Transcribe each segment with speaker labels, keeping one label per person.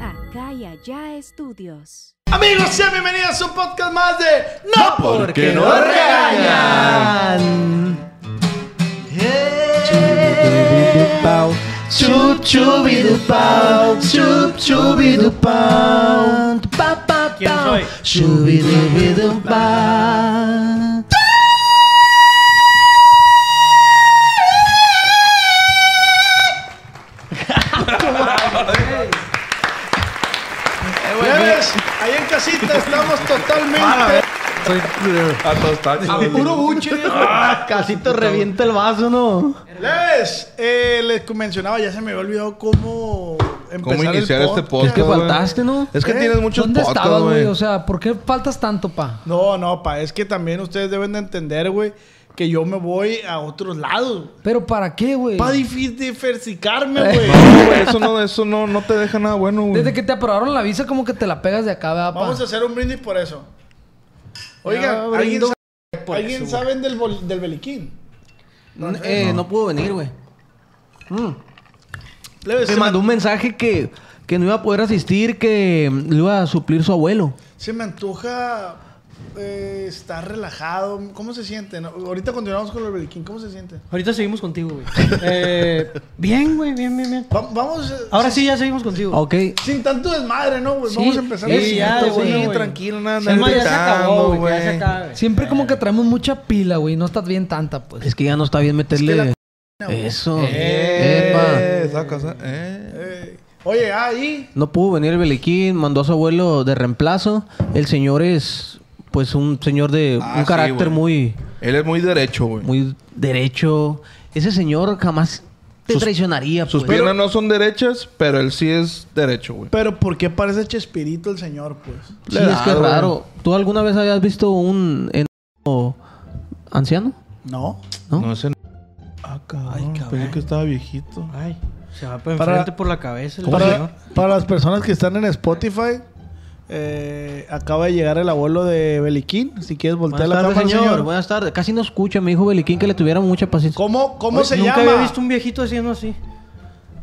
Speaker 1: Acá y allá estudios.
Speaker 2: Amigos, sean bienvenidos a un podcast más de No,
Speaker 3: porque no regañan.
Speaker 2: Chubidupau, chup chubidupau, chup chubidupau, pa pa
Speaker 3: ¿Quién soy?
Speaker 2: chubidubidupau. Ya ves, Ahí en casita estamos totalmente
Speaker 3: Soy a
Speaker 2: a puro buche.
Speaker 4: Casito Ah, revienta el vaso, ¿no?
Speaker 2: Les, eh, les mencionaba, ya se me había olvidado cómo empezar
Speaker 3: iniciar
Speaker 2: el
Speaker 3: este
Speaker 4: Es
Speaker 3: podcast?
Speaker 4: que
Speaker 3: güey.
Speaker 4: faltaste, ¿no?
Speaker 3: Es que tienes muchos
Speaker 4: ¿Dónde
Speaker 3: podcasts,
Speaker 4: estabas, güey?
Speaker 3: güey.
Speaker 4: O sea, ¿por qué faltas tanto, pa?
Speaker 2: No, no, pa, es que también ustedes deben de entender, güey, que yo me voy a otros lados.
Speaker 4: ¿Pero para qué, güey?
Speaker 2: Pa' difícil diversificarme, güey.
Speaker 3: No, güey, eso no, eso no, no te deja nada bueno, güey.
Speaker 4: Desde que te aprobaron la visa, como que te la pegas de acá, ¿verdad, pa?
Speaker 2: Vamos a hacer un brindis por eso. Oiga,
Speaker 4: Ya,
Speaker 2: ¿alguien,
Speaker 4: brindo
Speaker 2: sabe, ¿alguien saben del, bol- del beliquín?
Speaker 4: N- eh, no. pudo venir, güey.
Speaker 2: Plebes,
Speaker 4: Me
Speaker 2: se,
Speaker 4: mandó
Speaker 2: me,
Speaker 4: un mensaje que, que no iba a poder asistir, que le iba a suplir su abuelo.
Speaker 2: se me antoja eh, estar relajado. ¿Cómo se siente? No, ahorita continuamos con el beliquín. ¿Cómo se siente?
Speaker 5: Ahorita seguimos contigo, güey. Eh, bien, güey, bien, bien, bien.
Speaker 2: Va- vamos. eh,
Speaker 5: Ahora sí ya seguimos contigo.
Speaker 4: Ok.
Speaker 2: Sin tanto desmadre, ¿no, güey?
Speaker 5: Sí,
Speaker 2: Vamos a empezar.
Speaker 5: sí,
Speaker 2: así,
Speaker 5: ya,
Speaker 2: entonces,
Speaker 5: güey.
Speaker 2: sí,
Speaker 5: güey.
Speaker 3: tranquilo, nada,
Speaker 5: Sí,
Speaker 3: nada
Speaker 5: hermano, ya se acabó,
Speaker 3: gritando,
Speaker 5: güey. Ya se
Speaker 3: güey.
Speaker 5: acaba, güey.
Speaker 4: Siempre como que traemos mucha pila, güey. No estás bien tanta, pues. Es que ya no está bien meterle...
Speaker 2: Es güey.
Speaker 4: Eso.
Speaker 3: Eh, saca, saca, eh.
Speaker 2: Eh, oye, ahí.
Speaker 4: No pudo venir el Beliquín, mandó a su abuelo de reemplazo. El señor es, pues, un señor de
Speaker 3: Ah,
Speaker 4: un
Speaker 3: sí,
Speaker 4: carácter
Speaker 3: güey.
Speaker 4: muy,
Speaker 3: Él es muy derecho, güey.
Speaker 4: muy derecho. Ese señor jamás te
Speaker 3: Sus-
Speaker 4: traicionaría,
Speaker 3: Sus
Speaker 4: pues.
Speaker 3: piernas no son derechas, pero él sí es derecho, güey.
Speaker 2: Pero ¿por qué parece Chespirito el señor, pues?
Speaker 4: Sí,
Speaker 3: le
Speaker 4: es
Speaker 3: da,
Speaker 4: que es
Speaker 3: güey.
Speaker 4: raro. ¿Tú alguna vez habías visto un enano anciano?
Speaker 2: No.
Speaker 4: ¿no?
Speaker 3: No es en... Ah, cabrón. Pensé que estaba viejito.
Speaker 5: Ay, se va para
Speaker 2: Para-
Speaker 5: enfrente por la cabeza el señor.
Speaker 2: Para, para las personas que están en Spotify, eh, acaba de llegar el abuelo de Beliquín. Si quieres voltear
Speaker 4: Buenas
Speaker 2: la
Speaker 4: tardes,
Speaker 2: cámara,
Speaker 4: señor.
Speaker 2: señor.
Speaker 4: Buenas tardes. Casi no escucha. Me dijo Beliquín que le tuviera mucha paciencia.
Speaker 2: ¿Cómo, cómo
Speaker 5: Oye,
Speaker 2: se
Speaker 5: Nunca
Speaker 2: llama?
Speaker 5: había visto un viejito haciendo así.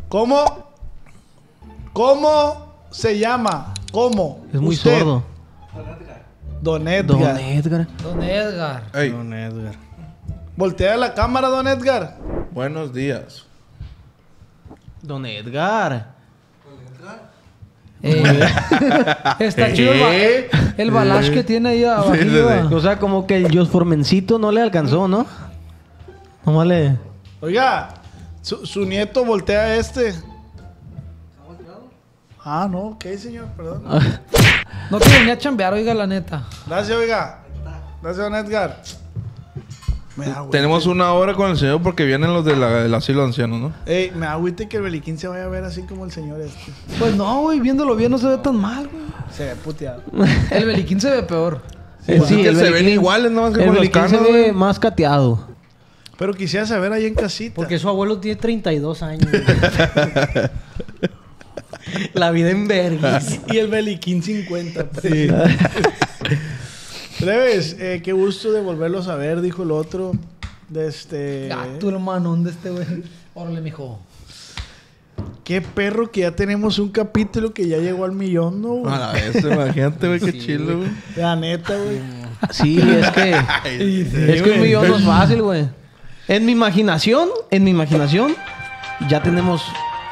Speaker 2: ¿Cómo? ¿Cómo se llama? ¿Cómo?
Speaker 4: Es muy
Speaker 2: Usted,
Speaker 4: sordo.
Speaker 2: Don Edgar.
Speaker 4: Don Edgar.
Speaker 5: Don Edgar.
Speaker 3: Ey.
Speaker 5: Don Edgar.
Speaker 2: Voltea la cámara, don Edgar.
Speaker 3: Buenos días.
Speaker 4: Don Edgar. Eh, está chido el,
Speaker 3: ¿Eh?
Speaker 4: ba- el balash que tiene ahí abajo.
Speaker 3: Sí, sí, sí.
Speaker 4: O sea, como que el Jos Formencito no le alcanzó, ¿no? No vale.
Speaker 2: Oiga, su, su nieto voltea a este. Ah, no, ok, señor, perdón.
Speaker 4: No te venía a chambear, oiga, la neta.
Speaker 2: Gracias, oiga. Gracias, don Edgar. Me da agüite.
Speaker 3: Tenemos una hora con el señor porque vienen los de la- del asilo de ancianos, ¿no?
Speaker 2: Ey, me da agüite que el Beliquín se vaya a ver así como el señor este.
Speaker 4: Pues no, güey, viéndolo bien no se ve tan mal, güey.
Speaker 2: Se ve puteado.
Speaker 5: El Beliquín se ve peor.
Speaker 4: Eh,
Speaker 3: Es que se
Speaker 4: Beliquín-
Speaker 3: ven iguales, nada más que
Speaker 4: el
Speaker 3: con las
Speaker 4: Beliquín
Speaker 3: canas,
Speaker 4: se ve
Speaker 3: güey.
Speaker 4: más cateado.
Speaker 2: Pero quisiera saber ahí en casita.
Speaker 5: Porque su abuelo tiene 32 años. güey. la vida en vergüenza.
Speaker 2: Y el Beliquín 50. pues. Leves, eh, qué gusto de volverlos a ver, dijo el otro. De este.
Speaker 6: Ah,
Speaker 4: Gato, hermano, ¿dónde este, güey? Órale, mijo.
Speaker 2: Qué perro que ya tenemos un capítulo que ya llegó al millón, ¿no? güey?
Speaker 3: A la vez, imagínate, güey, qué chilo, güey.
Speaker 2: La neta, güey.
Speaker 4: Sí, es que. es que un millón no es fácil, güey. En mi imaginación, en mi imaginación, ya tenemos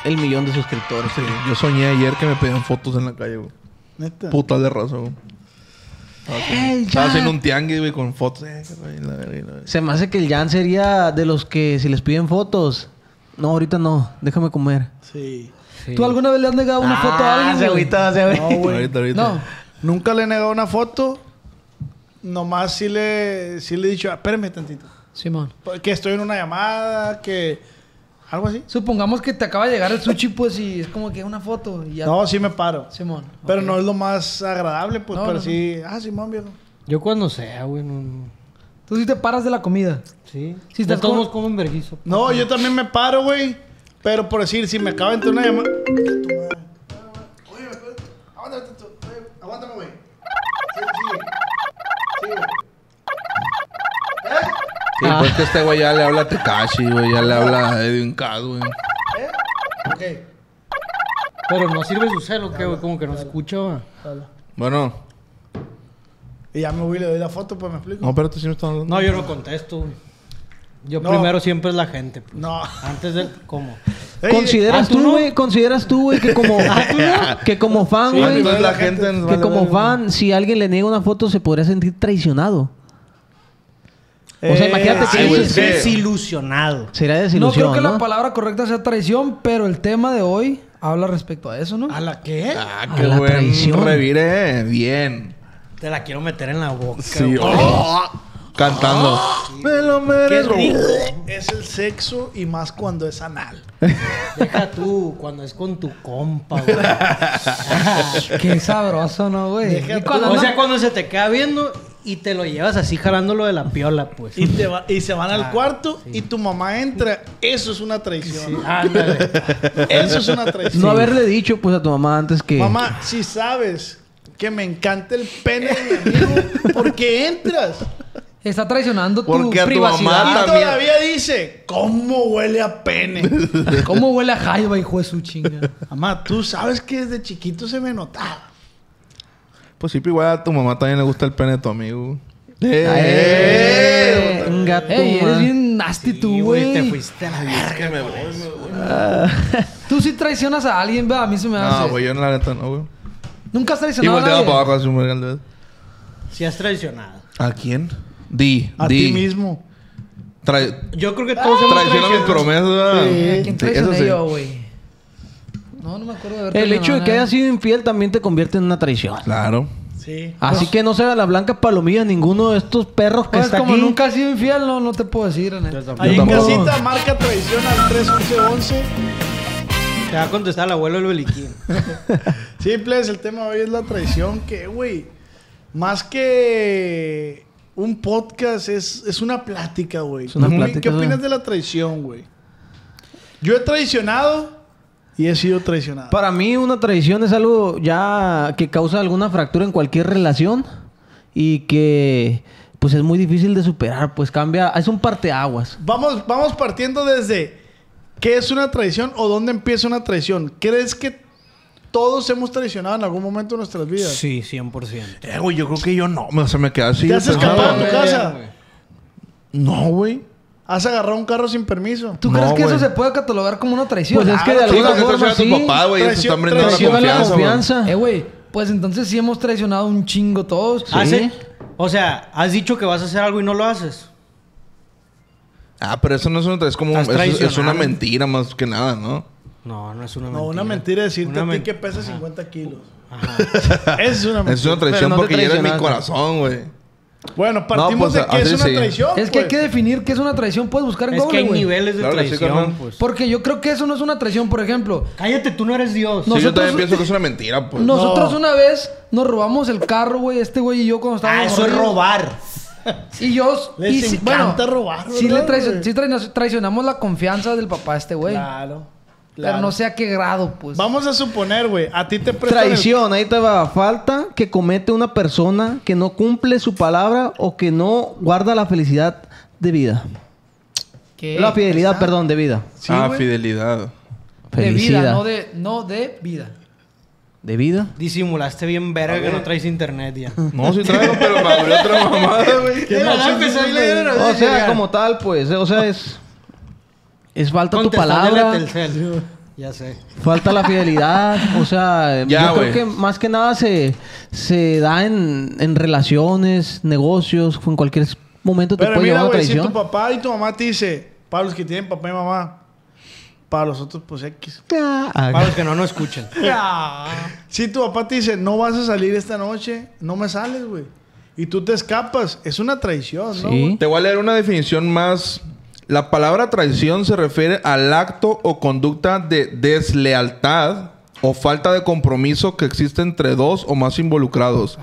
Speaker 4: el millón de suscriptores.
Speaker 3: Sí, yo soñé ayer que me pedían fotos en la calle, güey.
Speaker 2: Neta.
Speaker 3: Putas de raza, güey.
Speaker 4: El
Speaker 3: Estaba haciendo
Speaker 4: Jan.
Speaker 3: un tianguis, güey, con fotos. Eh, qué güey, la verga, la verga.
Speaker 4: Se me hace que el Jan sería de los que si les piden fotos. No, ahorita no. Déjame comer. Ah,
Speaker 2: Sí.
Speaker 4: ¿Tú alguna vez le has negado una foto a alguien? güey?
Speaker 2: No, güey.
Speaker 3: Ahorita, ahorita.
Speaker 4: No.
Speaker 2: Nunca le he negado una foto. Nomás sí le, sí le he dicho, "Ah, espérame tantito.
Speaker 5: Simón.
Speaker 2: Que estoy en una llamada, que. Algo así.
Speaker 5: Supongamos que te acaba de llegar el sushi, pues, y es como que una foto. Y ya.
Speaker 2: No, sí me paro.
Speaker 5: Simón.
Speaker 2: Pero no es lo más agradable, pues,
Speaker 5: No,
Speaker 2: pero
Speaker 5: no,
Speaker 2: sí. Ah, Simón, viejo.
Speaker 5: Yo cuando sea, güey. no- no.
Speaker 4: Tú sí te paras de la comida.
Speaker 5: Sí.
Speaker 4: Si
Speaker 5: Si
Speaker 4: estás
Speaker 5: estás
Speaker 4: con-
Speaker 5: como, como en verguizo.
Speaker 2: No, yo también me paro, güey. Pero por decir, si me acaba de entrar una llamada. Oye, aguántame, aguántame, güey.
Speaker 3: Sí,
Speaker 5: Ah.
Speaker 3: pues que este güey ya le habla a ¿Eh? Tekashi, güey. Ya le habla a Edwin Cad, güey.
Speaker 2: Ok.
Speaker 5: Pero no sirve su celo, que güey, como que no se escucha, güey.
Speaker 2: Jala.
Speaker 3: Bueno,
Speaker 2: Y ya me voy y le doy la foto, pues me explico.
Speaker 3: no, espérate, si no están hablando.
Speaker 5: No, yo no contesto, güey. Yo
Speaker 2: No.
Speaker 5: primero siempre es la gente. pues.
Speaker 2: No.
Speaker 5: Antes del... ¿Cómo?
Speaker 2: Ey,
Speaker 4: ¿Consideras
Speaker 5: ¿ah, tú
Speaker 4: tú,
Speaker 5: no?
Speaker 4: güey? ¿Consideras tú, güey, que como, que como fan,
Speaker 2: Sí,
Speaker 4: güey,
Speaker 2: entonces
Speaker 4: que
Speaker 2: la gente
Speaker 3: nos vale
Speaker 4: como
Speaker 3: verga.
Speaker 4: fan, si alguien le niega una foto, se podría sentir traicionado?
Speaker 2: eh,
Speaker 4: o sea, imagínate
Speaker 2: ay,
Speaker 4: que
Speaker 2: güey,
Speaker 4: dices-
Speaker 2: sí.
Speaker 5: Desilusionado.
Speaker 4: Sería
Speaker 6: No
Speaker 4: desilusión,
Speaker 6: creo
Speaker 4: ¿no?
Speaker 6: que la palabra correcta sea traición, pero el tema de hoy habla respecto a eso, ¿no?
Speaker 5: ¿A la qué?
Speaker 3: Ah,
Speaker 4: A
Speaker 3: qué
Speaker 4: la
Speaker 3: buen
Speaker 4: traición.
Speaker 3: revire. Bien.
Speaker 5: Te la quiero meter en la boca.
Speaker 3: Sí,
Speaker 5: güey.
Speaker 3: oh. Cantando. Ah. Me lo merezco.
Speaker 2: Es el sexo y más cuando es anal.
Speaker 5: Deja tú cuando es con tu compa, güey.
Speaker 6: Qué sabroso, ¿no, güey?
Speaker 2: Deja
Speaker 6: Y cuando
Speaker 5: o
Speaker 6: no-
Speaker 5: sea, cuando se te queda viendo y te lo llevas así jalándolo de la piola, pues.
Speaker 2: Y, te va- y se van al cuarto y tu mamá entra. Eso es una traición.
Speaker 5: Ándale.
Speaker 2: Eso es una traición.
Speaker 4: No haberle dicho, pues, a tu mamá antes que...
Speaker 2: Mamá, si sabes que me encanta el pene de mi amigo, ¿por qué entras?
Speaker 6: Está traicionando tu
Speaker 3: Porque a tu
Speaker 2: Y
Speaker 3: mamá
Speaker 6: privacidad.
Speaker 3: también.
Speaker 2: todavía dice, ¿cómo huele a pene?
Speaker 6: ¿Cómo huele a jaiba, hijo de su chinga?
Speaker 2: Mamá, tú sabes que desde chiquito se me notaba.
Speaker 3: Pues sí, pero igual a tu mamá también le gusta el pene de tu amigo. Eh.
Speaker 4: Eh, venga tú,
Speaker 6: Ey, eres
Speaker 4: ma.
Speaker 6: bien nasty tú,
Speaker 5: Y,
Speaker 6: güey.
Speaker 5: Te fuiste a la verga.
Speaker 6: Tú sí traicionas a alguien, ¿verdad? A mí se me hace.
Speaker 3: No, Ah, güey, yo en la neta no, güey.
Speaker 6: Nunca has
Speaker 3: Y
Speaker 6: traicionado a
Speaker 3: volteaba
Speaker 6: nadie.
Speaker 3: para abajo así un vergal de vez.
Speaker 5: Si has traicionado.
Speaker 3: ¿A quién? Di,
Speaker 2: A
Speaker 3: di.
Speaker 2: ti mismo.
Speaker 3: Tra-
Speaker 5: Yo creo que
Speaker 3: Ah.
Speaker 5: todos hemos
Speaker 3: traiciona mis promesas, ¿verdad?
Speaker 6: ¿A quién traicioné
Speaker 3: Eso sí.
Speaker 6: yo, güey? No, no me acuerdo de haber
Speaker 4: El hecho de que
Speaker 6: traicionado a
Speaker 4: haya
Speaker 6: nadie.
Speaker 4: sido infiel también te convierte en una traición.
Speaker 3: Claro.
Speaker 2: Sí.
Speaker 4: Así que no sea la blanca palomilla ninguno de estos perros que
Speaker 6: Pues
Speaker 4: está
Speaker 6: como
Speaker 4: aquí.
Speaker 6: nunca has sido infiel, no, no te puedo decir, la neta.
Speaker 5: traicionados.
Speaker 2: Ahí en
Speaker 3: tampoco.
Speaker 2: casita marca traición al 31111.
Speaker 5: Te va a contestar el abuelo del Beliquín.
Speaker 2: Sí, please, el tema de hoy es la traición que, güey, más que un podcast es, es una plática, güey.
Speaker 4: Es una
Speaker 2: ¿Tú qué-
Speaker 4: plática,
Speaker 2: ¿Qué opinas
Speaker 4: güey.
Speaker 2: de la traición, güey? Yo he traicionado y he sido traicionado.
Speaker 4: Para mí una traición es algo ya que causa alguna fractura en cualquier relación y que pues es muy difícil de superar, pues cambia, es un parteaguas.
Speaker 2: Vamos, vamos partiendo desde qué es una traición o dónde empieza una traición. ¿Crees que todos hemos traicionado en algún momento de nuestras vidas?
Speaker 5: Sí, 100%.
Speaker 3: Eh, güey, yo creo que yo no. me- Se me queda así.
Speaker 2: ¿Te has
Speaker 3: pensando.
Speaker 2: escapado de tu casa?
Speaker 3: No, güey.
Speaker 2: ¿Has agarrado un carro sin permiso?
Speaker 6: ¿Tú
Speaker 3: No,
Speaker 6: crees que eso
Speaker 3: güey.
Speaker 6: se puede catalogar como una traición?
Speaker 4: Pues es que de
Speaker 3: Sí,
Speaker 4: alguna
Speaker 3: porque
Speaker 4: forma
Speaker 3: traiciona a
Speaker 4: sí.
Speaker 3: tu papá, güey. Eso
Speaker 2: Traición-
Speaker 3: están brindando la
Speaker 2: traiciona
Speaker 4: Traiciona la
Speaker 3: confianza, güey.
Speaker 4: confianza.
Speaker 6: Eh, güey, pues entonces sí hemos traicionado un chingo todos.
Speaker 4: Ah,
Speaker 5: Hace- O sea, has dicho que vas a hacer algo y no lo haces.
Speaker 3: Ah, pero eso no es una traición. Es como... un-
Speaker 5: Estás
Speaker 3: eso Es, es una
Speaker 5: traicionado.
Speaker 3: mentira más que nada, ¿no?
Speaker 5: No, no es una mentira.
Speaker 2: No, una mentira es decirte
Speaker 5: Una
Speaker 2: a ti
Speaker 5: men-
Speaker 2: que pesa 50 kilos.
Speaker 5: Ajá.
Speaker 2: Esa es una
Speaker 3: Es
Speaker 2: mentira.
Speaker 3: una traición
Speaker 4: no te
Speaker 3: porque hiere mi
Speaker 4: traicionaste.
Speaker 3: corazón, güey.
Speaker 2: Bueno,
Speaker 3: No,
Speaker 2: partimos
Speaker 3: pues,
Speaker 2: de
Speaker 5: ah,
Speaker 2: que es
Speaker 3: así
Speaker 2: una
Speaker 3: sí.
Speaker 2: traición.
Speaker 6: es que hay
Speaker 2: pues.
Speaker 6: que definir qué es una traición. Puedes buscar en
Speaker 5: Es que
Speaker 6: Google,
Speaker 5: hay
Speaker 6: güey.
Speaker 5: niveles de
Speaker 3: Claro que sí,
Speaker 5: traición,
Speaker 3: carnal.
Speaker 5: pues.
Speaker 6: Porque yo creo que eso no es una traición, por ejemplo.
Speaker 5: Cállate, tú no eres Dios. Ah,
Speaker 6: No.
Speaker 3: Sí, yo
Speaker 6: Nosotros-
Speaker 3: también pienso que es una mentira, pues.
Speaker 6: Nosotros
Speaker 2: No.
Speaker 6: una vez nos robamos el carro, güey, este güey y yo cuando estábamos...
Speaker 5: Ah, eso es
Speaker 6: morrillos.
Speaker 5: robar.
Speaker 6: Y yo...
Speaker 2: Les
Speaker 6: y sí-
Speaker 2: encanta robar,
Speaker 6: Sí, le
Speaker 2: ¿verdad,
Speaker 6: traicio-
Speaker 2: güey?
Speaker 6: sí trai- traicionamos la confianza del papá de este güey.
Speaker 2: Claro.
Speaker 6: Pero
Speaker 2: claro.
Speaker 6: no sé a qué grado, pues.
Speaker 2: Vamos a suponer, güey, a ti te prestan el-
Speaker 4: Traición, ahí te va. Falta que comete una persona que no cumple su palabra o que no guarda la felicidad de vida.
Speaker 2: Eh,
Speaker 6: ¿Qué?
Speaker 4: La fidelidad,
Speaker 6: Esa-
Speaker 4: perdón, de vida.
Speaker 2: Sí,
Speaker 3: ah,
Speaker 2: güey.
Speaker 3: fidelidad.
Speaker 6: De vida,
Speaker 4: Felicidad.
Speaker 6: no de, no de vida.
Speaker 4: ¿De vida?
Speaker 5: Disimulaste bien verga que no traes internet ya.
Speaker 3: No, sí traigo, pero me abrió otra mamada, güey.
Speaker 2: ¿Qué pasó?
Speaker 4: O sea, como tal, pues. eh, O sea, es. Es falta tu
Speaker 5: Contestándole a
Speaker 4: palabra,
Speaker 5: Telcel. Ya sé.
Speaker 4: falta la fidelidad. O sea,
Speaker 3: Ya,
Speaker 4: yo
Speaker 3: güey.
Speaker 4: creo que más que nada se, se da en, en relaciones, negocios, en cualquier momento te
Speaker 2: Pero
Speaker 4: puede llevar
Speaker 2: mira,
Speaker 4: a
Speaker 2: güey, si
Speaker 4: traición.
Speaker 2: tu papá y tu mamá te dice, para los que tienen papá y mamá, para los otros, pues X.
Speaker 4: Ah, ah,
Speaker 5: Para los que no nos escuchan.
Speaker 2: Si tu papá te dice, no vas a salir esta noche, no me sales, güey. Y tú te escapas, es una traición, ¿no?
Speaker 4: Sí.
Speaker 2: güey?
Speaker 3: Te voy a leer una definición más. La palabra traición se refiere al acto o conducta de deslealtad o falta de compromiso que existe entre dos o más involucrados.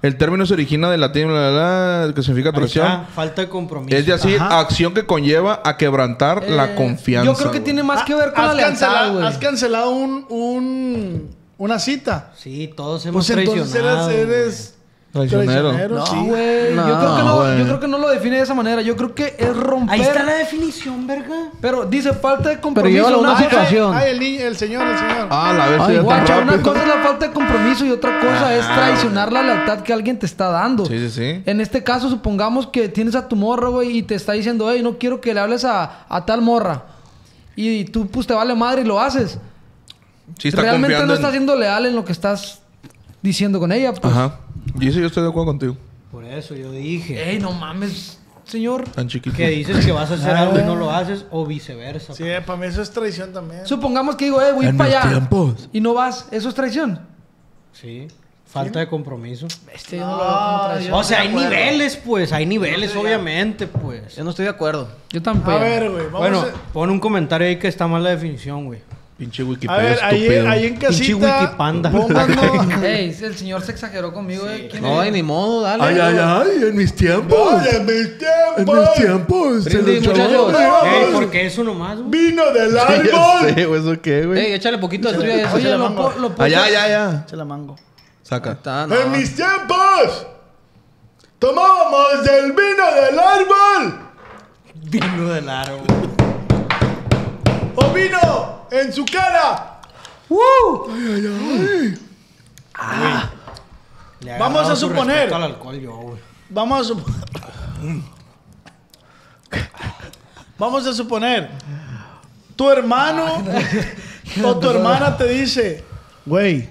Speaker 3: El término se origina del latín bla, bla, bla, que significa
Speaker 5: Ahí está,
Speaker 3: traición.
Speaker 5: falta de compromiso.
Speaker 3: Es decir,
Speaker 2: Ajá.
Speaker 3: acción que conlleva a quebrantar la
Speaker 6: Eh,
Speaker 3: confianza.
Speaker 6: Yo creo que
Speaker 3: güey.
Speaker 6: tiene más que ver con
Speaker 2: Ah, has
Speaker 6: la lealtad,
Speaker 2: cancelado,
Speaker 6: güey.
Speaker 2: Has cancelado un, un- una cita.
Speaker 5: Sí, todos hemos
Speaker 2: Pues entonces
Speaker 5: traicionado.
Speaker 2: eres, eres
Speaker 3: Traicionero.
Speaker 2: Traicionero,
Speaker 6: No,
Speaker 2: sí.
Speaker 6: güey.
Speaker 4: No,
Speaker 6: yo, creo que no-
Speaker 3: güey.
Speaker 6: yo creo que no lo define de esa manera. Yo creo que es romper.
Speaker 5: Ahí está la definición, verga.
Speaker 6: Pero dice falta de compromiso.
Speaker 4: llévalo a una
Speaker 6: cosa-
Speaker 4: situación.
Speaker 2: Ay, el, niño- el señor, el señor.
Speaker 3: Ah, la vez
Speaker 4: Ay,
Speaker 3: ya
Speaker 4: guacha,
Speaker 3: tan
Speaker 6: Guacha, una
Speaker 3: rápido.
Speaker 6: cosa es la falta de compromiso y otra cosa es traicionar la lealtad que alguien te está dando.
Speaker 3: Sí, sí, sí.
Speaker 6: En este caso, supongamos que tienes a tu morra, güey, y te está diciendo, hey, no quiero que le hables a, a tal morra. Y, tú, pues, te vale madre y lo haces.
Speaker 3: Sí, está
Speaker 6: Realmente
Speaker 3: confiando
Speaker 6: no
Speaker 3: en-
Speaker 6: estás siendo leal en lo que estás diciendo con ella, pues.
Speaker 3: Ajá. Y eso yo estoy de acuerdo contigo.
Speaker 5: Por eso yo dije.
Speaker 6: Ey, no mames, señor.
Speaker 3: Tan chiquito.
Speaker 5: Que dices que vas a hacer algo y no lo haces, o viceversa.
Speaker 2: Sí, eh, para mí eso es traición también.
Speaker 6: Supongamos que digo, eh, voy
Speaker 3: En
Speaker 6: para
Speaker 3: mis
Speaker 6: allá.
Speaker 3: tiempos.
Speaker 6: Y no vas. Eso es traición.
Speaker 5: Sí. Falta de compromiso.
Speaker 6: Este yo no lo veo
Speaker 2: Ah,
Speaker 6: como traición.
Speaker 5: O sea, hay niveles, pues. Hay niveles, obviamente, pues.
Speaker 4: Yo no estoy de acuerdo.
Speaker 6: Yo
Speaker 2: A
Speaker 6: tampoco.
Speaker 2: ver, güey, vamos
Speaker 5: Bueno,
Speaker 2: a...
Speaker 5: pon un comentario ahí que está mal la definición, güey.
Speaker 3: Pinche
Speaker 2: A
Speaker 3: Wikipedia
Speaker 2: ver, ahí,
Speaker 3: estúpido.
Speaker 2: ahí en
Speaker 5: Pinche
Speaker 2: casita...
Speaker 5: Wikipanda.
Speaker 2: pónganos-
Speaker 6: Ey, el señor se exageró conmigo, eh. ¿Quién
Speaker 4: No,
Speaker 6: eres?
Speaker 4: ay, ni modo, dale.
Speaker 3: Ay, ay, ay, en mis tiempos.
Speaker 2: ¡Ay, en mis
Speaker 3: En
Speaker 2: tiempos!
Speaker 3: mis tiempos. Se
Speaker 4: Brindis,
Speaker 3: luchaba.
Speaker 4: muchachos.
Speaker 5: Ey, ¿por qué eso nomás, güey?
Speaker 2: ¡Vino del
Speaker 3: Ya
Speaker 2: árbol!
Speaker 3: sé, güey, ¿Eso qué, güey? Ah,
Speaker 4: Ey, échale poquito de tuyo.
Speaker 2: Échale.
Speaker 4: Oye,
Speaker 6: Oye, lo,
Speaker 2: mango.
Speaker 6: po- lo poco-
Speaker 3: Allá, allá, allá.
Speaker 2: Se la mango.
Speaker 3: Saca.
Speaker 4: Está, Ah, no.
Speaker 2: ¡En mis tiempos! ¡Tomábamos del vino del árbol!
Speaker 5: Vino del árbol.
Speaker 2: ¡O vino en su cara!
Speaker 5: Le he
Speaker 2: Vamos
Speaker 5: agarrado
Speaker 2: a
Speaker 5: su
Speaker 2: suponer.
Speaker 5: respeto al alcohol yo, güey.
Speaker 2: Vamos a suponer... Vamos a suponer... Tu hermano o tu hermana te dice... Güey,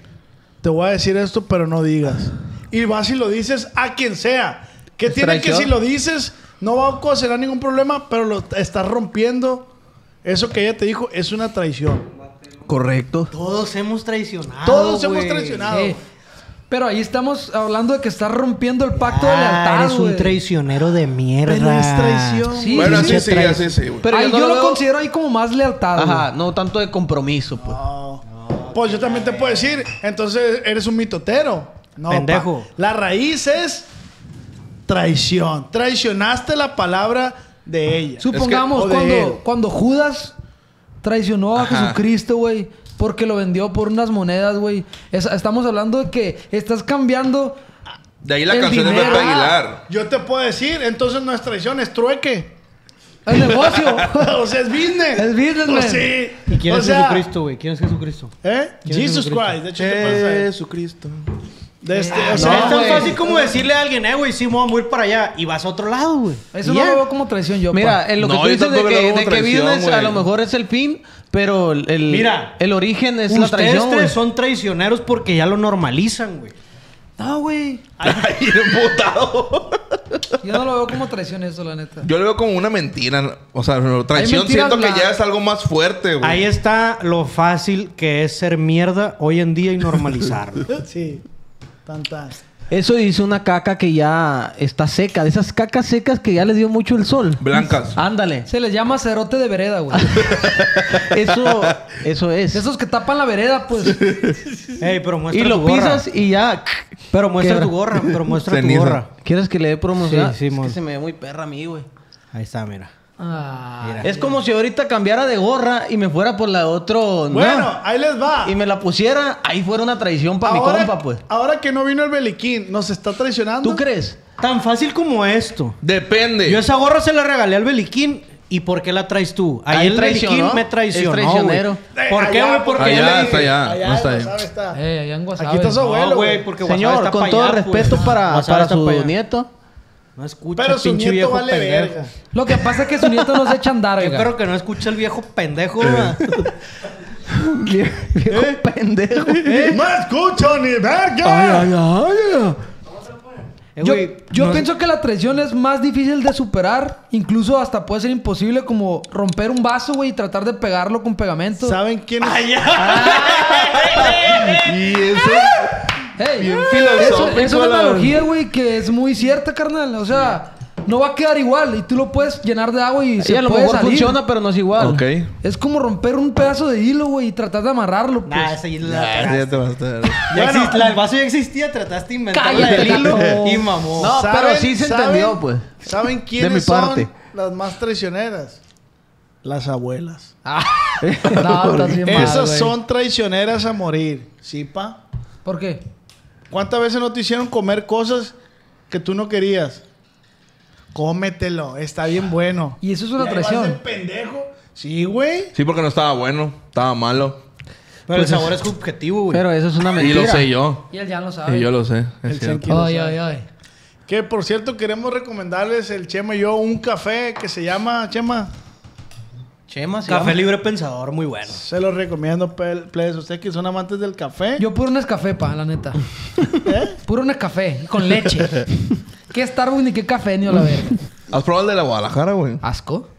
Speaker 2: te voy a decir esto, pero no digas. Y vas y lo dices a quien sea. Que tiene que
Speaker 4: traición?
Speaker 2: si lo dices, no va a ocasionar ningún problema, pero lo estás rompiendo. Eso que ella te dijo es una traición.
Speaker 4: Correcto.
Speaker 5: Todos hemos traicionado.
Speaker 2: Todos hemos
Speaker 5: güey.
Speaker 2: traicionado.
Speaker 6: Sí. Pero ahí estamos hablando de que estás rompiendo el pacto de
Speaker 5: Ah,
Speaker 6: lealtad,
Speaker 5: eres un
Speaker 6: güey.
Speaker 5: traicionero de mierda.
Speaker 2: Pero es traición.
Speaker 6: Sí,
Speaker 3: Bueno,
Speaker 6: sí,
Speaker 3: así
Speaker 5: sí,
Speaker 3: sí,
Speaker 5: traes-
Speaker 3: así sí, güey.
Speaker 4: Pero
Speaker 6: Ahí
Speaker 4: yo,
Speaker 6: yo,
Speaker 4: no lo
Speaker 6: lo,
Speaker 4: veo-
Speaker 6: considero ahí como más lealtad,
Speaker 4: Ajá,
Speaker 6: güey.
Speaker 4: no tanto de compromiso, pues.
Speaker 2: Pues yo también te puedo decir, entonces eres un mitotero. No,
Speaker 5: Pendejo.
Speaker 2: pa. La raíz es traición. Traicionaste la palabra de ella.
Speaker 6: Supongamos
Speaker 2: o de él.
Speaker 6: cuando, cuando Judas traicionó a
Speaker 3: Ajá.
Speaker 6: Jesucristo, güey, porque lo vendió por unas monedas, güey. Es- Estamos hablando de que estás cambiando.
Speaker 3: De ahí la
Speaker 6: El
Speaker 3: canción de
Speaker 6: dinero.
Speaker 3: Pepe Aguilar.
Speaker 2: Yo te puedo decir, entonces no es traición, es trueque.
Speaker 6: El negocio.
Speaker 2: o sea, es business.
Speaker 6: Es business,
Speaker 2: Pues
Speaker 6: man.
Speaker 2: sí.
Speaker 5: ¿Y quién
Speaker 2: O
Speaker 5: es
Speaker 2: sea,
Speaker 5: Jesucristo, güey? ¿Quién es Jesucristo?
Speaker 2: ¿Eh?
Speaker 5: ¿Quién es
Speaker 2: Jesus
Speaker 5: Jesucristo?
Speaker 2: Christ. De hecho, ¿qué pasa?
Speaker 3: Jesucristo.
Speaker 2: De este, o
Speaker 5: O sea,
Speaker 2: sea,
Speaker 5: es tan
Speaker 6: güey.
Speaker 5: fácil como decirle a alguien, eh, güey, sí, me voy a mover para allá. Y vas a otro lado, güey.
Speaker 6: Eso
Speaker 5: Y
Speaker 6: no
Speaker 5: ya.
Speaker 6: lo veo como traición yo,
Speaker 4: Mira,
Speaker 6: pa.
Speaker 4: en lo que
Speaker 3: No,
Speaker 4: tú
Speaker 3: yo
Speaker 4: dices de
Speaker 3: tampoco
Speaker 4: que,
Speaker 3: lo veo
Speaker 4: de
Speaker 3: como
Speaker 4: que
Speaker 3: traición,
Speaker 4: business a
Speaker 3: güey.
Speaker 4: lo mejor es el fin, pero el,
Speaker 5: Mira,
Speaker 4: el origen es la
Speaker 5: Ustedes
Speaker 4: traición,
Speaker 5: tres
Speaker 4: güey.
Speaker 5: son traicioneros porque ya lo normalizan, güey.
Speaker 6: No, güey.
Speaker 3: Ay, emputado.
Speaker 6: Yo no lo veo como traición eso, la neta.
Speaker 3: Yo lo veo como una mentira. O sea, no, traición
Speaker 6: mentiras
Speaker 3: siento que
Speaker 6: blancas.
Speaker 3: ya es algo más fuerte, güey.
Speaker 5: Ahí está lo fácil que es ser mierda hoy en día y normalizarlo.
Speaker 2: sí. Tan, tan.
Speaker 4: Eso dice una caca que ya está seca, de esas cacas secas que ya les dio mucho el sol.
Speaker 3: Blancas.
Speaker 4: Ándale.
Speaker 6: Se les llama cerote de vereda, güey.
Speaker 4: Eso, eso es.
Speaker 6: Esos que tapan la vereda, pues.
Speaker 5: Ey, pero muestra
Speaker 4: y lo
Speaker 5: tu gorra.
Speaker 4: pisas y ya.
Speaker 5: Pero muestra
Speaker 4: Quebra.
Speaker 5: tu gorra, pero muestra
Speaker 3: Ceniza.
Speaker 5: tu gorra.
Speaker 4: ¿Quieres que le dé promoción?
Speaker 5: Sí, sí,
Speaker 4: es que
Speaker 5: mon.
Speaker 4: se me ve muy perra a mí, güey.
Speaker 5: Ahí está, mira.
Speaker 6: Ah,
Speaker 4: Es como si ahorita cambiara de gorra y me fuera por la de otro.
Speaker 2: Bueno,
Speaker 4: nah,
Speaker 2: ahí les va.
Speaker 4: Y me la pusiera, ahí fuera una traición para mi compa, pues.
Speaker 2: ahora que no vino el Beliquín, ¿nos está traicionando?
Speaker 4: ¿Tú crees?
Speaker 5: Tan fácil como esto.
Speaker 3: Depende.
Speaker 5: Yo esa gorra se la regalé al Beliquín. ¿Y por qué la traes tú? Ahí,
Speaker 4: Ahí
Speaker 5: el Beliquín
Speaker 4: traicionó.
Speaker 5: me traicionó.
Speaker 4: Es traicionero.
Speaker 5: güey. ¿Por
Speaker 2: Eh,
Speaker 5: qué,
Speaker 2: allá,
Speaker 5: güey? Porque
Speaker 3: allá
Speaker 5: yo le dije-
Speaker 3: está, allá.
Speaker 2: Allá
Speaker 3: no está
Speaker 2: el
Speaker 3: ahí.
Speaker 2: WhatsApp está.
Speaker 6: eh, allá en Guasave.
Speaker 2: Aquí está su
Speaker 6: No,
Speaker 2: abuelo,
Speaker 5: No,
Speaker 2: güey.
Speaker 5: güey, porque Guasave
Speaker 4: Señor,
Speaker 5: está
Speaker 4: con
Speaker 5: pa'
Speaker 4: todo
Speaker 5: allá,
Speaker 4: respeto
Speaker 5: pues.
Speaker 4: para,
Speaker 5: Guasave
Speaker 4: para
Speaker 5: está
Speaker 4: su
Speaker 5: pa' allá.
Speaker 4: nieto.
Speaker 5: No escucha
Speaker 2: Pero
Speaker 5: el
Speaker 2: su nieto
Speaker 5: pinche viejo
Speaker 2: vale
Speaker 5: pendejo.
Speaker 2: verga.
Speaker 6: Lo que pasa es que su nieto no se echa a andar,
Speaker 5: Yo
Speaker 6: oiga.
Speaker 5: creo que no escucha el viejo pendejo. ¿verdad?
Speaker 4: Viejo pendejo.
Speaker 2: No escucho ni verga.
Speaker 4: ¿Eh? Ay, ay, ay.
Speaker 5: Eh,
Speaker 6: Yo,
Speaker 5: güey,
Speaker 6: yo
Speaker 5: no-
Speaker 6: pienso que la traición es más difícil de superar. Incluso hasta puede ser imposible como romper un vaso, güey, y tratar de pegarlo con pegamento.
Speaker 2: ¿Saben quién es?
Speaker 3: Y eso.
Speaker 6: Ey,
Speaker 3: Bien
Speaker 6: eso-
Speaker 3: filosófico,
Speaker 6: Es una
Speaker 3: la-
Speaker 6: analogía, güey, que es muy cierta, carnal. O sea, no va a quedar igual. Y tú lo puedes llenar de agua y
Speaker 4: Sí,
Speaker 6: se
Speaker 4: a lo
Speaker 6: puede
Speaker 4: mejor
Speaker 6: salir.
Speaker 4: funciona, pero no es igual.
Speaker 3: Ok.
Speaker 6: Es como romper un pedazo de hilo, güey, y tratar de amarrarlo, pues.
Speaker 5: Nah, esa ya la
Speaker 3: Ah,
Speaker 5: cagaste.
Speaker 3: ya te vas a dar.
Speaker 5: Ya
Speaker 2: Bueno.
Speaker 5: exist- la- el vaso ya existía, trataste de inventarla
Speaker 6: Cállate,
Speaker 5: del hilo
Speaker 6: cabrón.
Speaker 5: y mamó.
Speaker 4: No,
Speaker 2: ¿Saben-
Speaker 4: pero sí se
Speaker 2: saben-
Speaker 4: entendió, pues.
Speaker 2: ¿Saben quiénes
Speaker 4: mi parte.
Speaker 2: son las más traicioneras? Las abuelas.
Speaker 6: No, estás bien mal,
Speaker 2: Esas
Speaker 6: güey.
Speaker 2: son traicioneras a morir. ¿Sí, pa?
Speaker 6: ¿Por qué?
Speaker 2: ¿Cuántas veces no te hicieron comer cosas que tú no querías? Cómetelo, está bien bueno.
Speaker 6: Y eso es una
Speaker 2: ahí
Speaker 6: traición.
Speaker 2: vas de pendejo. Sí, güey.
Speaker 3: Sí, porque no estaba bueno, estaba malo.
Speaker 5: Pero el sabor es subjetivo, güey.
Speaker 4: Pero eso es una
Speaker 3: Y
Speaker 4: mentira.
Speaker 3: lo sé yo.
Speaker 6: Y él ya lo sabe.
Speaker 3: Y yo lo sé. Es cierto.
Speaker 2: Senki lo
Speaker 6: Ay,
Speaker 2: sabe.
Speaker 6: ay, ay.
Speaker 2: Que por cierto queremos recomendarles el Chema y yo un café que se llama Chema.
Speaker 4: Chema, se
Speaker 5: Café
Speaker 4: llama.
Speaker 5: libre pensador, muy bueno.
Speaker 2: Se los recomiendo, pel- plebes. Ustedes que son amantes del café. ¿eh?
Speaker 6: Yo puro Nescafé, pa, la neta.
Speaker 4: ¿eh?
Speaker 6: Puro Nescafé, con leche. ¿Qué Starbucks ni qué café, ni a la verga?
Speaker 3: ¿Has probado el de la Guadalajara, güey?
Speaker 4: Ah.
Speaker 6: ¿Asco?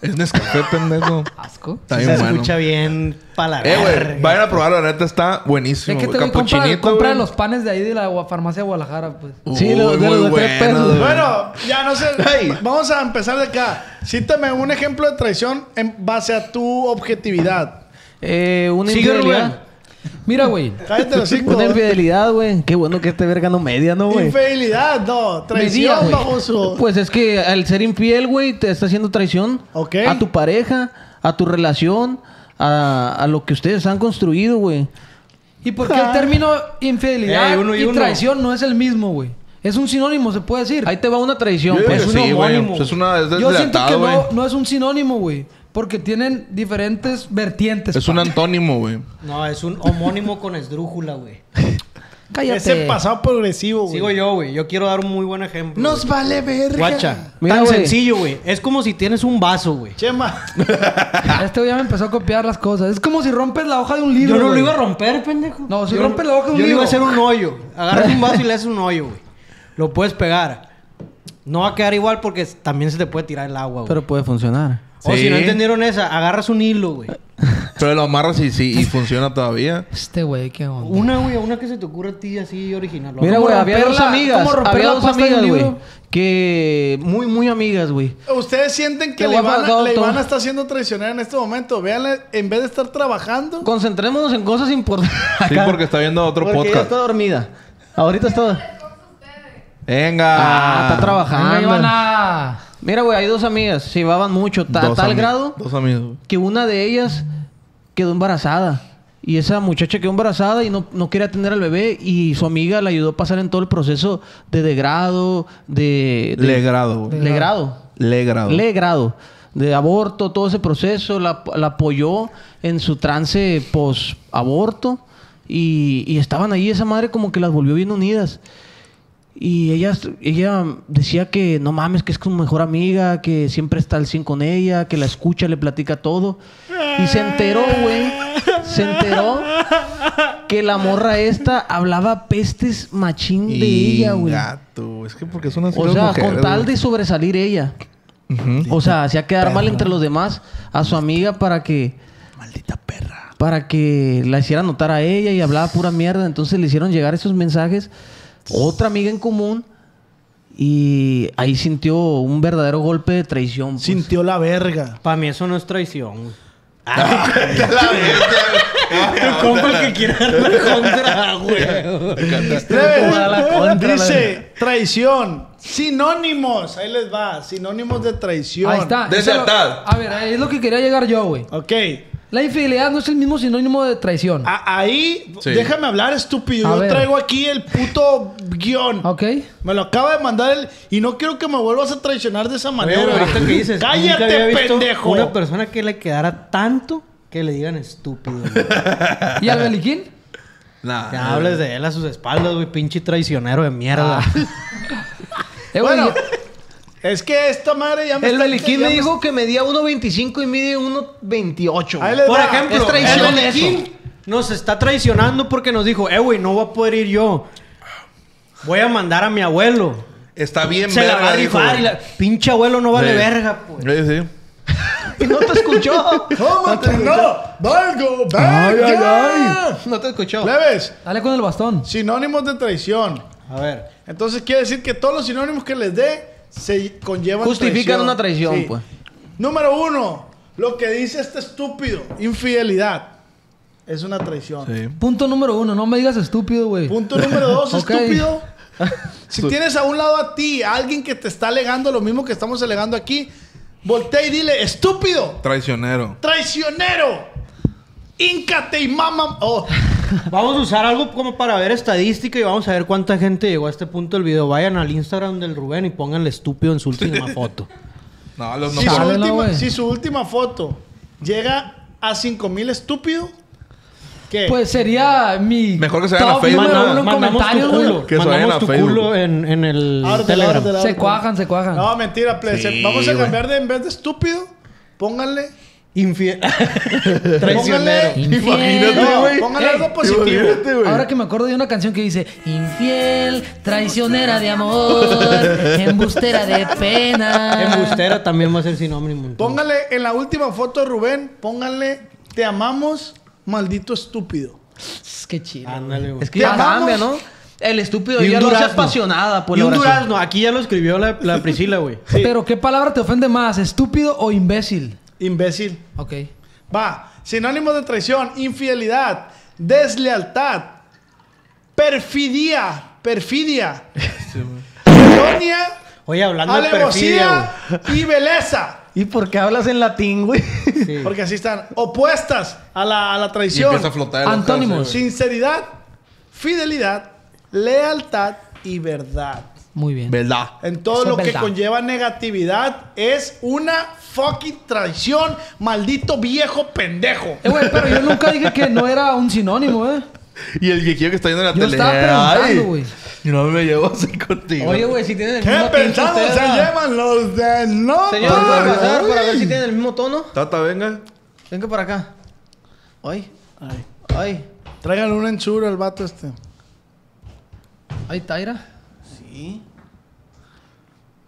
Speaker 3: Es Nescafé, pendejo.
Speaker 6: ¿Asco?
Speaker 3: Está
Speaker 5: Se
Speaker 3: bien bueno.
Speaker 5: escucha bien palabra.
Speaker 3: Eh, güey, vayan a probarlo. La neta
Speaker 6: ¿De
Speaker 3: está buenísimo.
Speaker 6: qué
Speaker 3: güey.
Speaker 6: te voy a comprar?
Speaker 3: Capuchinito,
Speaker 6: Compra
Speaker 3: güey.
Speaker 6: los panes de ahí de la gua- farmacia de Guadalajara, pues.
Speaker 4: Sí, los-
Speaker 3: Uy,
Speaker 4: de los
Speaker 3: muy
Speaker 4: de tres pesos,
Speaker 3: bueno,
Speaker 4: güey.
Speaker 3: güey.
Speaker 2: Bueno, ya no sé.
Speaker 3: Ey.
Speaker 2: Vamos a empezar de acá. Cítame un ejemplo de traición en base a tu objetividad.
Speaker 4: Eh, una
Speaker 5: Sigue,
Speaker 4: infidelidad.
Speaker 6: Mira, güey.
Speaker 2: Cállate los cinco.
Speaker 4: Una infidelidad, güey. Qué bueno que este verga no media, ¿no, güey?
Speaker 2: Infidelidad, no.
Speaker 4: Medía,
Speaker 2: Traición,
Speaker 4: güey.
Speaker 2: baboso.
Speaker 4: Pues es que al ser infiel, güey, te está haciendo traición
Speaker 2: Ok.
Speaker 4: a tu pareja, a tu relación, a, a lo que ustedes han construido, güey.
Speaker 6: ¿Y por qué el término infidelidad
Speaker 5: Ey, uno y
Speaker 6: y,
Speaker 5: uno.
Speaker 6: traición no es el mismo, güey? Es un sinónimo, se puede decir.
Speaker 4: Ahí te va una traición,
Speaker 3: Yo digo
Speaker 4: pues.
Speaker 3: que
Speaker 5: un
Speaker 3: sí, güey.
Speaker 5: homónimo.
Speaker 3: Pues Es una es
Speaker 6: Yo siento que
Speaker 3: deslealtad, güey.
Speaker 6: no, no es un sinónimo, güey. Porque tienen diferentes vertientes.
Speaker 3: Es
Speaker 6: pa.
Speaker 3: un antónimo, güey.
Speaker 5: No, es un homónimo con esdrújula, güey.
Speaker 6: Cállate.
Speaker 2: Ese pasado progresivo, güey.
Speaker 5: Sigo yo, güey. Yo quiero dar un muy buen ejemplo.
Speaker 2: Nos
Speaker 5: güey.
Speaker 2: vale verga.
Speaker 5: Guacha.
Speaker 4: Mira,
Speaker 5: tan
Speaker 4: güey.
Speaker 5: sencillo, güey. Es como si tienes un vaso, güey.
Speaker 2: Chema.
Speaker 6: Este güey ya me empezó a copiar las cosas. Es como si rompes la hoja de un libro.
Speaker 5: Yo no lo
Speaker 6: güey.
Speaker 5: iba a romper, pendejo.
Speaker 6: No, si
Speaker 5: Yo-
Speaker 6: rompe la boca de un
Speaker 5: Yo le
Speaker 6: libro.
Speaker 5: iba a hacer un hoyo. Agarras un vaso y le haces un hoyo, güey. Lo puedes pegar. No va a quedar igual porque s- también se te puede tirar el agua, güey.
Speaker 4: Pero puede funcionar.
Speaker 5: O si no
Speaker 3: Sí.
Speaker 5: entendieron esa, agarras un hilo, güey.
Speaker 3: Pero lo amarras y sí, y funciona todavía.
Speaker 6: Este güey, qué onda.
Speaker 5: Una, güey, una que se te ocurra a ti así original. Lo
Speaker 4: Mira,
Speaker 5: hago.
Speaker 6: ¿Cómo
Speaker 4: güey, había
Speaker 6: romper
Speaker 4: dos
Speaker 6: la-
Speaker 4: amigas.
Speaker 6: cómo romper
Speaker 4: Había
Speaker 6: la
Speaker 4: dos
Speaker 6: pasta de un
Speaker 4: amigas, güey.
Speaker 6: libro?
Speaker 4: Que muy, muy amigas, güey.
Speaker 2: Ustedes sienten que
Speaker 4: Te
Speaker 2: la
Speaker 4: voy a
Speaker 2: Ivana,
Speaker 4: pagar
Speaker 2: la
Speaker 4: todo.
Speaker 2: Ivana está siendo traicionera en este momento. Veanle, en vez de estar trabajando.
Speaker 4: Concentrémonos en cosas importantes.
Speaker 3: Sí,
Speaker 4: acá.
Speaker 3: porque está viendo otro
Speaker 4: Porque ella
Speaker 3: podcast.
Speaker 4: está dormida. Ahorita está...
Speaker 3: Venga.
Speaker 4: Ah, está
Speaker 6: Venga,
Speaker 4: trabajando.
Speaker 6: Ivana.
Speaker 4: Mira, güey, hay dos amigas. Se llevaban mucho. ta-
Speaker 3: Dos
Speaker 4: tal
Speaker 3: ami-
Speaker 4: grado...
Speaker 3: Dos amigos. güey.
Speaker 4: que una de ellas quedó embarazada. Y esa muchacha quedó embarazada y no, no quería tener al bebé. Y su amiga la ayudó a pasar en todo el proceso de degrado, de... de-
Speaker 3: Legrado, güey.
Speaker 4: Legrado.
Speaker 3: Legrado.
Speaker 4: Legrado. De aborto, todo ese proceso. La, la apoyó en su trance post-aborto. Y, y estaban ahí. Esa madre como que las volvió bien unidas. Y ella, ella decía que no mames, que es su mejor amiga, que siempre está al 100 con ella, que la escucha, le platica todo. Y se enteró, güey. Se enteró que la morra esta hablaba pestes machín de ella, güey.
Speaker 3: Gato. Es que porque son así
Speaker 4: O
Speaker 3: las
Speaker 4: sea,
Speaker 3: mujeres,
Speaker 4: con tal
Speaker 3: güey.
Speaker 4: de sobresalir ella.
Speaker 3: Ujú.
Speaker 4: O sea, hacía quedar mal entre los demás a su amiga para que.
Speaker 3: Maldita perra.
Speaker 4: Para que la hiciera notar a ella y hablaba pura mierda. Entonces le hicieron llegar esos mensajes. Otra amiga en común. Y ahí sintió un verdadero golpe de traición. pues.
Speaker 2: Sintió la verga.
Speaker 5: Para mí eso no es traición, güey.
Speaker 3: La verga.
Speaker 5: Tu compa el que quiera dar la contra, güey.
Speaker 2: Plebes,
Speaker 4: Toda la contra,
Speaker 2: dice traición. Sinónimos. Ahí les va. Sinónimos de traición.
Speaker 6: Ahí está. Eso lo-
Speaker 3: Deslealtad.
Speaker 6: A ver, ahí es lo que quería llegar yo, güey.
Speaker 2: Ok.
Speaker 6: La infidelidad no es el mismo sinónimo de traición.
Speaker 2: A- ahí,
Speaker 3: Sí.
Speaker 2: déjame hablar, estúpido.
Speaker 6: A
Speaker 2: Yo
Speaker 6: ver.
Speaker 2: traigo aquí el puto guión.
Speaker 6: ¿Ok?
Speaker 2: Me lo acaba de mandar él y no quiero que me vuelvas a traicionar de esa manera.
Speaker 5: Pero ahorita que dices, nunca había
Speaker 2: Cállate,
Speaker 5: visto
Speaker 2: pendejo.
Speaker 5: Una persona que le quedara tanto que le digan estúpido. güey.
Speaker 6: ¿Y al beliquín?
Speaker 3: Nah.
Speaker 2: Ah.
Speaker 5: Que hables de él a sus espaldas, güey, pinche traicionero de mierda.
Speaker 2: Ah.
Speaker 6: Eh, güey,
Speaker 2: Bueno, es que esta madre ya me
Speaker 4: El
Speaker 2: está-
Speaker 4: Beliquín
Speaker 2: ya
Speaker 4: me
Speaker 2: me-
Speaker 4: dijo que medía 1.25 y mide 1.28.
Speaker 2: Ahí
Speaker 4: güey.
Speaker 2: les
Speaker 5: Por
Speaker 2: va.
Speaker 5: ejemplo,
Speaker 4: es traición
Speaker 5: el
Speaker 4: eso.
Speaker 5: Beliquín nos está traicionando porque nos dijo, eh, güey, no voy a poder ir yo. Voy a mandar a mi abuelo.
Speaker 3: Está bien
Speaker 5: Se la va a
Speaker 3: dijo,
Speaker 5: rifar
Speaker 3: güey.
Speaker 5: y la... Pinche abuelo no vale
Speaker 3: Sí.
Speaker 5: verga, pues.
Speaker 3: Sí, sí.
Speaker 4: Y no te escuchó.
Speaker 2: ¡Cómate, no! ¡Valgo!
Speaker 4: Ay, ay,
Speaker 2: ¡Venga!
Speaker 4: ay. No te escuchó.
Speaker 2: Plebes,
Speaker 6: dale con el bastón.
Speaker 2: sinónimos de traición.
Speaker 5: A ver.
Speaker 2: Entonces quiere decir que todos los sinónimos que les dé se conllevan
Speaker 4: Justifican una traición,
Speaker 2: Sí.
Speaker 4: pues.
Speaker 2: Número uno, lo que dice este estúpido, infidelidad, es una traición.
Speaker 3: Sí.
Speaker 6: Punto número uno. No me digas estúpido, güey.
Speaker 2: Punto número dos,
Speaker 6: Ok.
Speaker 2: estúpido. Si tienes a un lado a ti a alguien que te está alegando lo mismo que estamos alegando aquí, voltea y dile, estúpido,
Speaker 3: Traicionero.
Speaker 2: traicionero, íncate y mama... Oh,
Speaker 5: Vamos a usar algo como para ver estadística y vamos a ver cuánta gente llegó a este punto del video. Vayan al Instagram del Rubén y pónganle estúpido en su última foto.
Speaker 3: No, los no.
Speaker 2: Si su,
Speaker 6: Chale, no,
Speaker 2: última,
Speaker 6: güey.
Speaker 2: si su última foto llega a 5000 estúpido, ¿qué?
Speaker 6: Pues sería mi.
Speaker 3: Mejor que se vayan a
Speaker 6: top
Speaker 3: Facebook,
Speaker 6: número
Speaker 3: ¿no?
Speaker 6: uno en
Speaker 5: Mandamos tu
Speaker 6: comentarios, güey.
Speaker 5: culo.
Speaker 3: Que se vayan a
Speaker 5: Mandamos tu
Speaker 3: Facebook.
Speaker 5: culo en, en el
Speaker 2: Árdela,
Speaker 5: Telegram.
Speaker 2: árdela,
Speaker 6: Se
Speaker 2: árdela.
Speaker 6: cuajan, se cuajan.
Speaker 2: No, mentira, plebe.
Speaker 3: Sí,
Speaker 2: Vamos a
Speaker 3: güey.
Speaker 2: cambiar de en vez de estúpido, pónganle.
Speaker 5: Infiel.
Speaker 2: Pónganle.
Speaker 5: Traicionero.
Speaker 3: Imagínate,
Speaker 2: No,
Speaker 3: güey.
Speaker 2: póngale algo
Speaker 3: Ey,
Speaker 2: positivo.
Speaker 4: Este,
Speaker 3: imagínate, güey.
Speaker 6: Ahora que me acuerdo de una canción que dice Infiel, traicionera de amor, embustera de pena.
Speaker 5: Embustera también va a ser sinónimo. entonces.
Speaker 2: Póngale en la última foto de Rubén, póngale te amamos, maldito estúpido.
Speaker 6: Es que chido.
Speaker 5: Ándale, güey.
Speaker 4: Es que
Speaker 2: Te
Speaker 4: ya
Speaker 2: amamos.
Speaker 4: cambia, ¿no? Ah, El estúpido
Speaker 5: Y
Speaker 4: ya
Speaker 5: un
Speaker 4: no se
Speaker 5: durazno.
Speaker 4: apasionada por
Speaker 5: y
Speaker 4: la
Speaker 5: un
Speaker 4: oración.
Speaker 5: durazno. Aquí ya lo escribió la, la Priscila, güey.
Speaker 6: Pero ¿qué palabra te ofende más? ¿Estúpido o imbécil?
Speaker 2: Imbécil.
Speaker 6: Ok.
Speaker 2: Va. Sinónimos de traición, infidelidad, deslealtad, perfidia, perfidia, Ironia
Speaker 5: Oye, hablando de
Speaker 2: alevosía
Speaker 5: perfidia,
Speaker 2: y belleza.
Speaker 4: ¿Y por qué hablas en latín, güey?
Speaker 5: güey. Sí.
Speaker 2: Porque así están opuestas a la, a la
Speaker 3: Y
Speaker 2: traición.
Speaker 3: empieza a flotar. el
Speaker 6: Antónimos.
Speaker 3: ojal, sí,
Speaker 2: Sinceridad, fidelidad, lealtad y verdad.
Speaker 6: Muy
Speaker 3: güey.
Speaker 6: bien.
Speaker 3: Verdad.
Speaker 2: En todo
Speaker 6: Eso es
Speaker 2: lo que
Speaker 6: verdad.
Speaker 2: conlleva negatividad es una fucking traición, maldito viejo pendejo.
Speaker 6: Eh, güey, pero yo nunca dije que no era un sinónimo, ¿eh?
Speaker 3: Y el viejillo que está viendo en la
Speaker 6: Yo
Speaker 3: tele.
Speaker 6: estaba preguntando,
Speaker 3: ay,
Speaker 6: güey.
Speaker 3: No me llevo así contigo.
Speaker 4: Oye, güey, si tienen el
Speaker 2: ¿Qué
Speaker 4: mismo tinta
Speaker 2: pensados
Speaker 4: ustedes,
Speaker 2: se
Speaker 4: ¿verdad?
Speaker 2: llevan los de no?
Speaker 4: Señor, ¿puede pasar para ver si tienen el mismo tono?
Speaker 3: Tata, venga.
Speaker 4: Venga para acá. Ay,
Speaker 2: Ay,
Speaker 4: ay.
Speaker 2: Tráiganle un enchuro al vato este.
Speaker 6: Ay, Taira.
Speaker 4: Sí.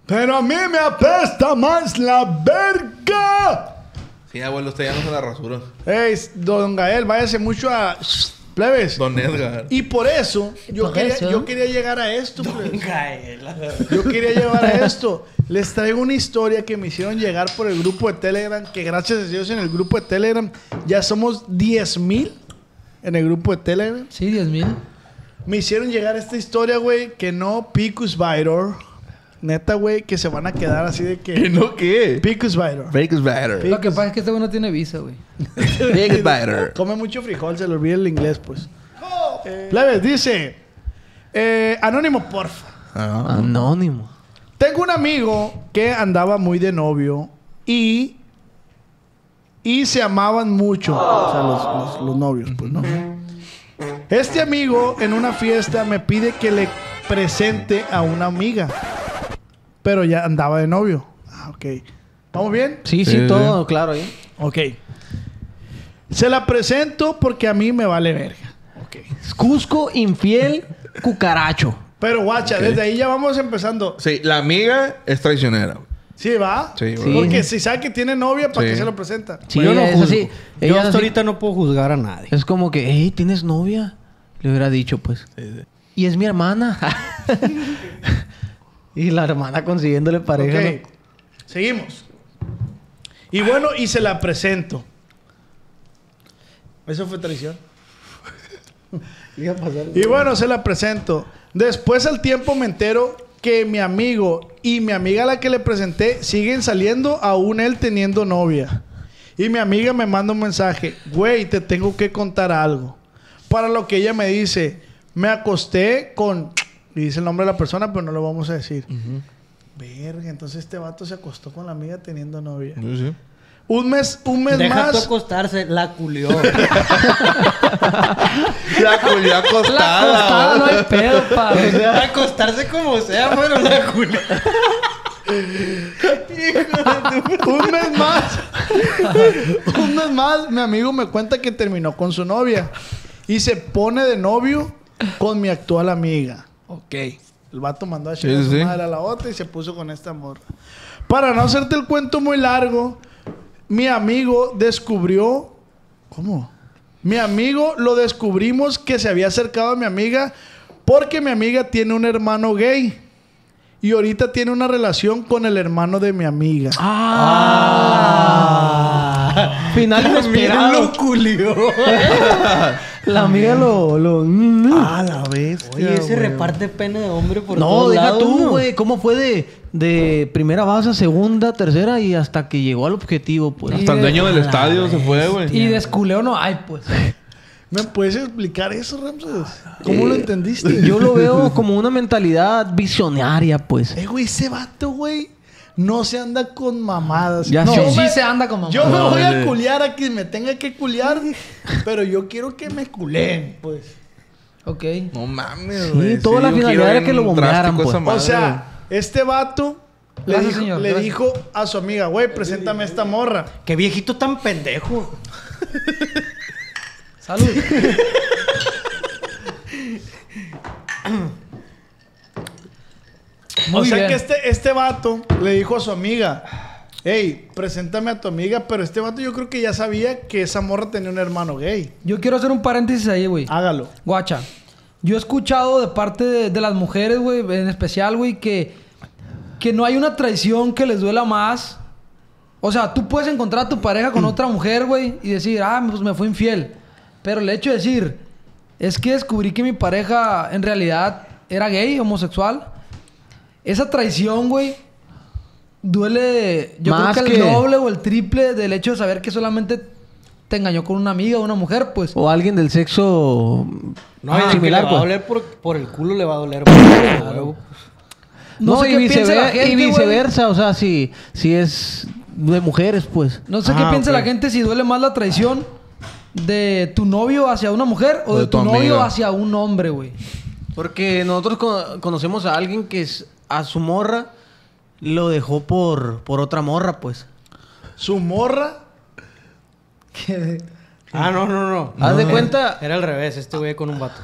Speaker 2: Pero a mí me apesta más la verga.
Speaker 3: Sí, abuelo, usted ya no se la rasura.
Speaker 2: Ey, don Gael, váyase mucho a plebes.
Speaker 3: Don Edgar.
Speaker 2: Y por eso, yo
Speaker 6: Por
Speaker 2: quería,
Speaker 6: eso.
Speaker 2: yo quería llegar a esto. plebes.
Speaker 5: Eh,
Speaker 2: Yo quería llegar a esto. Les traigo una historia que me hicieron llegar por el grupo de Telegram, que gracias a Dios en el grupo de Telegram ya somos 10.000 en el grupo de Telegram.
Speaker 6: Sí, 10 mil.
Speaker 2: Me hicieron llegar esta historia, güey, que no Picus Vitor. Neta, güey, que se van a quedar así de
Speaker 3: ¿Y
Speaker 2: que...
Speaker 3: no qué?
Speaker 2: Picus Vitor.
Speaker 3: Big is better.
Speaker 4: pues.
Speaker 6: Lo que pasa es que este güey no tiene visa, güey.
Speaker 3: Big is better.
Speaker 2: Come mucho frijol, se le olvida el inglés, pues. Plebes, dice... eh, anónimo, porfa.
Speaker 3: Ah.
Speaker 4: Anónimo.
Speaker 2: Tengo un amigo que andaba muy de novio y. Y se amaban mucho. O sea, los, los- los novios, pues, ¿no? Este amigo en una fiesta me pide que le presente a una amiga. Pero ya andaba de novio. Ah, ok. ¿Vamos bien?
Speaker 4: Sí,
Speaker 3: Sí,
Speaker 4: sí,
Speaker 3: sí.
Speaker 4: todo claro, ¿eh?
Speaker 2: Ok. Se la presento porque a mí me vale verga. Ok.
Speaker 4: Cusco, infiel, cucaracho.
Speaker 2: Pero guacha, desde ahí ya vamos empezando.
Speaker 3: Sí, la amiga es traicionera.
Speaker 2: ¿Sí va?
Speaker 3: Sí,
Speaker 4: Sí.
Speaker 2: Porque si sabe que tiene novia, ¿para
Speaker 3: Sí.
Speaker 2: qué se lo presenta?
Speaker 4: Sí,
Speaker 5: Yo no
Speaker 4: ella es
Speaker 5: juzgo.
Speaker 4: así.
Speaker 5: Yo
Speaker 4: Ella
Speaker 5: hasta
Speaker 4: así.
Speaker 5: ahorita no puedo juzgar a nadie.
Speaker 4: Es como que, hey, ¿tienes novia? Le hubiera dicho, pues. Y es mi hermana. y la hermana consiguiéndole pareja.
Speaker 2: Ok. Seguimos. Y bueno, y se la presento. Eso fue traición. y bueno, se la presento. Después al tiempo me entero que mi amigo y mi amiga a la que le presenté siguen saliendo aún él teniendo novia. Y mi amiga me manda un mensaje, güey, te tengo que contar algo. Para lo que ella me dice, me acosté con... Y dice el nombre de la persona, pero no lo vamos a decir. Verga, entonces este vato se acostó con la amiga teniendo novia.
Speaker 3: Sí, sí.
Speaker 2: Un mes, un mes
Speaker 5: Deja tú
Speaker 2: más.
Speaker 5: acostarse, la culió.
Speaker 3: La culió acostada.
Speaker 6: no hay pedo, pa. O sea,
Speaker 5: acostarse como sea, pero la culió.
Speaker 2: un mes más. un mes más, mi amigo me cuenta que terminó con su novia. Y se pone de novio con mi actual amiga. Ok. El vato mandó a
Speaker 3: Sí,
Speaker 2: chingar a su
Speaker 3: sí.
Speaker 2: madre a la otra y se puso con esta morra. Para no hacerte el cuento muy largo, mi amigo descubrió. ¿Cómo? Mi amigo lo descubrimos que se había acercado a mi amiga porque mi amiga tiene un hermano gay. Y ahorita tiene una relación con el hermano de mi amiga.
Speaker 4: Final inesperado.
Speaker 5: culió.
Speaker 4: La amiga lo... lo- Mm.
Speaker 2: A la vez.
Speaker 5: Oye, ese reparte pena de hombre por
Speaker 4: No,
Speaker 5: todos
Speaker 4: deja
Speaker 5: lados,
Speaker 4: tú,
Speaker 5: ¿no?
Speaker 4: güey. ¿Cómo fue de, de primera base a segunda, tercera y hasta que llegó al objetivo, pues?
Speaker 3: Hasta el dueño del estadio se fue, güey.
Speaker 6: Y desculeo no hay, pues.
Speaker 2: ¿Me puedes explicar eso, Ramses? ¿Cómo lo
Speaker 4: Eh,
Speaker 2: entendiste?
Speaker 4: Yo lo veo como una mentalidad visionaria, pues.
Speaker 2: Eh, güey, ese vato, güey, no se anda con mamadas.
Speaker 4: Ya
Speaker 2: no,
Speaker 4: sé.
Speaker 2: yo
Speaker 6: sí
Speaker 2: me-
Speaker 6: se anda como
Speaker 2: Yo me
Speaker 6: mamá.
Speaker 2: voy a culiar a quien me tenga que culiar, pero yo quiero que me culen, pues.
Speaker 6: Ok.
Speaker 3: No mames,
Speaker 4: Sí, toda la
Speaker 3: yo
Speaker 4: finalidad
Speaker 3: quiero
Speaker 4: era que lo
Speaker 3: bien
Speaker 4: bombearan,
Speaker 3: drástico
Speaker 4: pues.
Speaker 3: esa
Speaker 4: O
Speaker 3: madre,
Speaker 2: o sea, este vato le,
Speaker 6: Gracias,
Speaker 2: dijo,
Speaker 6: señor.
Speaker 2: le
Speaker 6: Gracias.
Speaker 2: dijo a su amiga, güey, preséntame esta morra.
Speaker 5: Qué viejito tan pendejo.
Speaker 6: Salud. Muy
Speaker 2: o sea
Speaker 6: bien.
Speaker 2: que este, este vato le dijo a su amiga, hey, preséntame a tu amiga, pero este vato yo creo que ya sabía que esa morra tenía un hermano gay.
Speaker 6: Yo quiero hacer un paréntesis ahí, güey.
Speaker 2: Hágalo.
Speaker 6: Guacha, yo he escuchado de parte de, de las mujeres, güey, en especial, güey, que, que no hay una traición que les duela más. O sea, tú puedes encontrar a tu pareja con otra mujer, güey, y decir, ah, pues me fue infiel. Pero el hecho de decir, es que descubrí que mi pareja en realidad era gay, homosexual. Esa traición, güey, duele, yo
Speaker 4: Más
Speaker 6: creo que,
Speaker 4: que-
Speaker 6: el doble o el triple del hecho de saber que solamente te engañó con una amiga o una mujer, pues.
Speaker 4: O alguien del sexo
Speaker 5: No, y de que
Speaker 4: similar,
Speaker 5: le va a
Speaker 4: pues.
Speaker 5: doler por, por el culo, le va a doler. por el huevo.
Speaker 6: No,
Speaker 4: No,
Speaker 6: sé
Speaker 4: y,
Speaker 6: qué piensa la
Speaker 4: vicever-
Speaker 6: gente,
Speaker 4: y
Speaker 6: güey.
Speaker 4: viceversa, o sea, si, si es de mujeres, pues.
Speaker 6: No sé
Speaker 5: Ah,
Speaker 6: qué piensa
Speaker 5: ok.
Speaker 6: la gente si duele más la traición de tu novio hacia una mujer o,
Speaker 3: O
Speaker 6: de,
Speaker 3: de
Speaker 6: tu,
Speaker 3: tu
Speaker 6: novio
Speaker 3: amiga.
Speaker 6: hacia un hombre, güey.
Speaker 4: Porque nosotros cono- conocemos a alguien que es, a su morra lo dejó por, por otra morra, pues.
Speaker 2: Su morra,
Speaker 5: Ah, no, no, no.
Speaker 4: Haz de cuenta,
Speaker 5: Era al revés, este güey con un vato.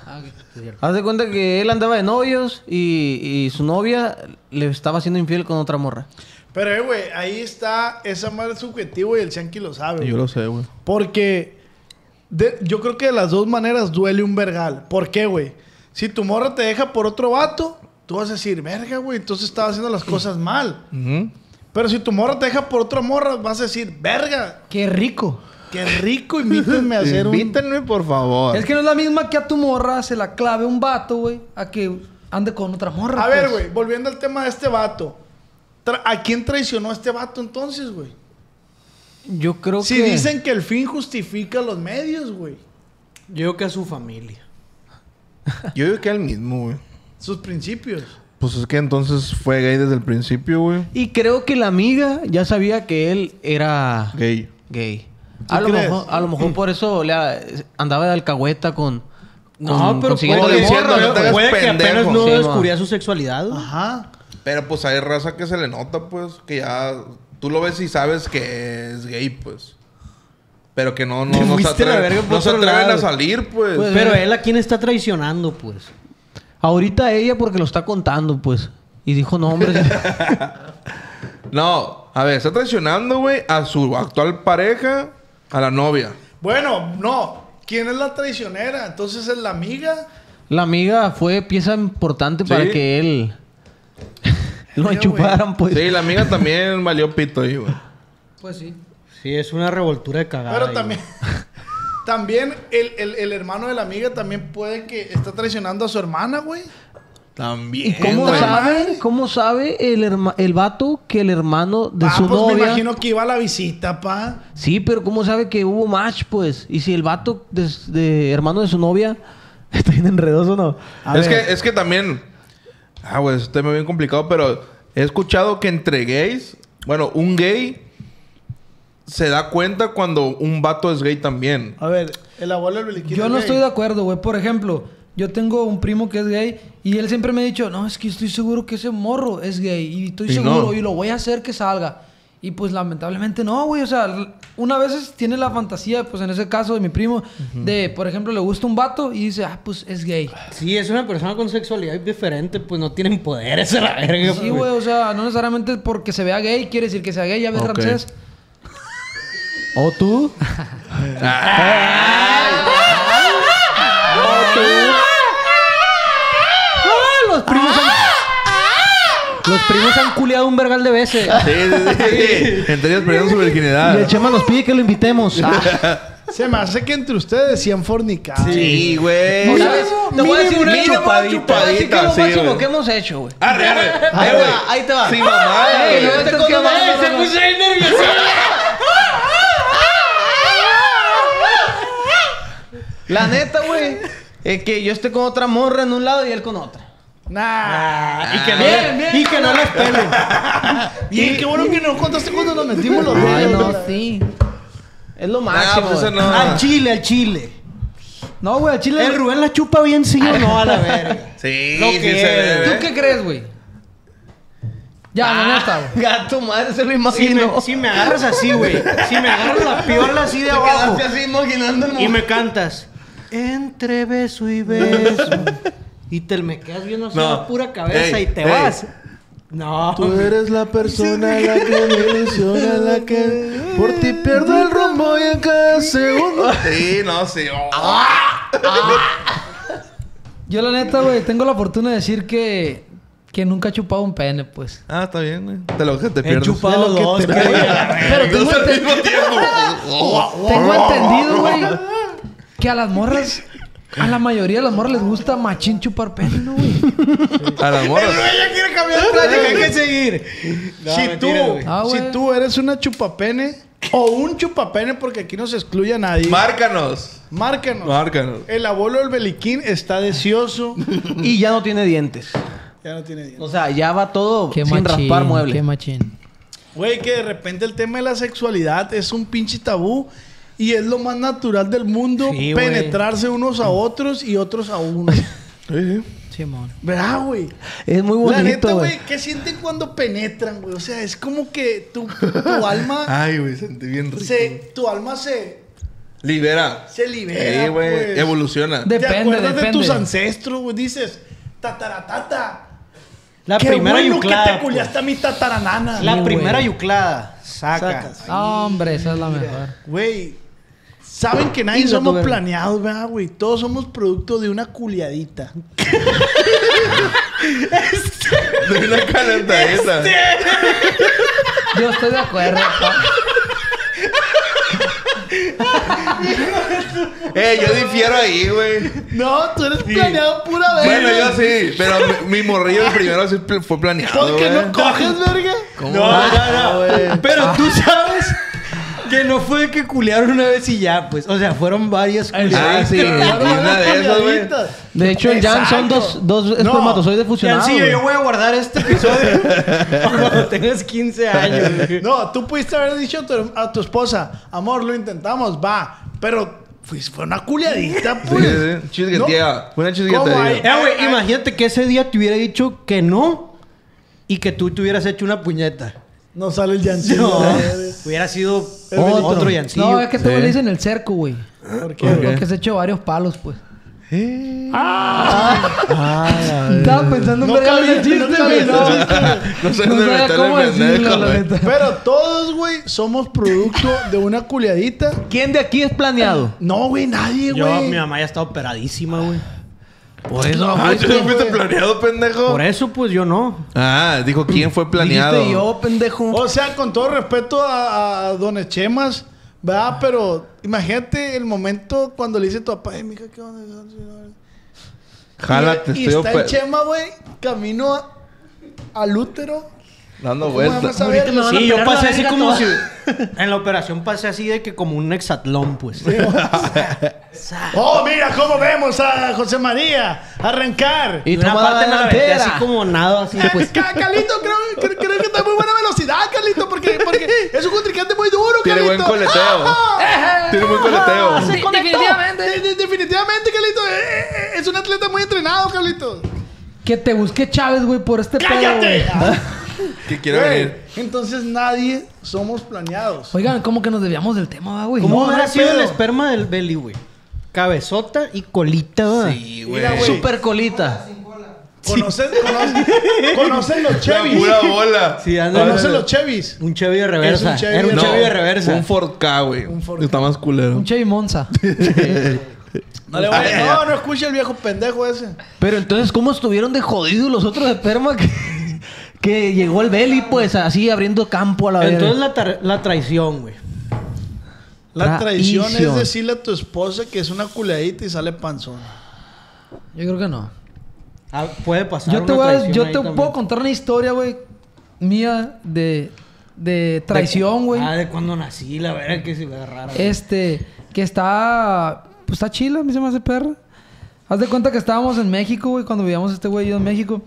Speaker 4: haz de cuenta que él andaba de novios y, y su novia le estaba siendo infiel con otra morra.
Speaker 2: pero eh, güey, ahí está esa madre subjetivo y el Shanky lo sabe.
Speaker 3: Yo
Speaker 2: güey.
Speaker 3: lo sé, güey.
Speaker 2: Porque de- yo creo que de las dos maneras duele un vergal. ¿Por qué, güey? Si tu morra te deja por otro vato, tú vas a decir, verga, güey, entonces estaba haciendo las cosas mal.
Speaker 3: Ujú.
Speaker 2: Pero si tu morra te deja por otra morra, vas a decir, verga,
Speaker 6: Qué rico.
Speaker 2: qué rico, invítenme a hacer un...
Speaker 3: Invítenme, por favor.
Speaker 6: Es que no es la misma que a tu morra se la clave un vato, güey, a que ande con otra morra.
Speaker 2: A ver,
Speaker 6: pues.
Speaker 2: güey, volviendo al tema de este vato. Tra- ¿A quién traicionó este vato entonces, güey?
Speaker 4: Yo creo
Speaker 2: Si
Speaker 4: que...
Speaker 2: dicen que el fin justifica los medios, güey.
Speaker 5: Yo creo que a su familia.
Speaker 3: Yo digo que era el mismo, güey.
Speaker 2: Sus principios.
Speaker 3: Pues es que entonces fue gay desde el principio, güey.
Speaker 4: Y creo que la amiga ya sabía que él era
Speaker 3: Gay.
Speaker 4: gay.
Speaker 2: ¿Tú
Speaker 4: A lo,
Speaker 2: crees?
Speaker 4: mejor, a lo mejor por eso le a- andaba de alcahueta con...
Speaker 5: No,
Speaker 2: pues,
Speaker 4: con-
Speaker 5: pero puede,
Speaker 4: consiguiendo la
Speaker 5: que-
Speaker 3: diciendo,
Speaker 4: morra,
Speaker 3: no te
Speaker 5: puede,
Speaker 3: hagas
Speaker 5: puede que apenas
Speaker 3: pendejo.
Speaker 5: no
Speaker 4: Sí, mo.
Speaker 5: descubría su sexualidad. güey.
Speaker 2: Ajá.
Speaker 3: Pero pues hay raza que se le nota, pues, que ya tú lo ves y sabes que es gay, pues. Pero que no, no,
Speaker 5: Te
Speaker 3: no se
Speaker 5: fuiste a la verga
Speaker 3: atreven,
Speaker 5: por
Speaker 3: no se
Speaker 5: otro
Speaker 3: atreven
Speaker 5: lado.
Speaker 3: a salir, pues.
Speaker 4: Pues,
Speaker 5: Pero él a quién está traicionando, pues.
Speaker 4: Ahorita ella porque lo está contando, pues. Y dijo nombres.
Speaker 3: No, a ver, está traicionando, güey, a su actual pareja, a la novia.
Speaker 2: Bueno, no. ¿Quién es la traicionera? Entonces es la amiga.
Speaker 4: la amiga fue pieza importante
Speaker 3: Sí.
Speaker 4: para que él lo
Speaker 2: Mira,
Speaker 4: chuparan, pues.
Speaker 3: Sí, la amiga también valió pito ahí, güey.
Speaker 6: Pues sí.
Speaker 5: Sí, es una revoltura de cagada.
Speaker 2: Pero
Speaker 5: ahí,
Speaker 2: también... También el, el- el hermano de la amiga también puede que está traicionando a su hermana, güey.
Speaker 3: También.
Speaker 4: ¿Y cómo
Speaker 2: güey.
Speaker 4: sabe, cómo sabe el, herma- el vato que el hermano de
Speaker 2: ah,
Speaker 4: su
Speaker 2: pues me
Speaker 4: novia?
Speaker 2: imagino que iba a la visita, pa.
Speaker 4: Sí, pero ¿cómo sabe que hubo match, pues? Y si el vato de, de hermano de su novia está bien enredoso, ¿no?
Speaker 3: Es que, es que también. Ah, güey, este tema es bien complicado, pero he escuchado que entre gays. Bueno, un gay se da cuenta cuando un vato es gay también.
Speaker 2: A ver, el abuelo del Beliquín
Speaker 6: Yo
Speaker 2: es
Speaker 6: no
Speaker 2: gay.
Speaker 6: estoy de acuerdo, güey. Por ejemplo, yo tengo un primo que es gay y él siempre me ha dicho, no, es que estoy seguro que ese morro es gay y estoy
Speaker 3: Y no.
Speaker 6: seguro y lo voy a hacer que salga. Y pues lamentablemente no, güey. O sea, l- una vez tiene la fantasía, pues en ese caso de mi primo, de, por ejemplo, le gusta un vato y dice, ah, pues es gay.
Speaker 5: güey. Sí, es una persona con sexualidad diferente, pues no tienen poderes a la verga.
Speaker 6: Sí,
Speaker 5: pues.
Speaker 6: güey, o sea, no necesariamente porque se vea gay quiere decir que sea gay, ya ves,
Speaker 3: Ok.
Speaker 6: Ramsés.
Speaker 4: ¿O tú?
Speaker 5: ¡Ah! Los primos
Speaker 2: Ah.
Speaker 5: han... Los primos han culeado un vergal de veces.
Speaker 3: Sí, sí, sí. entre ellos perdieron su virginidad.
Speaker 4: Y el Chema nos pide que lo invitemos.
Speaker 2: Se me hace que entre ustedes sí han fornicado.
Speaker 3: Sí, güey.
Speaker 4: No, ¿sabes? Te voy a decir una
Speaker 3: Mínimo
Speaker 4: chupadita. Te voy a decir que es lo
Speaker 3: sí,
Speaker 4: máximo
Speaker 3: güey.
Speaker 4: que hemos hecho, güey.
Speaker 3: Arre, arre. Eh,
Speaker 4: Ahí te
Speaker 3: güey.
Speaker 4: va, ahí te va.
Speaker 3: Sí, mamá.
Speaker 4: Ey,
Speaker 3: güey.
Speaker 4: no te
Speaker 5: ¡Qué
Speaker 4: conozco,
Speaker 5: mal!
Speaker 4: no,
Speaker 5: Eh, ¡Se
Speaker 4: no,
Speaker 5: puso bien nervioso!
Speaker 4: La neta, güey. Es que yo esté con otra morra en un lado y él con otra.
Speaker 2: Nah.
Speaker 5: Y que no,
Speaker 6: Bien, bien,
Speaker 5: y que no les pelen.
Speaker 2: Bien, qué bueno que nos contaste cuando nos metimos los
Speaker 4: Ay,
Speaker 2: dedos.
Speaker 4: no, sí. Es lo
Speaker 3: Ah,
Speaker 4: máximo.
Speaker 3: pues eso
Speaker 4: güey.
Speaker 3: no.
Speaker 5: Al chile, al chile.
Speaker 6: No, güey, al chile.
Speaker 5: El Rubén la chupa bien, sí o Eh, no, a la verga.
Speaker 3: Sí,
Speaker 5: Lo
Speaker 3: sí se
Speaker 5: que es.
Speaker 3: debe.
Speaker 4: ¿Eh?
Speaker 6: ¿Tú qué crees, güey? Ya,
Speaker 4: Ah.
Speaker 6: la neta, güey.
Speaker 4: Gato madre, se lo
Speaker 5: Si
Speaker 4: imagino.
Speaker 5: me, si me agarras así, güey. Si me agarras la piola así de
Speaker 4: Te
Speaker 5: abajo.
Speaker 4: quedaste así imaginando el
Speaker 5: Y
Speaker 4: mundo.
Speaker 5: me cantas. Entre beso y beso. Y te me quedas viendo así
Speaker 3: No.
Speaker 5: a la pura cabeza
Speaker 3: Ey,
Speaker 5: y te
Speaker 3: ey.
Speaker 5: vas. No.
Speaker 2: Tú eres la persona a la que me ilusiona, la que por ti pierdo el rumbo y en cada segundo.
Speaker 3: Sí, no, sí. Oh.
Speaker 6: Yo, la neta, güey, tengo la fortuna de decir que. Que nunca he chupado un pene, pues.
Speaker 3: Ah, está bien, güey. De lo que te
Speaker 5: He
Speaker 3: pierdes.
Speaker 5: chupado
Speaker 2: De lo
Speaker 5: dos,
Speaker 2: que te-
Speaker 5: creo.
Speaker 6: Pero tengo,
Speaker 3: Dos al
Speaker 6: enten-
Speaker 3: mismo tiempo.
Speaker 6: tengo entendido, güey, que a las morras. A la mayoría de las morras les gusta machín chupar pene, ¿no, güey?
Speaker 3: A la morra.
Speaker 5: Ella quiere cambiar de plática, hay que seguir. No,
Speaker 2: si, tú,
Speaker 5: mentira, güey.
Speaker 6: Ah,
Speaker 2: si
Speaker 6: güey.
Speaker 2: tú eres una chupapene o un chupapene, porque aquí no se excluye a nadie,
Speaker 3: Márcanos.
Speaker 2: márcanos.
Speaker 3: Márcanos.
Speaker 2: El abuelo del Beliquín está deseoso.
Speaker 4: Y ya no tiene dientes.
Speaker 2: ya no tiene dinero.
Speaker 4: O sea, ya va todo
Speaker 6: Qué
Speaker 4: sin
Speaker 6: machín,
Speaker 4: raspar mueble.
Speaker 6: Qué machín.
Speaker 2: Güey, que de repente el tema de la sexualidad es un pinche tabú. Y es lo más natural del mundo
Speaker 5: Sí, güey.
Speaker 2: penetrarse unos a otros y otros a unos.
Speaker 6: Simón.
Speaker 2: ¿Verdad, güey?
Speaker 4: Es muy
Speaker 2: La neta,
Speaker 4: bonito,
Speaker 2: güey,
Speaker 4: güey.
Speaker 2: ¿qué sienten cuando penetran, güey? O sea, es como que tu, tu alma
Speaker 3: Ay, güey, sentí bien Ah, rico.
Speaker 2: se, tu alma se,
Speaker 3: Libera.
Speaker 2: se libera,
Speaker 3: Sí, güey.
Speaker 2: pues.
Speaker 3: Evoluciona.
Speaker 6: De- Depende,
Speaker 2: Te acuerdas de
Speaker 6: depende.
Speaker 2: tus ancestros, güey. Dices, tataratata.
Speaker 5: La
Speaker 2: Qué
Speaker 5: primera
Speaker 2: bueno
Speaker 5: yuclada.
Speaker 2: que te
Speaker 5: pues.
Speaker 2: culiaste a mi tataranana.
Speaker 5: La
Speaker 6: Sí, güey.
Speaker 5: primera yuclada. Saca.
Speaker 2: Sacas.
Speaker 6: hombre, esa es la mejor.
Speaker 2: Güey, saben que nadie
Speaker 6: Y no
Speaker 2: somos
Speaker 6: tuve-
Speaker 2: planeados, ¿verdad, güey? Todos somos producto de una culiadita.
Speaker 3: De una calentadita.
Speaker 6: Yo estoy de acuerdo. pa.
Speaker 3: Eh, yo difiero ahí, güey.
Speaker 2: No, tú eres planeado pura vez.
Speaker 3: Bueno, yo sí, pero mi- mi morrillo primero sí pl- fue planeado.
Speaker 2: ¿Por qué
Speaker 3: güey.
Speaker 2: no coges, verga?
Speaker 5: No, no, no. Pero tú sabes que no fue que culearon una vez y ya, pues. O sea, fueron varias
Speaker 3: Ah,
Speaker 5: culiadas.
Speaker 3: sí, una de esas, güey.
Speaker 4: De hecho, el Jan son dos, dos espermatozoides
Speaker 5: Ah,
Speaker 4: fusionados.
Speaker 5: Yancillo,
Speaker 4: güey.
Speaker 5: yo voy a guardar este episodio para cuando tengas 15 años. güey.
Speaker 2: No, tú pudiste haber dicho a tu, a tu esposa, amor, lo intentamos, va. Pero pues, fue una culiadita,
Speaker 3: Sí,
Speaker 2: pues.
Speaker 3: sí, sí. Chisgueteada.
Speaker 2: No.
Speaker 3: Fue una
Speaker 2: ¿Cómo
Speaker 3: chisgueteada.
Speaker 2: hay?
Speaker 5: Eh, güey, imagínate que ese día te hubiera dicho que no y que tú te hubieras hecho una puñeta.
Speaker 2: No sale el llantillo.
Speaker 5: No.
Speaker 2: ¿verdad?
Speaker 5: hubiera sido
Speaker 6: Otro.
Speaker 5: otro, Yancillo.
Speaker 6: No, es que todo
Speaker 3: Sí.
Speaker 6: le dicen el cerco, güey.
Speaker 2: ¿Por qué?
Speaker 6: Porque se ha hecho varios palos, pues.
Speaker 3: Ah,
Speaker 6: Estaba pensando
Speaker 2: No
Speaker 6: verga en
Speaker 2: cabía,
Speaker 6: el chiste,
Speaker 2: no cabía,
Speaker 6: güey.
Speaker 2: no
Speaker 6: No,
Speaker 2: chiste.
Speaker 3: no sé
Speaker 6: No
Speaker 3: dónde
Speaker 6: sabía
Speaker 3: meterle
Speaker 6: cómo
Speaker 3: el
Speaker 6: decirlo,
Speaker 3: pendejo,
Speaker 6: la
Speaker 3: güey.
Speaker 6: neta.
Speaker 2: Pero todos, güey, somos producto de una culiadita.
Speaker 4: ¿Quién de aquí es planeado?
Speaker 2: No, güey, nadie,
Speaker 5: Yo,
Speaker 2: güey.
Speaker 5: mi mamá ya está operadísima, güey.
Speaker 6: por eso.
Speaker 3: Ah, ¿tú no fuiste planeado, pendejo?
Speaker 5: Por eso, pues, yo no.
Speaker 3: Ah, dijo quién fue planeado.
Speaker 4: Dijiste yo, pendejo.
Speaker 2: O sea, con todo respeto a, a Don Echemas, ¿verdad? Pero imagínate el momento cuando le dice tu papá, "Ey, mija, ¿qué onda?
Speaker 3: Jala, te
Speaker 2: y, y
Speaker 3: estoy
Speaker 2: está el
Speaker 3: ope-
Speaker 2: Chema, güey, camino a- al útero.
Speaker 3: dando
Speaker 2: ¿Cómo vamos
Speaker 3: vueltas.
Speaker 2: a ver?
Speaker 6: van a
Speaker 5: Sí, yo
Speaker 6: operar la
Speaker 5: pasé así
Speaker 6: verga
Speaker 5: como
Speaker 6: toda.
Speaker 5: si... En la operación pasé así de que como un hexatlón, pues.
Speaker 2: Oh, mira cómo vemos a José María arrancar.
Speaker 4: y
Speaker 5: una
Speaker 4: toma la
Speaker 5: parte me la aventé
Speaker 4: delantera.
Speaker 5: así como nada, así
Speaker 2: Eh,
Speaker 5: pues.
Speaker 2: Ca- Carlito, creo, cre- creo que está a muy buena velocidad, Carlito, porque, porque es un contrincante muy duro,
Speaker 3: Tiene
Speaker 2: Carlito.
Speaker 3: buen coleteo.
Speaker 2: ¡Ah!
Speaker 3: Tiene buen
Speaker 2: ¡Ah!
Speaker 3: coleteo.
Speaker 2: Se
Speaker 6: Sí,
Speaker 2: conectó.
Speaker 6: definitivamente.
Speaker 2: De- de- definitivamente, Carlito. Eh, eh, eh, Es un atleta muy entrenado, Carlito.
Speaker 6: Que te busque Chávez, güey, por este pedo,
Speaker 2: ¡Cállate!
Speaker 6: güey.
Speaker 3: Que quiero
Speaker 2: Güey,
Speaker 3: venir.
Speaker 2: Entonces nadie somos planeados.
Speaker 6: Oigan, ¿cómo que nos desviamos del tema, va, güey?
Speaker 5: ¿Cómo
Speaker 2: No,
Speaker 5: habrá
Speaker 2: no
Speaker 5: sido
Speaker 2: pedo.
Speaker 5: el esperma del Belly, güey? Cabezota y colita, ¿verdad?
Speaker 3: Sí, güey.
Speaker 2: Mira, güey.
Speaker 4: Super colita.
Speaker 2: ¿Conocen, conocen, conocen los
Speaker 3: La
Speaker 2: Chevys?
Speaker 3: pura bola.
Speaker 5: Sí, anda-
Speaker 2: ¿Conocen los Chevys?
Speaker 5: Un Chevy de
Speaker 2: Es un
Speaker 5: reversa.
Speaker 2: Chevy
Speaker 5: Era un
Speaker 2: de-
Speaker 5: Chevy de
Speaker 2: No,
Speaker 5: reversa.
Speaker 3: Un Ford K, güey. Está más culero.
Speaker 6: Un Chevy Monza.
Speaker 2: No, le voy
Speaker 3: Ah,
Speaker 2: a- no, no escucha el viejo pendejo ese.
Speaker 4: Pero entonces, ¿cómo estuvieron de jodidos los otros espermas que, que llegó el Beli, pues, así abriendo campo a la vez?
Speaker 5: Entonces la, tra- la traición, güey.
Speaker 2: La traición es
Speaker 4: Traición.
Speaker 2: decirle a tu esposa que es una culeadita y sale panzona.
Speaker 6: Yo creo que no.
Speaker 5: Ah, puede pasar.
Speaker 6: Yo te, voy
Speaker 5: una
Speaker 6: a-
Speaker 5: traición
Speaker 6: yo
Speaker 5: ahí
Speaker 6: te
Speaker 5: también.
Speaker 6: puedo contar una historia, güey, mía de, de traición, güey.
Speaker 5: Ah, de cuando nací, la verdad que se me agarraron.
Speaker 6: Este, que está pues está chila, a mí se me hace perra. Haz de cuenta que estábamos en México, güey, cuando vivíamos este güey y yo en México.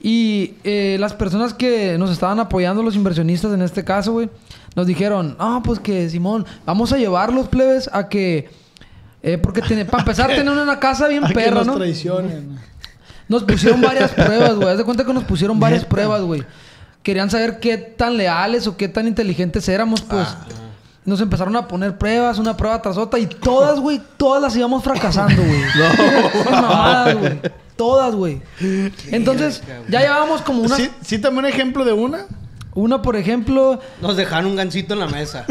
Speaker 6: Y eh, las personas que nos estaban apoyando, los inversionistas en este caso, güey, nos dijeron, no, pues que Simón, vamos a llevar los plebes a que... eh, porque tiene, para empezar, tener una casa bien
Speaker 2: A que
Speaker 6: perra,
Speaker 2: nos
Speaker 6: ¿no?
Speaker 2: traicionen.
Speaker 6: Nos pusieron varias pruebas, güey. Haz de cuenta que nos pusieron varias pruebas, güey. Querían saber qué tan leales o qué tan inteligentes éramos, pues.
Speaker 2: Ah.
Speaker 6: Nos empezaron a poner pruebas, una prueba tras otra. Y todas, güey, todas las íbamos fracasando, güey. No. mamadas, güey. Todas, güey. Entonces, ya llevábamos como una...
Speaker 2: Sí, cítame un ejemplo de una.
Speaker 6: Una, por ejemplo,
Speaker 5: Nos dejaron un gancito en la mesa.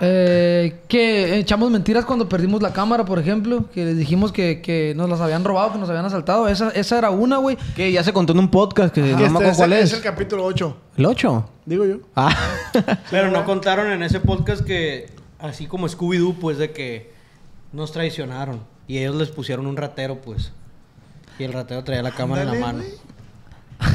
Speaker 6: eh, que echamos mentiras cuando perdimos la cámara, por ejemplo. Que les dijimos que, que nos las habían robado, que nos habían asaltado. Esa, esa era una, güey.
Speaker 4: Que ya se contó en un podcast que no me
Speaker 2: Este
Speaker 4: acuerdo
Speaker 2: es,
Speaker 4: cuál
Speaker 2: el-
Speaker 4: es.
Speaker 2: el capítulo 8,
Speaker 4: ¿El 8?
Speaker 2: digo yo.
Speaker 4: Ah.
Speaker 5: Pero no contaron en ese podcast que, así como Scooby-Doo, pues de que nos traicionaron. Y ellos les pusieron un ratero, pues. Y el ratero traía la cámara en la mano.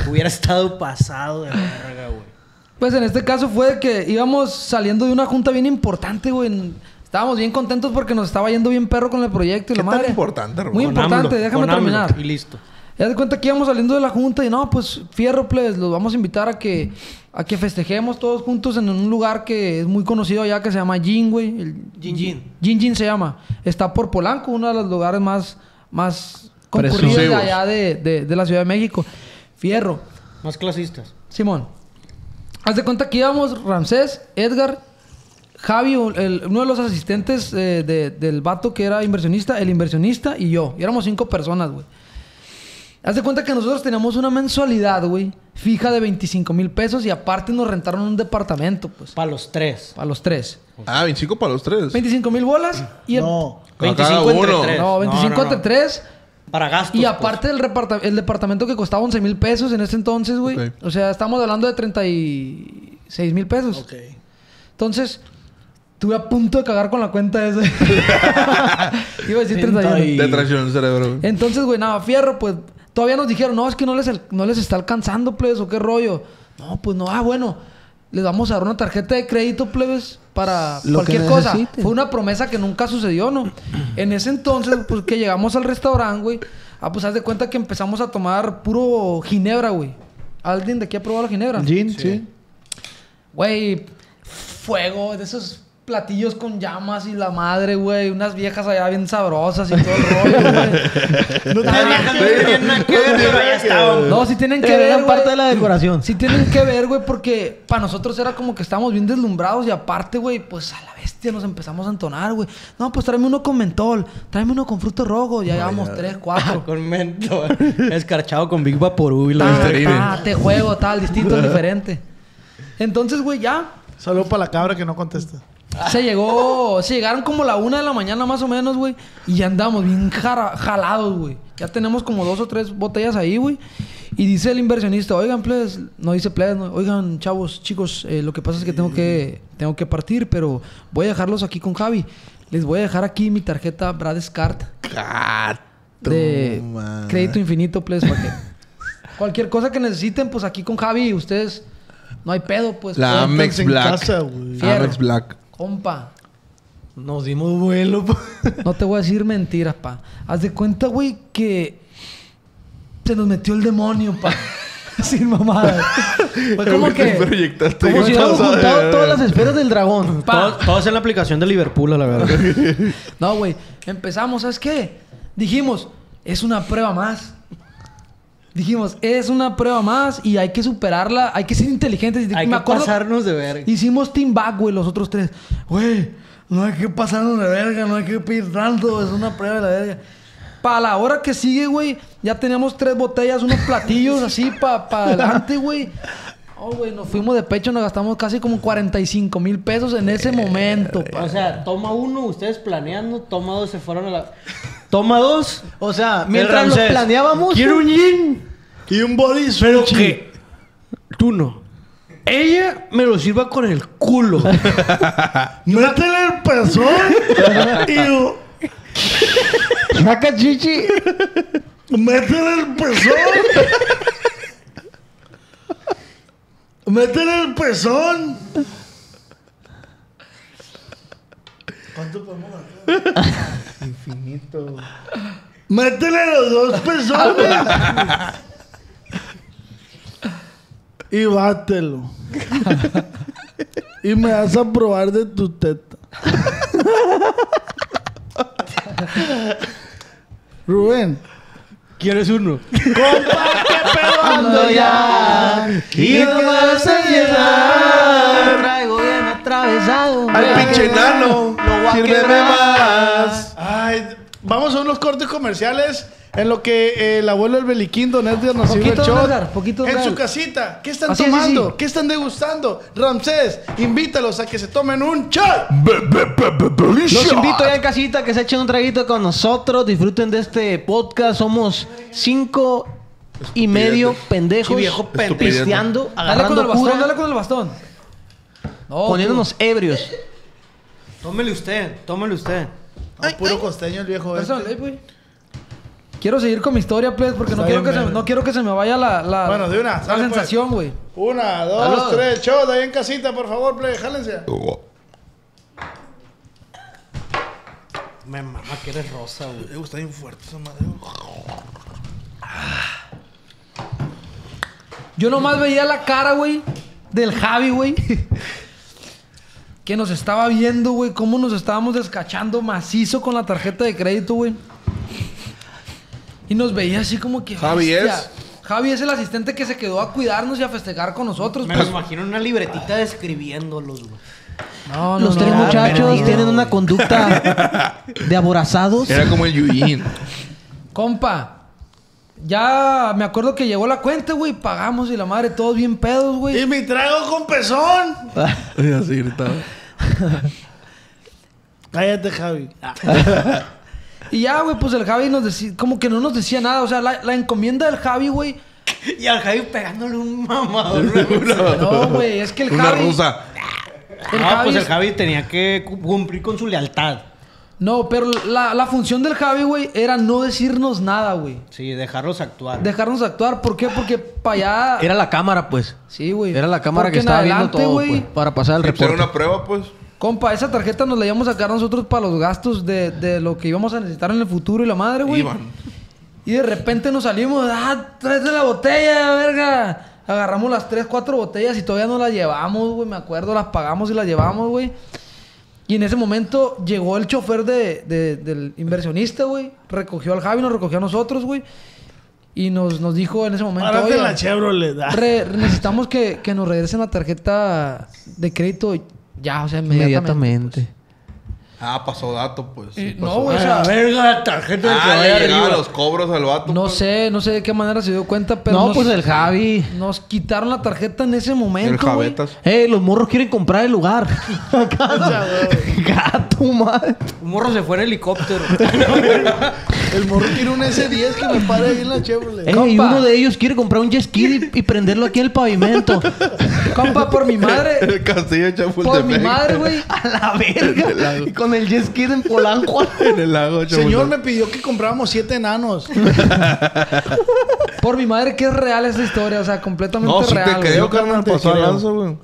Speaker 5: Hubiera estado pasado de verga, güey.
Speaker 6: Pues en este caso fue que íbamos saliendo de una junta bien importante, güey. En- Estábamos bien contentos porque nos estaba yendo bien perro con el proyecto y
Speaker 3: ¿Qué
Speaker 6: la
Speaker 3: tan
Speaker 6: madre.
Speaker 3: importante, hermano?
Speaker 6: Muy
Speaker 5: Con
Speaker 6: importante,
Speaker 5: AMLO,
Speaker 6: déjame
Speaker 5: con AMLO.
Speaker 6: terminar.
Speaker 5: Y listo.
Speaker 6: Ya de cuenta que íbamos saliendo de la junta y no, pues fierro, plebes, los vamos a invitar a que, a que festejemos todos juntos en un lugar que es muy conocido allá que se llama Jin, güey. El-
Speaker 5: Jin Jin.
Speaker 6: Jin Jin se llama. Está por Polanco, uno de los lugares más, más concurridos de
Speaker 3: Presumos.
Speaker 6: allá de, de- de la Ciudad de México. Fierro.
Speaker 5: Más clasistas.
Speaker 6: Simón, haz de cuenta que íbamos Ramsés, Edgar, Javi, un- el- uno de los asistentes eh, de- del vato que era inversionista, el inversionista y yo. Y éramos cinco personas, güey. Haz de cuenta que nosotros teníamos una mensualidad, güey, fija de 25 mil pesos y aparte nos rentaron un departamento, pues,
Speaker 5: Para los tres.
Speaker 6: para los tres.
Speaker 3: Ah, 25 para los tres.
Speaker 6: 25 mil bolas y el...
Speaker 2: No.
Speaker 3: Con cada
Speaker 5: 25 entre
Speaker 3: uno.
Speaker 5: tres.
Speaker 6: No, 25
Speaker 5: No, no, no.
Speaker 6: entre tres.
Speaker 5: Para gastos.
Speaker 6: Y
Speaker 5: pues.
Speaker 6: aparte del reparta- el departamento que costaba 11 mil pesos en ese entonces, güey.
Speaker 3: Ok.
Speaker 6: O sea, estamos hablando de 36 mil pesos.
Speaker 2: Ok.
Speaker 6: Entonces, estuve a punto de cagar con la cuenta esa. Iba a decir 31.
Speaker 3: Te traicionó el cerebro.
Speaker 6: Entonces, güey, nada, fierro, pues todavía nos dijeron, no, es que no les, al- no les está alcanzando, plebes, o qué rollo. No, pues no, ah, bueno, les vamos a dar una tarjeta de crédito, plebes, para
Speaker 4: Lo que
Speaker 6: cualquier cosa.
Speaker 4: necesiten.
Speaker 6: Fue una promesa que nunca sucedió, ¿no? en ese entonces, pues que llegamos al restaurante, güey, ah, pues haz de cuenta que empezamos a tomar puro ginebra, güey. ¿Alguien de aquí ha probado la ginebra?
Speaker 2: Gin, sí.
Speaker 6: Güey, fuego, de esos platillos con llamas y la madre, güey. Unas viejas allá bien sabrosas y todo el rollo, güey.
Speaker 2: No tiene nada que ver.
Speaker 6: No, si tienen que
Speaker 4: Era
Speaker 6: ver.
Speaker 4: parte
Speaker 6: güey.
Speaker 4: de la decoración.
Speaker 6: Sí tienen que ver, güey, porque para nosotros era como que estábamos bien deslumbrados y aparte, güey, pues a la bestia nos empezamos a entonar, güey. No, pues tráeme uno con mentol, tráeme uno con fruto rojo. Ya llevamos tres, cuatro.
Speaker 5: Con mento. Escarchado con Big Vaporú y la
Speaker 6: Ta,
Speaker 3: Listerine.
Speaker 6: ta, te juego, tal, distinto, diferente. Entonces, güey, ya
Speaker 2: Saludo para la cabra que no contesta.
Speaker 6: Se llegó, se llegaron como la una de la mañana más o menos, güey. Y ya andamos bien jara- jalados, güey. Ya tenemos como dos o tres botellas ahí, güey. Y dice el inversionista, oigan, plebes, no dice plebes, no. oigan, chavos, chicos, eh, lo que pasa es que tengo que, tengo que partir, pero voy a dejarlos aquí con Javi. Les voy a dejar aquí mi tarjeta Bradescard de crédito infinito, plebes, para que cualquier cosa que necesiten, pues aquí con Javi, ustedes, no hay pedo, pues.
Speaker 3: La
Speaker 6: Compa,
Speaker 3: Amex
Speaker 2: en
Speaker 3: Black.
Speaker 2: casa, güey.
Speaker 6: Fierro. Pues,
Speaker 3: Amex Black.
Speaker 6: Compa,
Speaker 5: Nos dimos vuelo. pues. po.
Speaker 6: No te voy a decir mentiras, pa. Haz de cuenta, güey, que se nos metió el demonio, pa. Sin mamada. Fue como
Speaker 3: Te
Speaker 6: que.
Speaker 3: proyectaste bien
Speaker 4: Como si hubiéramos
Speaker 3: pasado de
Speaker 4: juntado
Speaker 3: verga.
Speaker 4: todas las esferas del dragón.
Speaker 6: Pa.
Speaker 5: Todos, todos en la aplicación de Liverpool, a la verdad.
Speaker 6: No, güey. Empezamos, ¿sabes qué? Dijimos, es una prueba más. Dijimos, es una prueba más y hay que superarla, hay que ser inteligentes. Y
Speaker 5: Hay
Speaker 6: me
Speaker 5: que
Speaker 6: acuerdo-
Speaker 5: pasarnos de verga.
Speaker 6: Hicimos team back, güey, los otros tres. Güey, no hay que pasarnos de verga, no hay que pedir tanto, es una prueba de la verga. Para la hora que sigue, güey, ya teníamos tres botellas, unos platillos así para adelante, güey. Oh, güey, nos fuimos de pecho, nos gastamos casi como 45 mil pesos en ese momento, pa.
Speaker 5: O sea, toma uno, ustedes planeando, toma dos, se fueron a la. Toma dos.
Speaker 4: O sea, mientras
Speaker 5: El
Speaker 4: los
Speaker 5: Ramsés.
Speaker 4: planeábamos.
Speaker 5: Quiero un gin.
Speaker 2: Y un body
Speaker 5: Pero
Speaker 2: sushi.
Speaker 5: que. Tú no. Ella me lo sirva con el culo.
Speaker 2: Métele el pezón.
Speaker 4: Saca chichi.
Speaker 2: y métele el pezón. métele el pezón. ¿Cuánto podemos gastar?
Speaker 3: Infinito.
Speaker 2: Métele a los dos pezones. y bátelo. y me vas a probar de tu teta. Rubén.
Speaker 5: ¿Quieres uno?
Speaker 2: Compa, qué pedo ando ya.
Speaker 3: Y no me vas a
Speaker 4: Lo
Speaker 3: llenar.
Speaker 4: traigo bien atravesado.
Speaker 3: Al pinche enano. Sírveme más.
Speaker 2: Ay, vamos a unos cortes comerciales en lo que eh, el abuelo del Beliquindo Netflix nos sirve el
Speaker 6: Poquito,
Speaker 2: shot.
Speaker 6: Edgar, poquito,
Speaker 2: en
Speaker 6: Edgar.
Speaker 2: su casita. ¿Qué están
Speaker 6: Así es,
Speaker 2: tomando?
Speaker 6: sí, sí.
Speaker 2: ¿Qué están degustando? Ramsés, invítalos a que se tomen un shot.
Speaker 4: Los invito ya en casita que se echen un traguito con nosotros. Disfruten de este podcast. Somos cinco y medio pendejos.
Speaker 5: Sí, viejo pendejo.
Speaker 4: pisteando,
Speaker 6: Dale con el
Speaker 4: agarrando
Speaker 6: bastón,
Speaker 4: cura,
Speaker 6: dale con el bastón. No,
Speaker 4: poniéndonos ebrios.
Speaker 5: Tómele usted, tómele usted.
Speaker 2: Ah, puro costeño el viejo.
Speaker 6: tú.
Speaker 2: este.
Speaker 6: Personal, eh, güey. Quiero seguir con mi historia, please, porque no
Speaker 2: Está
Speaker 6: quiero, que
Speaker 2: bien,
Speaker 6: se,
Speaker 2: man.
Speaker 6: no quiero que se me vaya la, la,
Speaker 2: Bueno, de una,
Speaker 6: la
Speaker 2: sale, pues.
Speaker 6: sensación, güey.
Speaker 2: Una, dos,
Speaker 6: Salud.
Speaker 2: tres, shot ahí en casita, por favor, play, jálense.
Speaker 5: Me mama que eres rosa, güey.
Speaker 3: Está bien fuerte esa madre.
Speaker 6: Yo nomás veía la cara, güey, del Javi, güey. Que nos estaba viendo, güey, cómo nos estábamos descachando macizo con la tarjeta de crédito, güey. Y nos veía así como que.
Speaker 3: Javi
Speaker 6: "Hostia".
Speaker 3: es.
Speaker 6: Javi es el asistente que se quedó a cuidarnos y a festejar con nosotros.
Speaker 5: Me lo imagino en una libretita describiéndolos, güey.
Speaker 6: No, no,
Speaker 4: Los
Speaker 6: no,
Speaker 4: tres
Speaker 6: no,
Speaker 4: muchachos
Speaker 6: no.
Speaker 4: tienen una conducta de aborazados.
Speaker 3: Era como el Yuyin.
Speaker 6: Compa, ya me acuerdo que llegó la cuenta, güey. Pagamos y la madre, todos bien pedos, güey.
Speaker 2: Y mi trago con pezón.
Speaker 3: Y así gritaba.
Speaker 2: Cállate, Javi.
Speaker 6: Y ya, güey, pues el Javi nos decía, como que no nos decía nada. O sea, la, la encomienda del Javi, güey.
Speaker 5: Y al Javi pegándole un mamador. güey.
Speaker 6: No, güey, es que el
Speaker 3: Una
Speaker 6: Javi.
Speaker 3: rusa.
Speaker 6: el
Speaker 5: no,
Speaker 6: Javi
Speaker 5: pues el
Speaker 6: es-
Speaker 5: Javi tenía que cu- cumplir con su lealtad.
Speaker 6: No, pero la, la función del Javi, güey, era no decirnos nada, güey.
Speaker 5: Sí, dejarlos actuar.
Speaker 6: Dejarnos actuar. ¿Por qué? Porque para allá.
Speaker 4: Era la cámara, pues.
Speaker 6: Sí, güey.
Speaker 4: Era la cámara
Speaker 6: Porque
Speaker 4: que
Speaker 6: en
Speaker 4: estaba
Speaker 6: adelante,
Speaker 4: viendo todo,
Speaker 6: güey,
Speaker 4: pues, para pasar el
Speaker 3: Era
Speaker 4: reporte.
Speaker 3: una prueba, pues.
Speaker 6: Compa, esa tarjeta nos la íbamos a sacar nosotros para los gastos de, de lo que íbamos a necesitar en el futuro y la madre, Eh, güey.
Speaker 3: Iban.
Speaker 6: Y de repente nos salimos, ah, tráete la botella, verga. Agarramos las tres, cuatro botellas y todavía no las llevamos, güey. Me acuerdo, las pagamos y las llevamos, güey. Y en ese momento llegó el chofer de, de- del inversionista, güey. Recogió al Javi, nos recogió a nosotros, güey. Y nos, nos dijo en ese momento,
Speaker 2: Párate en
Speaker 6: "Oigan,
Speaker 2: la Chevrolet. ah.
Speaker 6: re- necesitamos que, que nos regresen la tarjeta de crédito ya, o sea,
Speaker 4: Inmediatamente.
Speaker 3: Ah, pasó dato, pues. Sí,
Speaker 6: Eh,
Speaker 3: pasó.
Speaker 6: no, güey, o sea,
Speaker 5: verga, la tarjeta del
Speaker 3: Ah,
Speaker 5: caballo
Speaker 3: le
Speaker 5: arriba.
Speaker 3: llegaban los cobros al vato.
Speaker 6: no
Speaker 3: pues.
Speaker 6: sé, no sé de qué manera se dio cuenta, pero.
Speaker 4: no,
Speaker 6: nos-
Speaker 4: pues el Javi.
Speaker 6: Nos quitaron la tarjeta en ese
Speaker 3: El
Speaker 6: momento. güey.
Speaker 3: Javetas.
Speaker 4: Eh, los morros quieren comprar el lugar. Gato, madre.
Speaker 5: Un morro se fue en helicóptero.
Speaker 2: El morro tiene un S10 que me para ahí en la Chevrolet.
Speaker 4: Eh, y uno de ellos quiere comprar un jet ski y, y prenderlo aquí en el pavimento.
Speaker 6: Compa, por mi madre.
Speaker 3: El castillo de Chapultepec.
Speaker 6: por mi madre, güey.
Speaker 4: A la verga. Y con el jet ski en Polanco.
Speaker 3: En el lago de
Speaker 2: Señor me
Speaker 3: Chapultepec.
Speaker 2: pidió que compráramos siete enanos.
Speaker 6: Por mi madre que es real esa historia. O sea, completamente
Speaker 3: No, si
Speaker 6: real.
Speaker 3: te
Speaker 6: güey.
Speaker 3: creo, carnal.
Speaker 2: te
Speaker 3: Pasó al
Speaker 2: creo.
Speaker 3: lanzo, güey.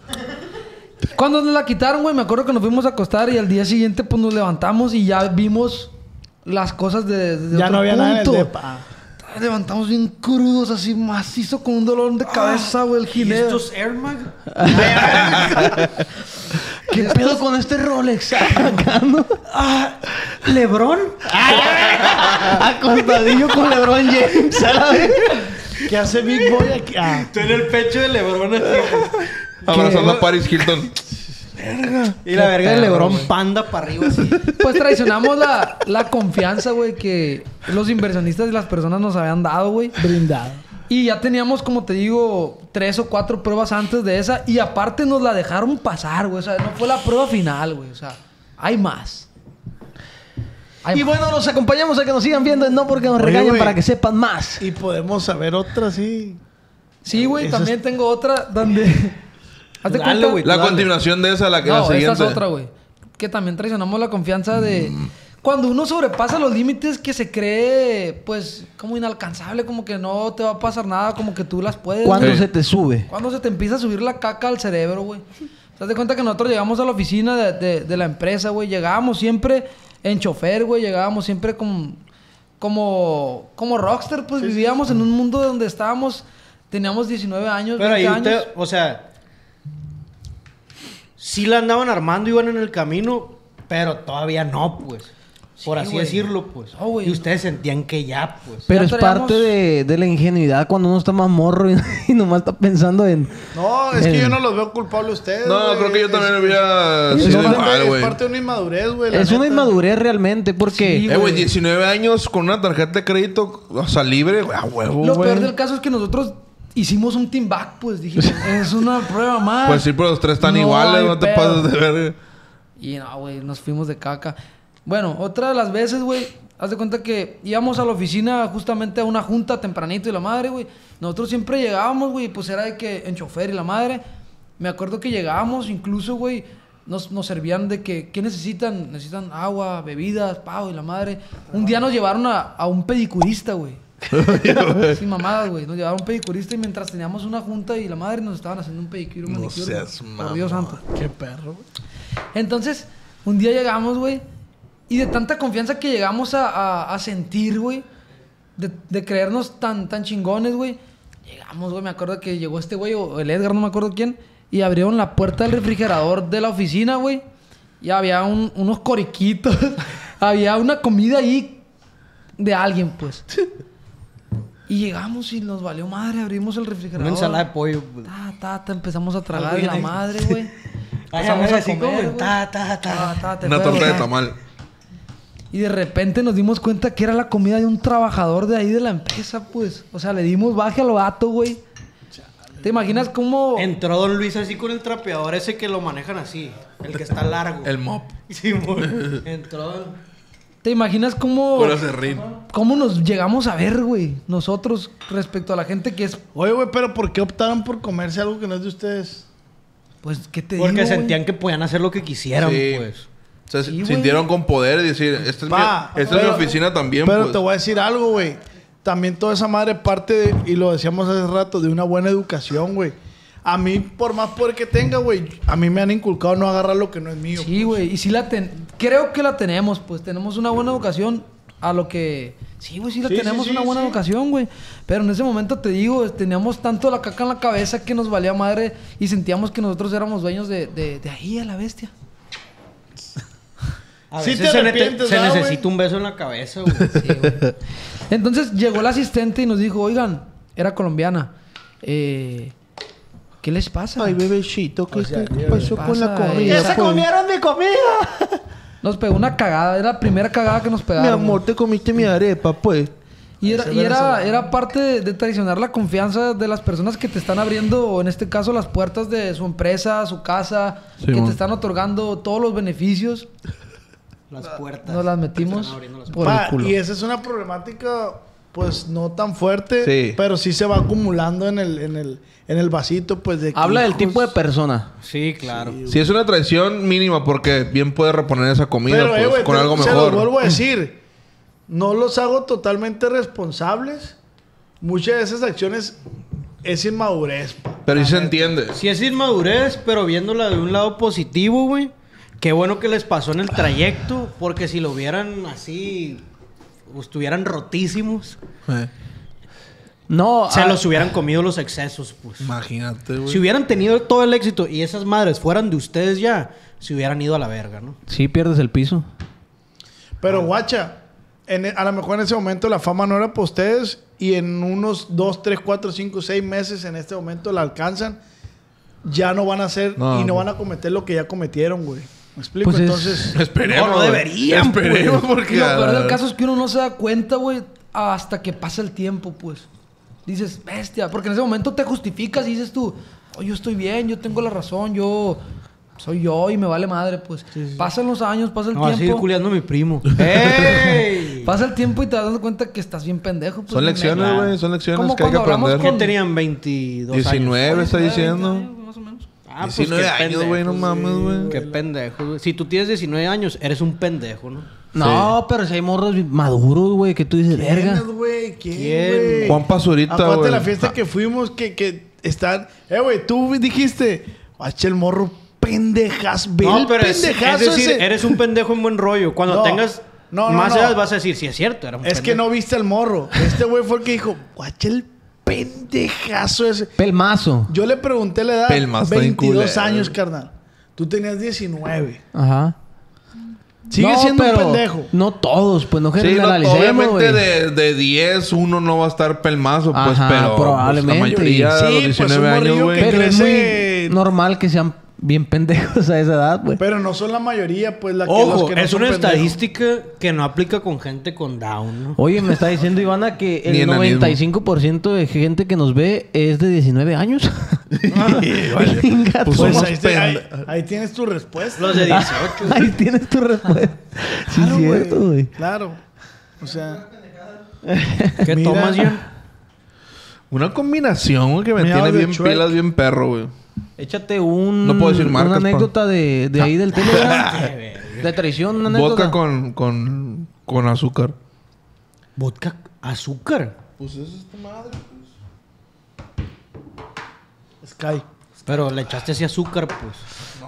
Speaker 6: Cuando nos la quitaron, güey, me acuerdo que nos fuimos a acostar y al día siguiente, pues nos levantamos y ya vimos las cosas de, desde
Speaker 2: ya
Speaker 6: otro
Speaker 2: no había nada en el
Speaker 6: punto.
Speaker 2: depa.
Speaker 6: Nos levantamos bien crudos, así macizo, con un dolor
Speaker 2: Ah,
Speaker 6: de cabeza, güey, el
Speaker 5: ¿Y
Speaker 6: ginebra.
Speaker 5: estos Air Mag?
Speaker 4: ¿Qué pedo con este Rolex? Acá, ¿no?
Speaker 5: ¿Lebrón?
Speaker 4: Acostadillo con LeBron James. a la verga.
Speaker 2: ¿Qué hace Big Boy aquí? Ah,
Speaker 5: Estoy en el pecho de Lebrón así.
Speaker 3: Abrazando a Paris Hilton.
Speaker 5: Y la verga de
Speaker 3: perro,
Speaker 5: Lebrón panda para arriba así.
Speaker 6: Pues traicionamos la, la confianza, güey, que los inversionistas y las personas nos habían dado, güey.
Speaker 2: brindado.
Speaker 6: Y ya teníamos, como te digo, tres o cuatro pruebas antes de esa. Y aparte nos la dejaron pasar, güey. O sea, no fue la prueba final, güey. O sea, hay más. Hay
Speaker 4: Y
Speaker 6: más.
Speaker 4: bueno, nos acompañamos a que nos sigan viendo en No Porque Nos
Speaker 2: Oye,
Speaker 4: Regañan
Speaker 2: güey.
Speaker 4: para que sepan más.
Speaker 2: Y podemos saber otra, sí.
Speaker 6: Sí, güey,
Speaker 2: Esa es-
Speaker 6: también tengo otra donde... Haz de
Speaker 5: Dale,
Speaker 6: cuenta,
Speaker 5: güey.
Speaker 3: La
Speaker 5: Dale.
Speaker 3: continuación de esa, la que la
Speaker 6: No,
Speaker 3: siguiente.
Speaker 6: esa es otra, güey. Que también traicionamos la confianza de... Cuando uno sobrepasa los límites que se cree, pues, como inalcanzable, como que no te va a pasar nada, como que tú las puedes.
Speaker 4: Cuando
Speaker 3: Sí.
Speaker 4: se te sube.
Speaker 6: Cuando se te empieza a subir la caca al cerebro, güey. Te das de cuenta que nosotros llegamos a la oficina de, de- de la empresa, güey. Llegábamos siempre en chofer, güey. Llegábamos siempre con, como, como rockstar, pues vivíamos en un mundo donde estábamos, teníamos 19 años,
Speaker 5: Pero
Speaker 6: 20
Speaker 5: ahí
Speaker 6: años.
Speaker 5: usted, o sea, sí la andaban armando, iban en el camino, pero todavía no, pues. Por así
Speaker 6: güey.
Speaker 5: decirlo, pues.
Speaker 6: No, güey,
Speaker 5: y
Speaker 6: no.
Speaker 5: ustedes sentían que ya, pues.
Speaker 4: Pero
Speaker 6: Ya
Speaker 4: es
Speaker 6: traíamos-
Speaker 4: parte de, de la ingenuidad cuando uno está más morro y, y nomás está pensando en...
Speaker 2: No, es que
Speaker 4: Eh.
Speaker 2: yo no los veo culpables a ustedes.
Speaker 3: No,
Speaker 2: güey.
Speaker 3: creo que yo también
Speaker 2: Es-
Speaker 3: hubiera
Speaker 2: Es,
Speaker 3: sido
Speaker 2: parte-
Speaker 3: igual,
Speaker 2: es
Speaker 3: güey.
Speaker 2: parte de una inmadurez, güey. la
Speaker 4: Es una
Speaker 2: neta.
Speaker 4: inmadurez realmente porque...
Speaker 6: Sí,
Speaker 3: Eh, güey, 19 años con una tarjeta de crédito, o sea, libre, güey, a huevo,
Speaker 6: Lo
Speaker 3: güey.
Speaker 6: peor del caso es que nosotros hicimos un team back, pues dijimos, es una prueba más.
Speaker 3: Pues sí, pero los tres están
Speaker 6: Ah. No
Speaker 3: iguales,
Speaker 6: hay
Speaker 3: no te
Speaker 6: pedo.
Speaker 3: pases de verga.
Speaker 6: Y no, güey, nos fuimos de caca. Bueno, otra de las veces, güey, haz de cuenta que íbamos a la oficina justamente a una junta tempranito y la madre, güey. Nosotros siempre llegábamos, güey, pues era de que en chofer y la madre. Me acuerdo que llegábamos, incluso, güey, nos, nos servían de que, ¿qué necesitan? Necesitan agua, bebidas, pavo y la madre. Un día nos llevaron a, a un pedicurista, güey. Sin mamadas, güey. Nos llevaron a un pedicurista y mientras teníamos una junta y la madre nos estaban haciendo un pedicure, un
Speaker 3: No
Speaker 6: manicure.
Speaker 3: seas
Speaker 6: güey. Por
Speaker 3: mamón.
Speaker 6: Dios santo.
Speaker 2: Qué perro, güey.
Speaker 6: Entonces, un día llegamos, güey, y de tanta confianza que llegamos a, a- a sentir, güey, de, de creernos tan, tan chingones, güey. Llegamos, güey, me acuerdo que llegó este güey, o el Edgar, no me acuerdo quién, y abrieron la puerta del refrigerador de la oficina, güey, y había un- unos coriquitos, había una comida ahí de alguien, pues. Y llegamos y nos valió madre, abrimos el refrigerador.
Speaker 5: Una ensalada de pollo, pues.
Speaker 6: Ta, ta, ta, empezamos a tragar
Speaker 5: Algo
Speaker 6: la
Speaker 5: bien extra.
Speaker 6: madre, güey. Empezamos
Speaker 5: Pasamos así como
Speaker 6: comer,
Speaker 5: en
Speaker 6: güey.
Speaker 5: ta, ta, ta.
Speaker 6: Ta, ta, Ah, te
Speaker 3: Una
Speaker 6: puedo
Speaker 3: torta de
Speaker 6: dejar.
Speaker 3: tamal.
Speaker 6: Y de repente nos dimos cuenta que era la comida de un trabajador de ahí de la empresa, pues. O sea, le dimos baje al vato, güey. ¿Te imaginas cómo...?
Speaker 5: Entró Don Luis así con el trapeador ese que lo manejan así, el que está largo.
Speaker 3: El mop.
Speaker 5: Sí, mo- entró. don-
Speaker 6: ¿Te imaginas cómo...
Speaker 3: Con el serrín.
Speaker 6: ¿Cómo nos llegamos a ver, güey? Nosotros respecto a la gente que es...
Speaker 2: Oye, güey, pero ¿por qué optaron por comerse algo que no es de ustedes?
Speaker 6: Pues, ¿qué te digo,
Speaker 5: Porque
Speaker 6: güey?
Speaker 5: sentían que podían hacer lo que quisieran,
Speaker 3: Sí.
Speaker 5: pues.
Speaker 3: Se
Speaker 6: Sí, güey.
Speaker 3: sintieron con poder y decir, esta es,
Speaker 2: Pa,
Speaker 3: mi, esta es mi
Speaker 2: pero-
Speaker 3: oficina también,
Speaker 2: Pero
Speaker 3: pues.
Speaker 2: te voy a decir algo, güey. También toda esa madre parte, de- y lo decíamos hace rato, de una buena educación, güey. A mí, por más poder que tenga, güey, a mí me han inculcado no agarrar lo que no es mío.
Speaker 6: Sí, güey. Y sí la ten... Creo que la tenemos, pues. Tenemos una buena educación a lo que... Sí, güey, sí la
Speaker 2: Sí, sí,
Speaker 6: tenemos
Speaker 2: sí,
Speaker 6: una buena
Speaker 2: sí.
Speaker 6: educación, güey. Pero en ese momento, te digo, teníamos tanto la caca en la cabeza que nos valía madre y sentíamos que nosotros éramos dueños de, de, de ahí a la bestia.
Speaker 5: A
Speaker 2: Sí
Speaker 5: veces
Speaker 2: te
Speaker 5: se, nete-
Speaker 2: arrepientes,
Speaker 5: se
Speaker 2: ¿verdad, güey?
Speaker 5: necesita un beso en la cabeza, güey.
Speaker 6: Entonces llegó el asistente y nos dijo, oigan, era colombiana. Eh, ¿Qué les pasa?
Speaker 2: bebecito, ¿qué,
Speaker 6: pasó con la comida?
Speaker 2: ¡Ya
Speaker 6: ¡Que se
Speaker 2: comieron mi comida!
Speaker 6: Nos pegó una cagada. Era la primera cagada que nos pegaron. güey.
Speaker 2: te comiste mi arepa, pues.
Speaker 6: Y era, y era, era parte de, de traicionar la confianza de las personas que te están abriendo, o en este caso, las puertas de su empresa, su casa,
Speaker 4: Sí,
Speaker 6: que
Speaker 4: man.
Speaker 6: te están otorgando todos los beneficios.
Speaker 5: Las puertas.
Speaker 6: Nos las metimos
Speaker 5: Están abriendo las
Speaker 6: por el culo.
Speaker 2: y esa es una problemática, pues, no tan fuerte,
Speaker 3: Sí.
Speaker 2: pero sí se va acumulando en el, en el, en el vasito, pues, de que,
Speaker 4: Habla del
Speaker 2: hijos,
Speaker 4: tipo de persona.
Speaker 5: puertas. Sí, claro.
Speaker 3: Si es una traición mínima, porque bien puede reponer esa comida
Speaker 2: Pero,
Speaker 3: pues,
Speaker 2: eh, güey,
Speaker 3: con
Speaker 2: te-
Speaker 3: algo
Speaker 2: Se los
Speaker 3: mejor.
Speaker 2: vuelvo a decir. No los hago totalmente responsables. Muchas de esas acciones es inmadurez. pa.
Speaker 3: Pero sí se entiende.
Speaker 5: Si es inmadurez, pero viéndola de un lado positivo, güey. Qué bueno que les pasó en el trayecto, porque si lo vieran así, o estuvieran rotísimos,
Speaker 4: No,
Speaker 5: se
Speaker 4: ah,
Speaker 5: los hubieran comido los excesos, pues.
Speaker 3: Imagínate,
Speaker 5: Si hubieran tenido todo el éxito y esas madres fueran de ustedes ya, se hubieran ido a la verga, ¿no?
Speaker 4: sí pierdes el piso.
Speaker 2: Pero,
Speaker 5: Ah.
Speaker 2: guacha, en e- a lo mejor en ese momento la fama no era para ustedes. Y en unos 2, 3, 4, 5, 6 meses en este momento la alcanzan. Ya no van a hacer
Speaker 3: No,
Speaker 2: y no
Speaker 3: pues.
Speaker 2: van a cometer lo que ya cometieron, güey. ¿Me explico?
Speaker 4: Pues es-
Speaker 2: Entonces,
Speaker 3: Esperemos.
Speaker 5: No, no
Speaker 3: güey.
Speaker 5: deberían,
Speaker 3: Esperemos porque... ah,
Speaker 6: Y lo peor del caso es que uno no se da cuenta, güey, hasta que pasa el tiempo, pues. Dices, bestia, porque en ese momento te justificas y dices tú, "Oh, yo estoy bien, yo tengo la razón, yo soy yo y me vale madre, pues. Pasan los años, pasa el
Speaker 5: No, así
Speaker 6: tiempo.
Speaker 5: culiando a mi primo. ¡Ey!
Speaker 6: Pasa el tiempo y te vas dando cuenta que estás bien pendejo. pues,
Speaker 3: Son
Speaker 6: bien
Speaker 3: lecciones,
Speaker 6: menso.
Speaker 3: güey. Son lecciones
Speaker 6: Como
Speaker 3: que hay que
Speaker 6: cuando hablamos
Speaker 3: aprender.
Speaker 5: ¿Qué
Speaker 6: con-
Speaker 5: tenían? 22 años.
Speaker 3: 19 está
Speaker 6: 19, 20
Speaker 3: diciendo.
Speaker 6: años, más o menos.
Speaker 5: Ah, pues,
Speaker 3: 19
Speaker 5: qué
Speaker 3: años, güey. No
Speaker 5: pendejos,
Speaker 3: mames, güey.
Speaker 5: Qué pendejo, güey. Si tú tienes 19 años, eres un pendejo, ¿no?
Speaker 4: No, pero si hay morros maduros, güey, que tú dices,
Speaker 2: ¿Quién
Speaker 4: verga.
Speaker 2: es, güey? ¿Quién,
Speaker 5: ¿Quién?
Speaker 2: güey?
Speaker 3: Juan Pazurita,
Speaker 2: Acuérdate
Speaker 3: güey.
Speaker 5: Ah.
Speaker 2: la fiesta que fuimos que, que están... Eh, güey, tú dijiste... H el morro pendejas, ve el
Speaker 5: No, pero es,
Speaker 2: pendejazo
Speaker 5: es decir,
Speaker 2: ese.
Speaker 5: eres un pendejo en buen rollo. Cuando
Speaker 2: No,
Speaker 5: tengas
Speaker 2: no, no,
Speaker 5: más
Speaker 2: no.
Speaker 5: edad vas a decir, sí, es cierto, era un
Speaker 2: Es que
Speaker 5: pendejo".
Speaker 2: no viste al morro. Este güey fue el que dijo, guacha el pendejazo ese.
Speaker 4: Pelmazo.
Speaker 2: Yo le pregunté la edad.
Speaker 3: Pelma, está bien
Speaker 2: 22
Speaker 3: culero.
Speaker 2: años, carnal. Tú tenías 19.
Speaker 4: Ajá.
Speaker 2: Sigue
Speaker 4: No,
Speaker 2: siendo
Speaker 4: pero
Speaker 2: un pendejo.
Speaker 4: No todos, pues no
Speaker 3: Sí, no,
Speaker 4: generalicemos,
Speaker 3: obviamente
Speaker 4: güey.
Speaker 3: de, de 10 uno no va a estar pelmazo, pues,
Speaker 4: Ajá,
Speaker 3: pero pues,
Speaker 4: probablemente.
Speaker 3: la mayoría de
Speaker 2: Sí,
Speaker 3: los
Speaker 2: pues, un
Speaker 3: 19 años,
Speaker 2: morrillo
Speaker 3: güey.
Speaker 2: que-
Speaker 4: Pero
Speaker 2: crece-
Speaker 4: es muy normal que sean bien pendejos a esa edad, güey.
Speaker 2: Pero no son la mayoría, pues, la que, los
Speaker 5: Ojo,
Speaker 2: que no
Speaker 5: es
Speaker 2: son
Speaker 5: una
Speaker 2: pendejos.
Speaker 5: estadística que no aplica con gente con Down, ¿no?
Speaker 4: Oye, me está diciendo Ivana que
Speaker 3: Ni
Speaker 4: el
Speaker 3: enanismo.
Speaker 4: 95% de gente que nos ve es de 19 años.
Speaker 3: vale.
Speaker 4: Chinga
Speaker 2: Pues
Speaker 3: Pues
Speaker 4: tu
Speaker 3: somos
Speaker 4: madre.
Speaker 2: ahí, te- ahí-
Speaker 3: pende-
Speaker 2: ahí tienes tu respuesta.
Speaker 5: Los de 18.
Speaker 4: Ahí tienes tu respuesta. Sí, es
Speaker 2: Claro, güey.
Speaker 4: cierto, güey.
Speaker 2: Claro. O sea,
Speaker 5: ¿Qué
Speaker 2: Mira.
Speaker 5: tomas, Jan?
Speaker 3: Una combinación güey, que me
Speaker 2: Meados
Speaker 3: tiene
Speaker 2: de
Speaker 3: bien
Speaker 2: Shrek.
Speaker 3: pilas, bien perro, güey.
Speaker 4: Échate un,
Speaker 3: No puedo decir marcas,
Speaker 4: una anécdota de, de ahí del
Speaker 2: Ah.
Speaker 4: Telegram.
Speaker 5: Eh,
Speaker 4: de traición, una anécdota.
Speaker 3: Vodka con, con, con azúcar.
Speaker 5: Vodka, azúcar.
Speaker 2: Sky.
Speaker 5: Pero le echaste así azúcar, pues.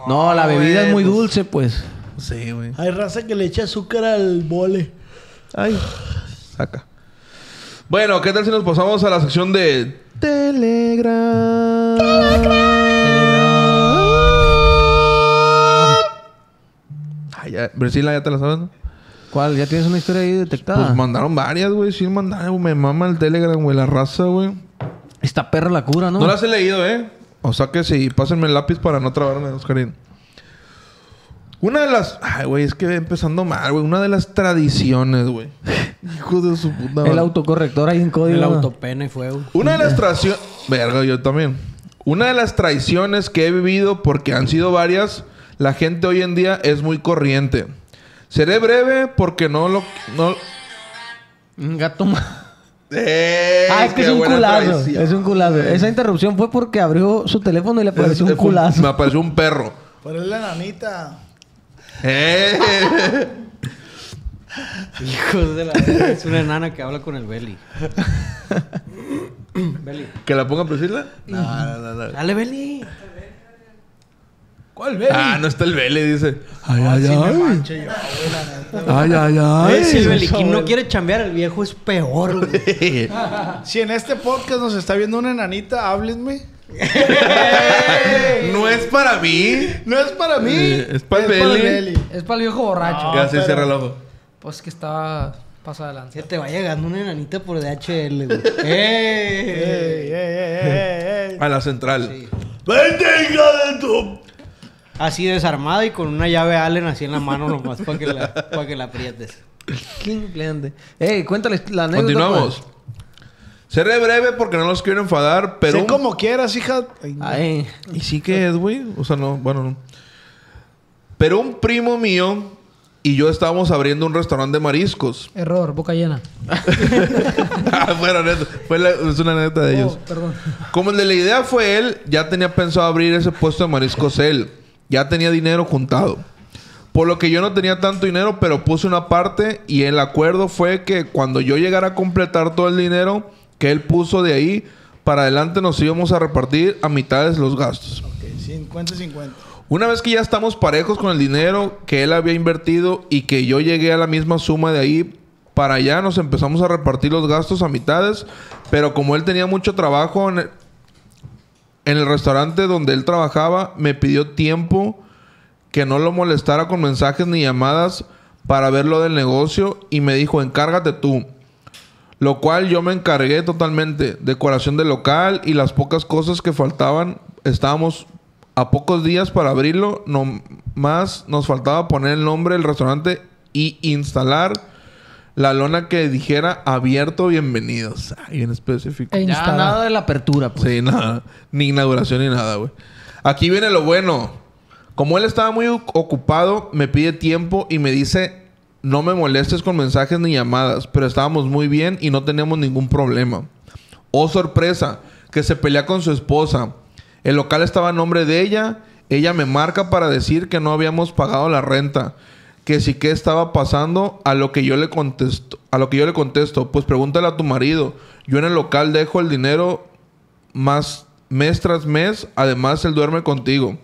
Speaker 4: No, la bebida es muy
Speaker 3: Bueno.
Speaker 4: dulce, pues.
Speaker 3: Sí, güey.
Speaker 2: Hay raza que le echa azúcar al vole.
Speaker 3: Ay, saca. Bueno, ¿qué tal si nos pasamos a la sección de Telegram? Ay, ya, Priscila, ya te la sabes, ¿no?
Speaker 4: ¿Cuál? ¿Ya tienes una historia ahí detectada?
Speaker 3: Pues mandaron varias, güey. Sí, mandaron. güey. Me mama el Telegram, güey. La raza, güey.
Speaker 4: Está perra la cura, ¿no?
Speaker 3: No las he leído, ¿eh? O sea que sí, pásenme el lápiz para no trabarme, Oscarín. Una de las. Ay, güey, es que empezando mal, güey. Una de las tradiciones, güey. Hijo de su puta
Speaker 4: El
Speaker 3: madre.
Speaker 4: autocorrector ahí en código.
Speaker 5: El
Speaker 4: ¿no?
Speaker 5: autopene fue. güey.
Speaker 3: Una de las traiciones. Verga, yo también. Una de las traiciones que he vivido, porque han sido varias, la gente hoy en día es muy corriente. Seré breve porque no lo. No...
Speaker 4: Un Gato ma-
Speaker 3: ¡Eh!
Speaker 4: Ah, es que es
Speaker 3: qué
Speaker 4: un
Speaker 3: buena
Speaker 4: culazo.
Speaker 3: traición!
Speaker 4: Es un culazo. Esa interrupción fue porque abrió su teléfono y le apareció
Speaker 3: Es-
Speaker 4: un
Speaker 3: es un-
Speaker 4: culazo.
Speaker 3: Me apareció un perro.
Speaker 2: Pero es la nanita.
Speaker 3: ¡Eh!
Speaker 5: Hijos de la. Es una enana que habla con el Belly. Belly.
Speaker 3: ¿Que la ponga Priscila?
Speaker 5: Dale, Belly.
Speaker 6: ¿Cuál ve?
Speaker 3: Ah, no está el Vele, dice. Ay,
Speaker 2: Así
Speaker 3: ay,
Speaker 2: me
Speaker 3: ay.
Speaker 2: manché yo.
Speaker 3: Ay, ay,
Speaker 5: Ay, si el
Speaker 3: ay.
Speaker 5: Beliquín no quiere chambear, el viejo es peor, güey.
Speaker 4: Ah,
Speaker 2: Si en este podcast nos está viendo una enanita, háblenme.
Speaker 3: No es para mí.
Speaker 2: No es para mí.
Speaker 3: Eh, es para el Beli.
Speaker 6: Es para el viejo borracho.
Speaker 3: Ya se cierra el ojo.
Speaker 6: Pues que estaba pasada de lanza.
Speaker 5: Ya te va llegando una enanita por DHL, güey. Eh. ¡Ey!
Speaker 2: Ey, ey, ey, ey, ey.
Speaker 3: A la central.
Speaker 2: ¡Vete, hija de tu!
Speaker 5: Así desarmada y con una llave Allen así en la mano nomás para que la, pa' que la aprietes.
Speaker 4: ¿Quién le ande? Ey, cuéntales la anécdota. pues.
Speaker 3: Continuamos. pues. Seré breve porque no los quiero enfadar, pero.
Speaker 2: Sé
Speaker 3: un- Ah.
Speaker 2: como quieras, hija. Ay,
Speaker 4: pues.
Speaker 2: no.
Speaker 4: Ay,
Speaker 3: ¿Y sí que es, güey? O sea, no, bueno, no. Pero un primo mío y yo estábamos abriendo un restaurante de mariscos.
Speaker 6: Error, boca llena.
Speaker 3: Ah, bueno, neta. Fue la- es una neta de ellos.
Speaker 6: Oh, perdón.
Speaker 3: Como el de la idea fue él, ya tenía pensado abrir ese puesto de mariscos él. Ya tenía dinero juntado. Por lo que yo no tenía tanto dinero, pero puse una parte y el acuerdo fue que cuando yo llegara a completar todo el dinero que él puso de ahí, para adelante nos íbamos a repartir a mitades los gastos.
Speaker 2: Ok, 50-50.
Speaker 3: Una vez que ya estamos parejos con el dinero que él había invertido y que yo llegué a la misma suma de ahí para allá, nos empezamos a repartir los gastos a mitades, pero como él tenía mucho trabajo en el, en el restaurante donde él trabajaba, me pidió tiempo que no lo molestara con mensajes ni llamadas para ver lo del negocio y me dijo, encárgate tú. Lo cual yo me encargué totalmente. Decoración del local y las pocas cosas que faltaban. Estábamos a pocos días para abrirlo. No más nos faltaba poner el nombre del restaurante y instalar la lona que dijera abierto, bienvenidos. Ay, en específico.
Speaker 6: E
Speaker 4: ya
Speaker 6: instalar.
Speaker 4: nada de la apertura, pues.
Speaker 3: Sí, nada. Ni inauguración ni nada, güey. Aquí viene lo bueno. Como él estaba muy oc- ocupado, me pide tiempo y me dice, no me molestes con mensajes ni llamadas, pero estábamos muy bien y no teníamos ningún problema. Oh, sorpresa, que se pelea con su esposa. El local estaba a nombre de ella, ella me marca para decir que no habíamos pagado la renta, que sí que estaba pasando, a lo que yo le contesto, a lo que yo le contesto, pues pregúntale a tu marido. Yo en el local dejo el dinero más mes tras mes, además él duerme contigo.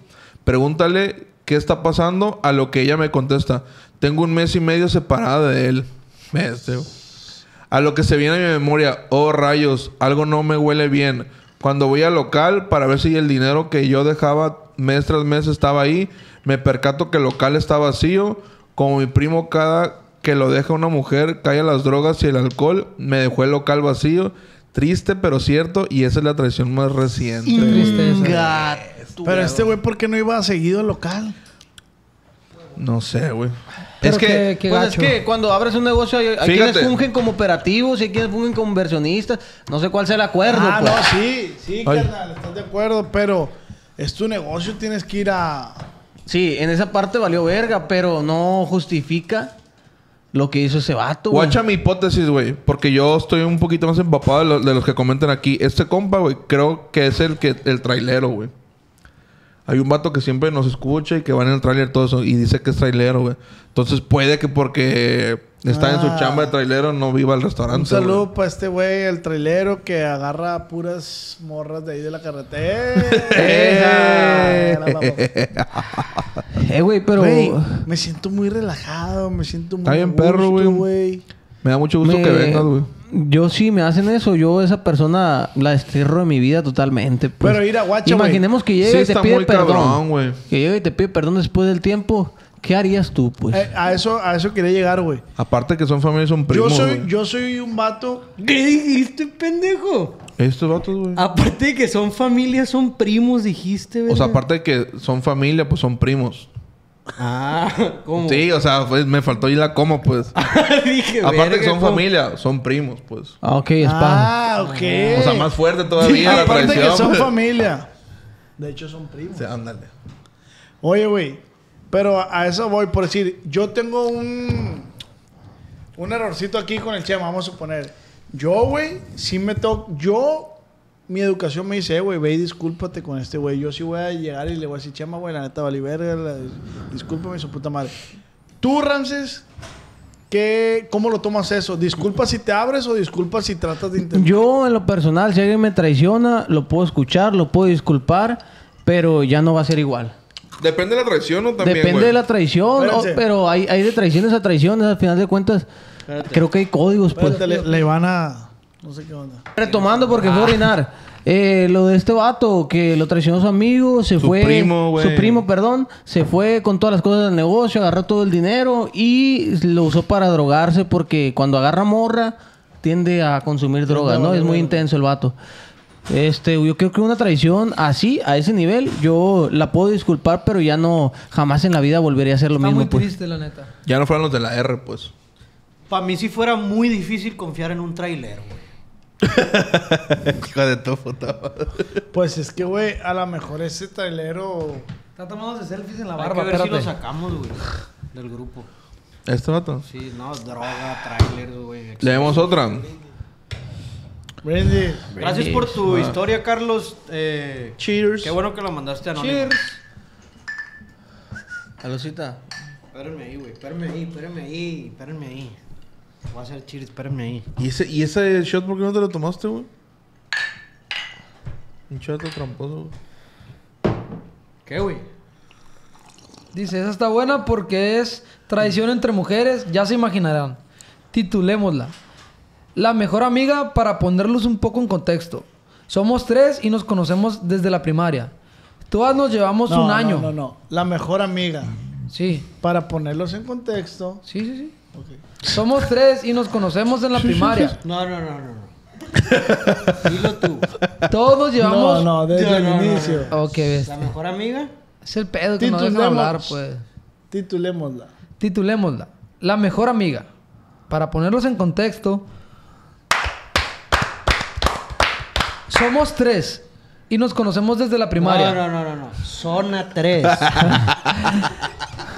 Speaker 3: Pregúntale qué está pasando, a lo que ella me contesta. Tengo un mes y medio separada de él. Bestia. A lo que se viene a mi memoria, oh rayos, algo no me huele bien. Cuando voy al local para ver si el dinero que yo dejaba mes tras mes estaba ahí, me percato que el local está vacío. Como mi primo cada que lo deja una mujer cae a las drogas y el alcohol, me dejó el local vacío. Triste pero cierto y esa es la traición más reciente.
Speaker 2: Pero este güey, ¿por qué no iba seguido al local?
Speaker 3: No sé, güey.
Speaker 6: Pero
Speaker 4: es que,
Speaker 6: qué- qué
Speaker 4: pues es
Speaker 6: gacho.
Speaker 4: que cuando abres un negocio hay, hay
Speaker 3: Fíjate.
Speaker 4: quienes fungen como operativos y hay quienes fungen como inversionistas. No sé cuál sea el acuerdo.
Speaker 2: ah,
Speaker 4: pues.
Speaker 2: no, sí, sí,
Speaker 3: Ay.
Speaker 2: carnal, estás de acuerdo, pero es tu negocio, tienes que ir a.
Speaker 4: Sí, en esa parte valió verga, pero no justifica lo que hizo ese vato. güey.
Speaker 3: Guacha mi hipótesis, güey. Porque yo estoy un poquito más empapado de, lo- de los que comentan aquí. Este compa, güey, creo que es el que el trailero, güey. Hay un vato que siempre nos escucha y que va en el trailer todo eso y dice que es trailero, güey. Entonces puede que porque está en
Speaker 2: Ah.
Speaker 3: su chamba de trailero no viva al restaurante.
Speaker 2: Un saludo
Speaker 3: güey.
Speaker 2: para este güey, el trailero que agarra puras morras de ahí de la carretera.
Speaker 3: ¡Eh!
Speaker 2: Esa, la mamá.
Speaker 4: Eh, güey, pero...
Speaker 2: Güey, me siento muy relajado, me siento muy.
Speaker 3: Está bien
Speaker 2: a gusto,
Speaker 3: perro, güey. Me da mucho gusto
Speaker 4: me-
Speaker 3: que vengas, güey.
Speaker 4: Yo sí me hacen eso, yo esa persona la destierro de mi vida totalmente. pues.
Speaker 2: Pero mira, guacha, güey.
Speaker 4: Imaginemos que
Speaker 3: Sí
Speaker 4: llega y te
Speaker 3: está
Speaker 4: pide
Speaker 3: muy
Speaker 4: perdón.
Speaker 3: cabrón, güey.
Speaker 4: que llega y te pide perdón después del tiempo. ¿Qué harías tú, pues?
Speaker 2: Eh, a, eso, a eso quería llegar, güey.
Speaker 3: Aparte que son familias, son
Speaker 2: Yo
Speaker 3: primos.
Speaker 2: soy,
Speaker 3: güey.
Speaker 2: yo soy un vato.
Speaker 5: ¿Qué dijiste, pendejo?
Speaker 3: Estos vatos, güey.
Speaker 2: Ah,
Speaker 5: Aparte de que son familias, son primos, dijiste,
Speaker 3: O
Speaker 5: ¿verdad?
Speaker 3: sea, aparte de que son familia, pues son primos.
Speaker 5: Ah, ¿cómo?
Speaker 3: Sí, o sea, pues, me faltó ir la coma, pues.
Speaker 5: Dije,
Speaker 3: Aparte que
Speaker 5: verga,
Speaker 3: son
Speaker 5: ¿cómo?
Speaker 3: familia, son primos, pues.
Speaker 4: Ah, ok, es padre.
Speaker 2: Ah, ok.
Speaker 3: O sea, más fuerte todavía la
Speaker 2: Aparte
Speaker 3: traición.
Speaker 2: que son
Speaker 3: pues.
Speaker 2: familia. De hecho, son primos.
Speaker 3: O sea, ándale.
Speaker 2: Oye, güey. Pero a a eso voy por decir. Yo tengo un. Un errorcito aquí con el chema, vamos a suponer. Yo, güey, sí me toco. Yo. Mi educación me dice, "Eh, güey, ve y discúlpate con este güey. Yo sí voy a llegar y le voy a decir, chema, güey, la neta, vale verga. la- Discúlpame, su puta madre. Tú, Ramses, ¿qué, ¿cómo lo tomas eso? ¿Disculpa si te abres o disculpa si tratas de intentar?
Speaker 4: Yo, en lo personal, si alguien me traiciona, lo puedo escuchar, lo puedo disculpar, pero ya no va a ser igual.
Speaker 3: Depende de la traición, ¿no? También,
Speaker 4: Depende
Speaker 3: güey?
Speaker 4: de la traición,
Speaker 2: Espérense.
Speaker 4: o- pero hay, hay de traiciones a traiciones, al final de cuentas, creo que hay códigos, pues.
Speaker 2: Espérate, le, le van a. No sé qué onda.
Speaker 4: Retomando porque
Speaker 6: Ah.
Speaker 4: fue a orinar. Eh, lo de este vato que lo traicionó su amigo, se
Speaker 3: Su
Speaker 4: fue.
Speaker 3: primo, güey.
Speaker 4: Su primo, perdón. Se fue con todas las cosas del negocio, agarró todo el dinero y lo usó para drogarse porque cuando agarra morra tiende a consumir drogas, ¿no? Es muy intenso el vato. Este, yo creo que una traición así, a ese nivel, yo la puedo disculpar, pero ya no, jamás en la vida volvería a hacer lo
Speaker 6: Está
Speaker 4: mismo.
Speaker 6: muy
Speaker 4: pues.
Speaker 6: triste, la neta.
Speaker 3: Ya no fueron los de la R, pues.
Speaker 5: Para mí sí fuera muy difícil confiar en un trailer, güey.
Speaker 3: Hija de tu puta madre.
Speaker 2: Pues es que, güey, a lo mejor ese trailero.
Speaker 6: Está tomándose selfies en la
Speaker 5: Hay
Speaker 6: barba,
Speaker 5: que ver si
Speaker 6: espérate.
Speaker 5: lo sacamos, güey, del grupo.
Speaker 3: ¿Este vato?
Speaker 5: Sí, no, droga, trailers, güey.
Speaker 3: Leemos otra.
Speaker 2: Brindis.
Speaker 5: Gracias por tu historia, Carlos. Eh,
Speaker 2: Cheers.
Speaker 5: Qué bueno que lo mandaste anónimo.
Speaker 4: Alosita.
Speaker 5: Espérenme ahí, güey. Espérenme ahí, espérenme ahí, espérenme ahí. Voy a hacer cheers, espérenme ahí.
Speaker 3: ¿Y ese, ¿Y ese shot por qué no te lo tomaste, güey? Un shot de tramposo, güey.
Speaker 5: ¿Qué, güey?
Speaker 6: Dice, esa está buena porque es traición entre mujeres, ya se imaginarán. Titulémosla. La mejor amiga para ponerlos un poco en contexto. Somos tres y nos conocemos desde la primaria. Todas nos llevamos
Speaker 2: No,
Speaker 6: un
Speaker 2: no,
Speaker 6: año.
Speaker 2: No, no, La mejor amiga.
Speaker 6: Sí,
Speaker 2: Para ponerlos en contexto.
Speaker 6: sí, sí, sí. Somos tres y nos conocemos en la primaria.
Speaker 5: No, no, no, no. no. Dilo tú.
Speaker 6: Todos nos
Speaker 2: No,
Speaker 6: llevamos...
Speaker 2: no, desde
Speaker 5: No,
Speaker 2: el
Speaker 5: no, no,
Speaker 2: inicio.
Speaker 5: no.
Speaker 6: Ok, ves.
Speaker 5: La mejor amiga.
Speaker 6: Es el pedo que no dejan
Speaker 2: Titulemos.
Speaker 6: hablar, pues.
Speaker 2: Titulémosla.
Speaker 6: Titulémosla. La mejor amiga. Para ponerlos en contexto. Somos tres. Y nos conocemos desde la primaria.
Speaker 5: No, no, no, no, no. Zona 3.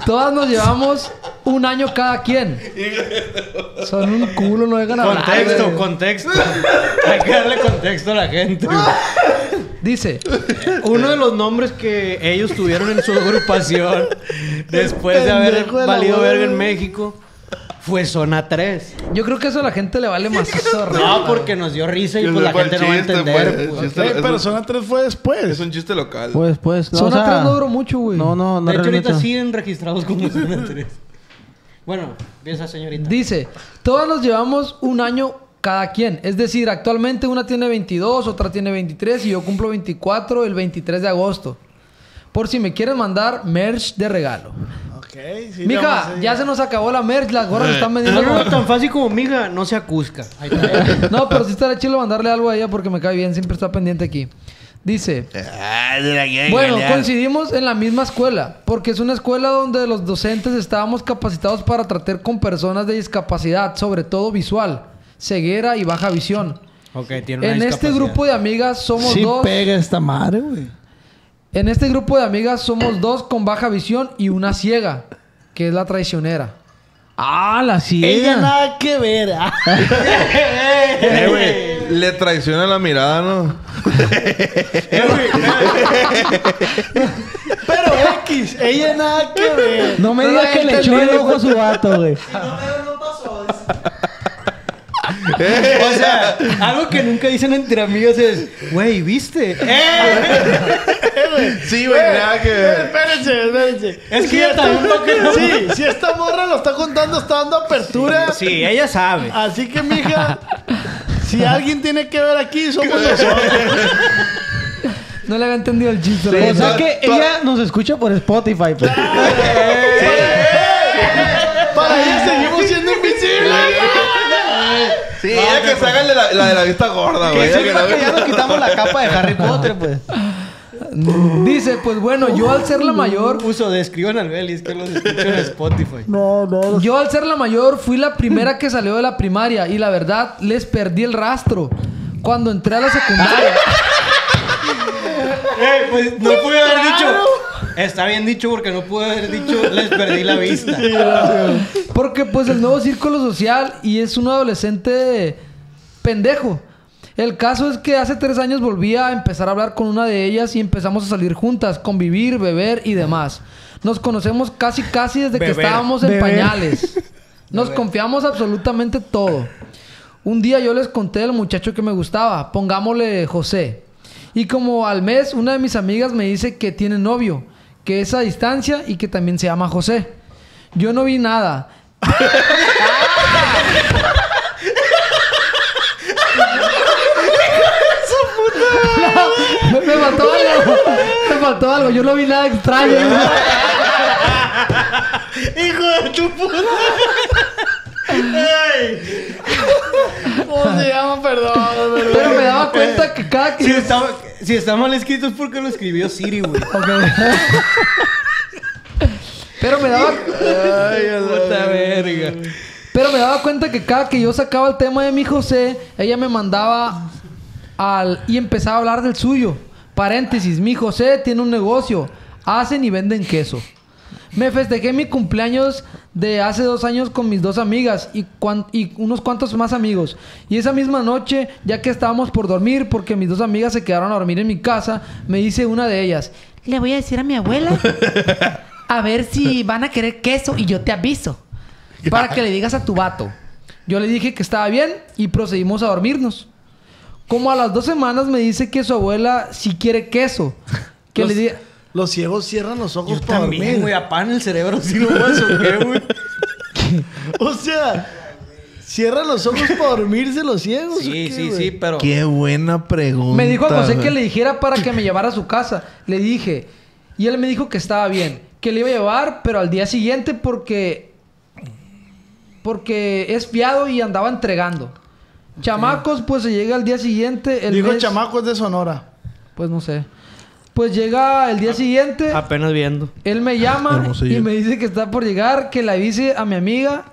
Speaker 6: Todas nos llevamos un año cada quien. Son un culo, no dejan hablar.
Speaker 5: contexto,
Speaker 6: güey.
Speaker 5: contexto. Hay que darle contexto a la gente. güey.
Speaker 6: Dice.
Speaker 5: Uno de los nombres que ellos tuvieron en su agrupación después de haber
Speaker 2: Pendejo de la
Speaker 5: valido
Speaker 2: madre.
Speaker 5: verga en México fue zona 3.
Speaker 6: Yo creo que eso a la gente le vale más zorra.
Speaker 5: No, porque nos dio risa y pues la
Speaker 3: Fue el
Speaker 5: gente no va a
Speaker 3: chiste,
Speaker 5: entender.
Speaker 3: pues,
Speaker 5: pues.
Speaker 3: el chiste-
Speaker 2: Güey,
Speaker 3: es un-
Speaker 2: pero Zona 3 fue después.
Speaker 3: Es un chiste local.
Speaker 4: Pues, pues.
Speaker 6: Zona
Speaker 4: o sea,
Speaker 6: 3 no duró mucho, güey.
Speaker 4: No, no, no.
Speaker 5: de hecho, ahorita
Speaker 4: realmente.
Speaker 5: siguen registrados como zona 3. Bueno, piensa, señorita.
Speaker 6: Dice, todas nos llevamos un año cada quien. Es decir, actualmente una tiene 22, otra tiene 23 y yo cumplo 24 el 23 de agosto. Por si me quieren mandar merch de regalo.
Speaker 2: Ok, sí. le vamos a
Speaker 6: Mija,
Speaker 2: hacer-
Speaker 6: ya se nos acabó la merch, las gorras están vendiendo.
Speaker 5: no, no,
Speaker 6: como-
Speaker 5: tan fácil como mija, no se acusca. Ahí está.
Speaker 6: No, pero sí estará chido mandarle algo a ella porque me cae bien, siempre está pendiente aquí. Dice, bueno, coincidimos en la misma escuela, porque es una escuela donde los docentes estábamos capacitados para tratar con personas de discapacidad, sobre todo visual, ceguera y baja visión.
Speaker 5: ok, tiene una
Speaker 6: En este grupo de amigas somos
Speaker 7: Sí
Speaker 6: dos.
Speaker 7: pega esta madre, güey.
Speaker 6: En este grupo de amigas somos dos con baja visión y una ciega, que es la traicionera.
Speaker 4: Ah, la
Speaker 7: Ella
Speaker 4: ciega.
Speaker 7: nada que ver. ah.
Speaker 3: Eh, güey, Le traiciona la mirada, ¿no?
Speaker 7: Pero X, ella nada que ver.
Speaker 6: No me
Speaker 7: digas
Speaker 6: digas que le echó el ojo a
Speaker 7: su vato, güey.
Speaker 5: O sea, algo que nunca dicen entre amigos es, güey, ¿viste? ¡Eh!
Speaker 3: Sí, güey, nada que ver.
Speaker 2: Espérense, espérense.
Speaker 5: Es que
Speaker 2: Sí,
Speaker 5: ella
Speaker 2: esta-
Speaker 5: tampoco
Speaker 2: Sí, si esta morra lo está contando, está dando apertura.
Speaker 5: Sí, ella sabe.
Speaker 2: Así que, mija, si alguien tiene que ver aquí, somos nosotros.
Speaker 6: No le había entendido el chiste.
Speaker 4: O
Speaker 6: la
Speaker 4: sea
Speaker 6: verdad.
Speaker 4: que ella nos escucha por Spotify. pues.
Speaker 2: Para ella seguimos siendo invisibles.
Speaker 3: Sí, ella que se haga la, la de la vista gorda, güey. Ella que la ve-
Speaker 7: quitamos la capa de Harry Potter, pues.
Speaker 6: Dice, pues bueno, yo al ser la mayor,
Speaker 5: Puso, describan al Belis que los escucho en Spotify.
Speaker 7: No, no. no.
Speaker 6: yo al ser la mayor fui la primera que salió de la primaria y la verdad les perdí el rastro cuando entré a la secundaria.
Speaker 5: Eh, pues no pude haber dicho. Está bien dicho porque no pude haber dicho, les perdí la vista.
Speaker 6: Porque pues el nuevo círculo social y es un adolescente pendejo. El caso es que hace tres años volví a empezar a hablar con una de ellas y empezamos a salir juntas, convivir, beber y demás. Nos conocemos casi casi desde que
Speaker 5: Beber.
Speaker 6: estábamos en pañales. Nos confiamos absolutamente todo. Un día yo les conté del muchacho que me gustaba, pongámosle José. Y como al mes una de mis amigas me dice que tiene novio, que es a distancia y que también se llama José. Yo no vi nada. Me faltó algo. Me faltó algo. Yo no vi nada extraño.
Speaker 2: Hijo de tu puta. Ey. ¿Cómo se llama? Perdón, perdón.
Speaker 6: Pero me daba cuenta que cada que...
Speaker 5: Si está, si está mal escrito es porque lo escribió Siri, güey.
Speaker 6: Ok. Pero me daba...
Speaker 5: Puta verga.
Speaker 6: Pero me daba cuenta que cada que yo sacaba el tema de mi José, ella me mandaba al y empezaba a hablar del suyo. Paréntesis, mi José tiene un negocio, hacen y venden queso. Me festejé mi cumpleaños de hace dos años con mis dos amigas y, cuan- y unos cuantos más amigos. Y esa misma noche, ya que estábamos por dormir, porque mis dos amigas se quedaron a dormir en mi casa, me dice una de ellas,
Speaker 8: Le voy a decir a mi abuela a ver si van a querer queso y yo te aviso.
Speaker 6: para que le digas a tu vato. Yo le dije que estaba bien y procedimos a dormirnos. Como a las dos semanas me dice que su abuela sí quiere queso. Que le diga...
Speaker 2: Los ciegos cierran los ojos
Speaker 5: Yo
Speaker 2: para
Speaker 5: también,
Speaker 2: dormir.
Speaker 5: güey, apan el cerebro si no vas o qué, güey.
Speaker 2: O sea, cierran los ojos para dormirse los ciegos. ¿o
Speaker 5: Sí,
Speaker 2: qué,
Speaker 5: sí,
Speaker 2: güey?
Speaker 5: sí, pero.
Speaker 3: Qué buena pregunta.
Speaker 6: Me dijo a José que
Speaker 3: güey.
Speaker 6: le dijera para que me llevara a su casa. Le dije. Y él me dijo que estaba bien. Que le iba a llevar, pero al día siguiente porque... Porque es fiado y andaba entregando. Chamacos, pues se llega al día siguiente. El
Speaker 2: Dijo
Speaker 6: mes-
Speaker 2: chamacos de Sonora.
Speaker 6: Pues no sé. Pues llega el día siguiente.
Speaker 5: Apenas viendo.
Speaker 6: Él me llama
Speaker 3: Hermosillo.
Speaker 6: y me dice que está por llegar, que le avise a mi amiga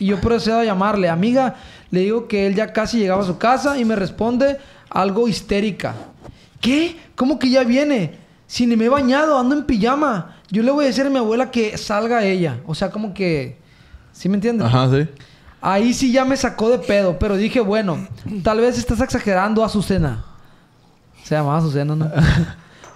Speaker 6: y yo procedo a llamarle. Amiga, le digo que él ya casi llegaba a su casa y me responde algo histérica. ¿Qué? ¿Cómo que ya viene? Si ni me he bañado, ando en pijama. Yo le voy a decir a mi abuela que salga ella. O sea, como que... ¿Sí me entiendes?
Speaker 3: Ajá, sí.
Speaker 6: Ahí sí ya me sacó de pedo, pero dije, bueno, tal vez estás exagerando, Azucena. Se llamaba Azucena, ¿no?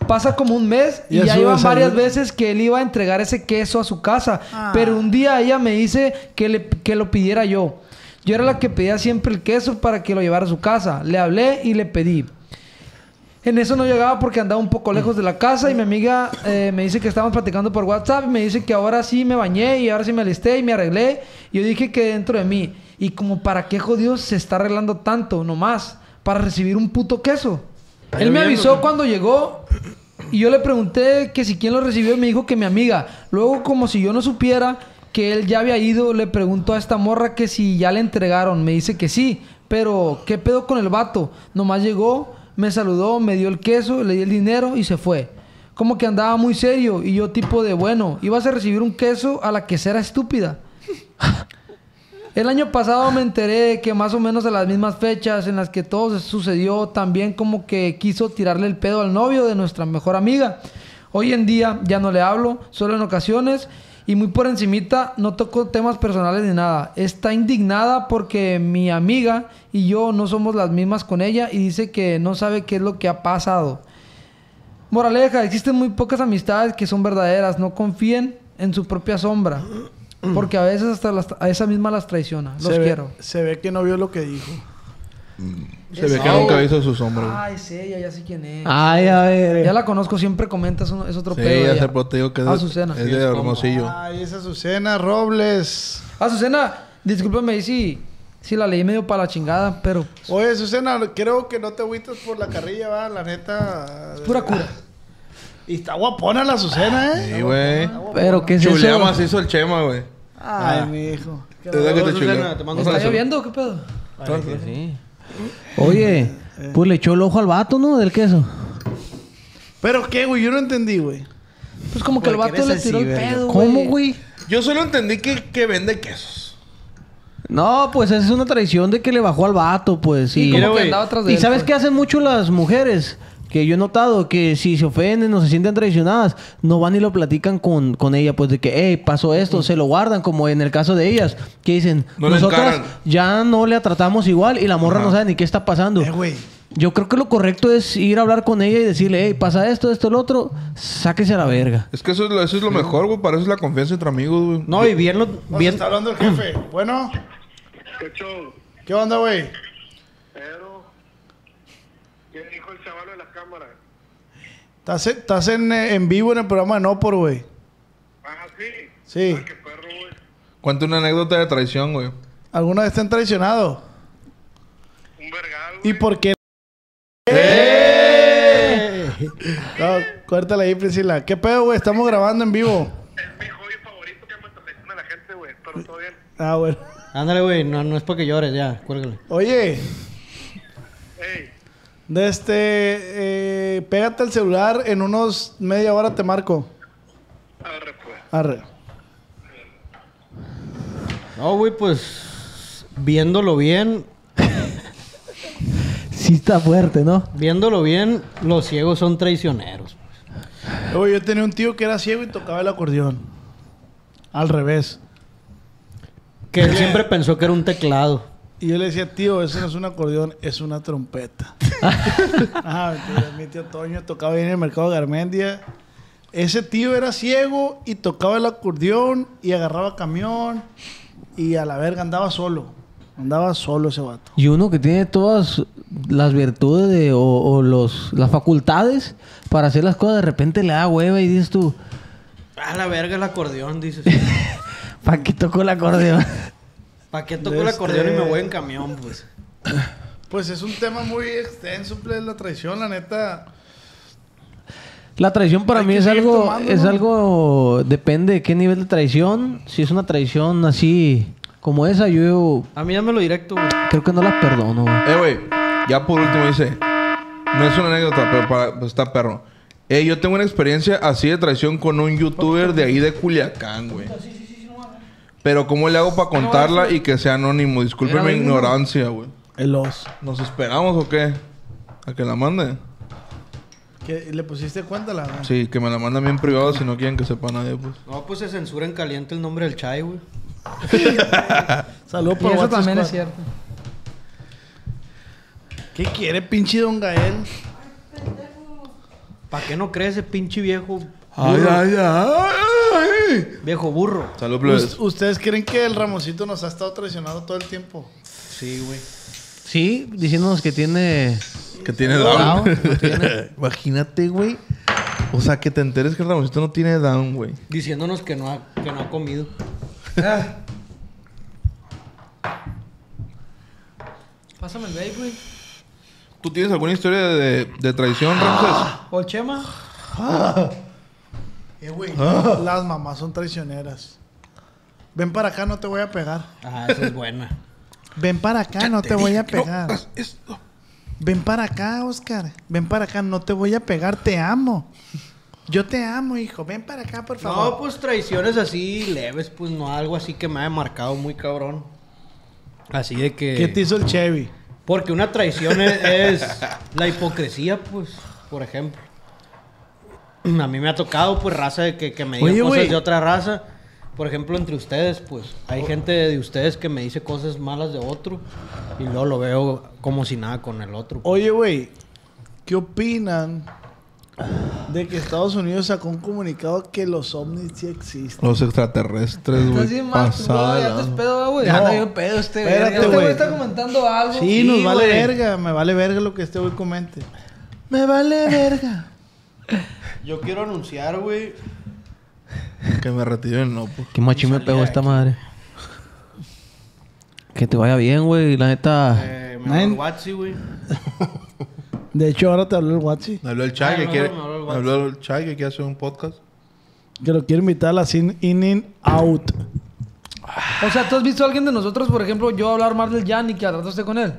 Speaker 6: Pasa como un mes y
Speaker 2: Ya
Speaker 6: ya
Speaker 2: sube
Speaker 6: iban
Speaker 2: esa
Speaker 6: varias
Speaker 2: luz.
Speaker 6: veces que él iba a entregar ese queso a su casa. Pero un día ella me dice que, le, que lo pidiera yo. Yo era la que pedía siempre el queso para que lo llevara a su casa. Le hablé y le pedí. En eso no llegaba porque andaba un poco lejos de la casa y mi amiga eh, me dice que estábamos platicando por WhatsApp y me dice que ahora sí me bañé y ahora sí me alisté y me arreglé. Y yo dije que dentro de mí. Y como para qué jodidos se está arreglando tanto nomás para recibir un puto queso. Él me avisó cuando llegó y yo le pregunté que si quién lo recibió y me dijo que mi amiga. Luego como si yo no supiera que él ya había ido, le pregunto a esta morra que si ya le entregaron. Me dice que sí, pero ¿qué pedo con el vato? Nomás llegó, me saludó, me dio el queso, le di el dinero y se fue. Como que andaba muy serio y yo tipo de, bueno, ibas a recibir un queso a la quesera estúpida. El año pasado me enteré que más o menos a las mismas fechas en las que todo sucedió, también como que quiso tirarle el pedo al novio de nuestra mejor amiga. Hoy en día ya no le hablo, solo en ocasiones y muy por encimita no toco temas personales ni nada. Está indignada porque mi amiga y yo no somos las mismas con ella y dice que no sabe qué es lo que ha pasado. Moraleja, existen muy pocas amistades que son verdaderas. No confíen en su propia sombra. Porque a veces hasta las- a esa misma las traiciona. Los
Speaker 2: se,
Speaker 6: quiero.
Speaker 2: Ve, se ve que no vio lo que dijo.
Speaker 3: Se ve que nunca hizo sus hombros.
Speaker 6: Ay, es ella, ya sé quién es.
Speaker 7: Ay, a ver.
Speaker 6: Ya la conozco, siempre comenta, es, un- es otro
Speaker 3: Sí,
Speaker 6: pedo.
Speaker 3: ya
Speaker 6: ella.
Speaker 3: se pero te digo que es de,
Speaker 6: Azucena.
Speaker 3: es Ah, de Hermosillo.
Speaker 2: Ay, esa Azucena Robles.
Speaker 6: Azucena, discúlpame si, si la leí medio para la chingada, pero
Speaker 2: Oye, Azucena, creo que no te agüitas por la carrilla, va, la neta. Es
Speaker 6: pura cura.
Speaker 2: Y está guapona la Azucena, ¿eh?
Speaker 3: Sí, güey.
Speaker 4: Pero qué es
Speaker 3: Chulea
Speaker 4: eso.
Speaker 3: más hizo el Chema, güey.
Speaker 2: Ay, mi hijo.
Speaker 3: Es la que te
Speaker 5: Azucena,
Speaker 3: chulea.
Speaker 5: te mando
Speaker 6: ¿Está lloviendo o qué pedo?
Speaker 4: Oye, pues le echó el ojo al vato, ¿no? Del queso.
Speaker 2: Pero qué, güey, yo no entendí, güey.
Speaker 6: Pues como que el
Speaker 7: Porque
Speaker 6: vato le
Speaker 7: eres
Speaker 6: tiró
Speaker 7: así,
Speaker 6: el
Speaker 7: verga.
Speaker 6: pedo,
Speaker 4: ¿Cómo, güey?
Speaker 3: Yo solo entendí que, que vende quesos.
Speaker 4: No, pues esa es una traición de que le bajó al vato, pues.
Speaker 6: Sí,
Speaker 4: Y,
Speaker 5: Mira,
Speaker 6: como que
Speaker 5: güey.
Speaker 6: andaba atrás de
Speaker 4: y
Speaker 6: él,
Speaker 4: sabes
Speaker 6: pues.
Speaker 4: qué hacen mucho las mujeres, que yo he notado que si se ofenden o se sienten traicionadas, no van y lo platican con, con ella, pues de que, hey, pasó esto, se lo guardan, como en el caso de ellas, que dicen,
Speaker 3: No le
Speaker 4: nosotras
Speaker 3: encaran.
Speaker 4: ya no la tratamos igual y la morra no sabe ni qué está pasando.
Speaker 2: Eh, güey.
Speaker 4: Yo creo que lo correcto es ir a hablar con ella y decirle, hey, pasa esto, esto, el otro, sáquese a la verga.
Speaker 3: Es que eso es lo, eso es lo mejor, güey. Para eso es la confianza entre amigos, güey.
Speaker 5: No, y bien lo...
Speaker 2: O sea,
Speaker 5: Bien...
Speaker 2: está hablando el jefe. Bueno,
Speaker 9: Cocho,
Speaker 2: ¿qué onda, güey?
Speaker 9: Pedro, ¿qué dijo el chaval de las cámaras?
Speaker 2: Estás, en- estás en, eh, en vivo en el programa de Nopor, güey.
Speaker 9: Ah, sí.
Speaker 2: Sí.
Speaker 9: Ay, qué perro, güey.
Speaker 3: Cuenta una anécdota de traición, güey.
Speaker 2: ¿Alguna vez te han traicionado?
Speaker 9: Un vergal, güey.
Speaker 2: ¿Y por qué?
Speaker 5: Eh,
Speaker 2: No, cuéntale ahí, Priscila. ¿Qué pedo, güey? Estamos grabando en vivo.
Speaker 9: Es mi hobby favorito que me selecciona la gente, güey. Pero todo bien.
Speaker 2: Ah, bueno.
Speaker 5: Ándale, güey. No, no es para que llores, ya. Cuélgale.
Speaker 2: Oye,
Speaker 9: Ey,
Speaker 2: de este... eh, pégate el celular. En unos media hora te marco.
Speaker 9: arre, pues.
Speaker 2: Arre.
Speaker 5: No, güey, pues... Viéndolo bien...
Speaker 4: Sí está fuerte, ¿no?
Speaker 5: Viéndolo bien, los ciegos son traicioneros.
Speaker 2: Oye, yo tenía un tío que era ciego y tocaba el acordeón. Al revés.
Speaker 5: Que él siempre pensó que era un teclado.
Speaker 2: Y yo le decía, tío, eso no es un acordeón, es una trompeta. ah, mentira, mi tío Toño tocaba ahí en el mercado de Garmendia. Ese tío era ciego y tocaba el acordeón y agarraba camión y a la verga andaba solo. Andaba solo ese vato.
Speaker 4: Y uno que tiene todas las virtudes de- o, o los, las facultades para hacer las cosas, de repente le da hueva y dices tú,
Speaker 5: A la verga el acordeón, dices.
Speaker 4: ¿para qué tocó el acordeón?
Speaker 5: ¿Para qué toco el acordeón y me voy en camión, pues?
Speaker 2: Pues es un tema muy extenso, pues, la traición, la neta.
Speaker 4: La traición para
Speaker 2: Hay
Speaker 4: mí
Speaker 2: que
Speaker 4: es
Speaker 2: seguir
Speaker 4: algo,
Speaker 2: tomando,
Speaker 4: es
Speaker 2: ¿no?
Speaker 4: algo, depende de qué nivel de traición. Si es una traición así como esa, yo
Speaker 5: A mí dámelo directo, güey.
Speaker 4: creo que no la perdono. güey.
Speaker 3: Eh, güey. Ya por último dice. No es una anécdota, pero para, pues, está perro. Eh, yo tengo una experiencia así de traición con un youtuber de ahí de Culiacán, güey. Pero ¿cómo le hago para contarla y que sea anónimo? Disculpe mi ignorancia, güey.
Speaker 2: El os.
Speaker 3: ¿Nos esperamos o qué? ¿A que la mande?
Speaker 2: ¿Qué, ¿Le pusiste cuéntala? güey?
Speaker 3: Sí, que me la manden bien privado si no quieren que sepa nadie, pues.
Speaker 5: No, pues se censura en caliente el nombre del chai, güey.
Speaker 2: Saludos
Speaker 6: Y
Speaker 2: por
Speaker 6: eso
Speaker 2: WhatsApp
Speaker 6: también es
Speaker 2: Squad.
Speaker 6: cierto.
Speaker 2: ¿Qué quiere pinche Don Gael?
Speaker 5: ¿Para qué no cree ese pinche viejo?
Speaker 3: Ay,
Speaker 5: burro?
Speaker 3: ay, ay. Pues,
Speaker 5: Viejo burro.
Speaker 3: Salud, plebes.
Speaker 2: Us- ¿Ustedes creen que el Ramosito nos ha estado traicionando todo el tiempo?
Speaker 5: Sí, güey.
Speaker 4: Sí, diciéndonos que tiene.
Speaker 3: Que tiene
Speaker 4: Down,
Speaker 3: down. Imagínate, güey. O sea, que te enteres que el Ramoncito no tiene down, güey.
Speaker 5: Diciéndonos que no ha, que no ha comido.
Speaker 6: Pásame el vape, güey.
Speaker 3: ¿Tú tienes alguna historia de, de traición, Ramses?
Speaker 6: ¿O el Chema?
Speaker 2: Eh, güey, las mamás son traicioneras. Ven para acá, no te voy a pegar.
Speaker 5: Ah, esa es buena.
Speaker 2: Ven para acá, no te, voy a pegar. Ven para acá, Oscar. Ven para acá, no te voy a pegar, te amo. Yo te amo, hijo. Ven para acá, por favor.
Speaker 5: No, pues traiciones así leves, pues no algo así que me haya marcado muy cabrón. Así de que.
Speaker 2: ¿Qué te hizo el Chevy?
Speaker 5: Porque una traición es, es la hipocresía, pues, por ejemplo. A mí me ha tocado, pues, raza de que, que me digan
Speaker 2: Oye,
Speaker 5: cosas
Speaker 2: güey.
Speaker 5: de otra raza. Por ejemplo, entre ustedes, pues, hay gente de ustedes que me dice cosas malas de otro y luego lo veo como si nada con el otro. pues.
Speaker 2: Oye, güey, ¿qué opinan de que Estados Unidos sacó un comunicado que los ovnis sí existen?
Speaker 3: Los extraterrestres,
Speaker 6: Estás bien
Speaker 3: güey.
Speaker 6: mal, tú, güey. Ya
Speaker 3: Pasada.
Speaker 6: estás pedo, güey.
Speaker 2: No.
Speaker 6: No.
Speaker 4: Ay, pedo este, güey.
Speaker 2: Espérate,
Speaker 6: Este güey
Speaker 2: güey.
Speaker 6: está comentando algo.
Speaker 2: Sí, nos vale
Speaker 5: güey.
Speaker 2: verga. Me vale verga lo que este güey comente.
Speaker 7: Me vale verga.
Speaker 5: Yo quiero anunciar, güey.
Speaker 3: Que me retiren, no, pues.
Speaker 4: Qué machín me pegó esta madre. Que te vaya bien, güey. La neta.
Speaker 5: eh, me
Speaker 2: Man.
Speaker 5: habló el Watsi, güey.
Speaker 2: De hecho, ahora te habló el Watsi.
Speaker 3: Me habló el Chai
Speaker 5: Ah,
Speaker 3: que
Speaker 5: no,
Speaker 3: quiere.
Speaker 5: no, me habló el
Speaker 3: Me habló el Chai que quiere hacer un podcast.
Speaker 2: Que lo quiero invitar a las In, in, in Out.
Speaker 6: O sea, ¿tú has visto a alguien de nosotros, por ejemplo, yo hablar mal del Jan y que al rato esté con él?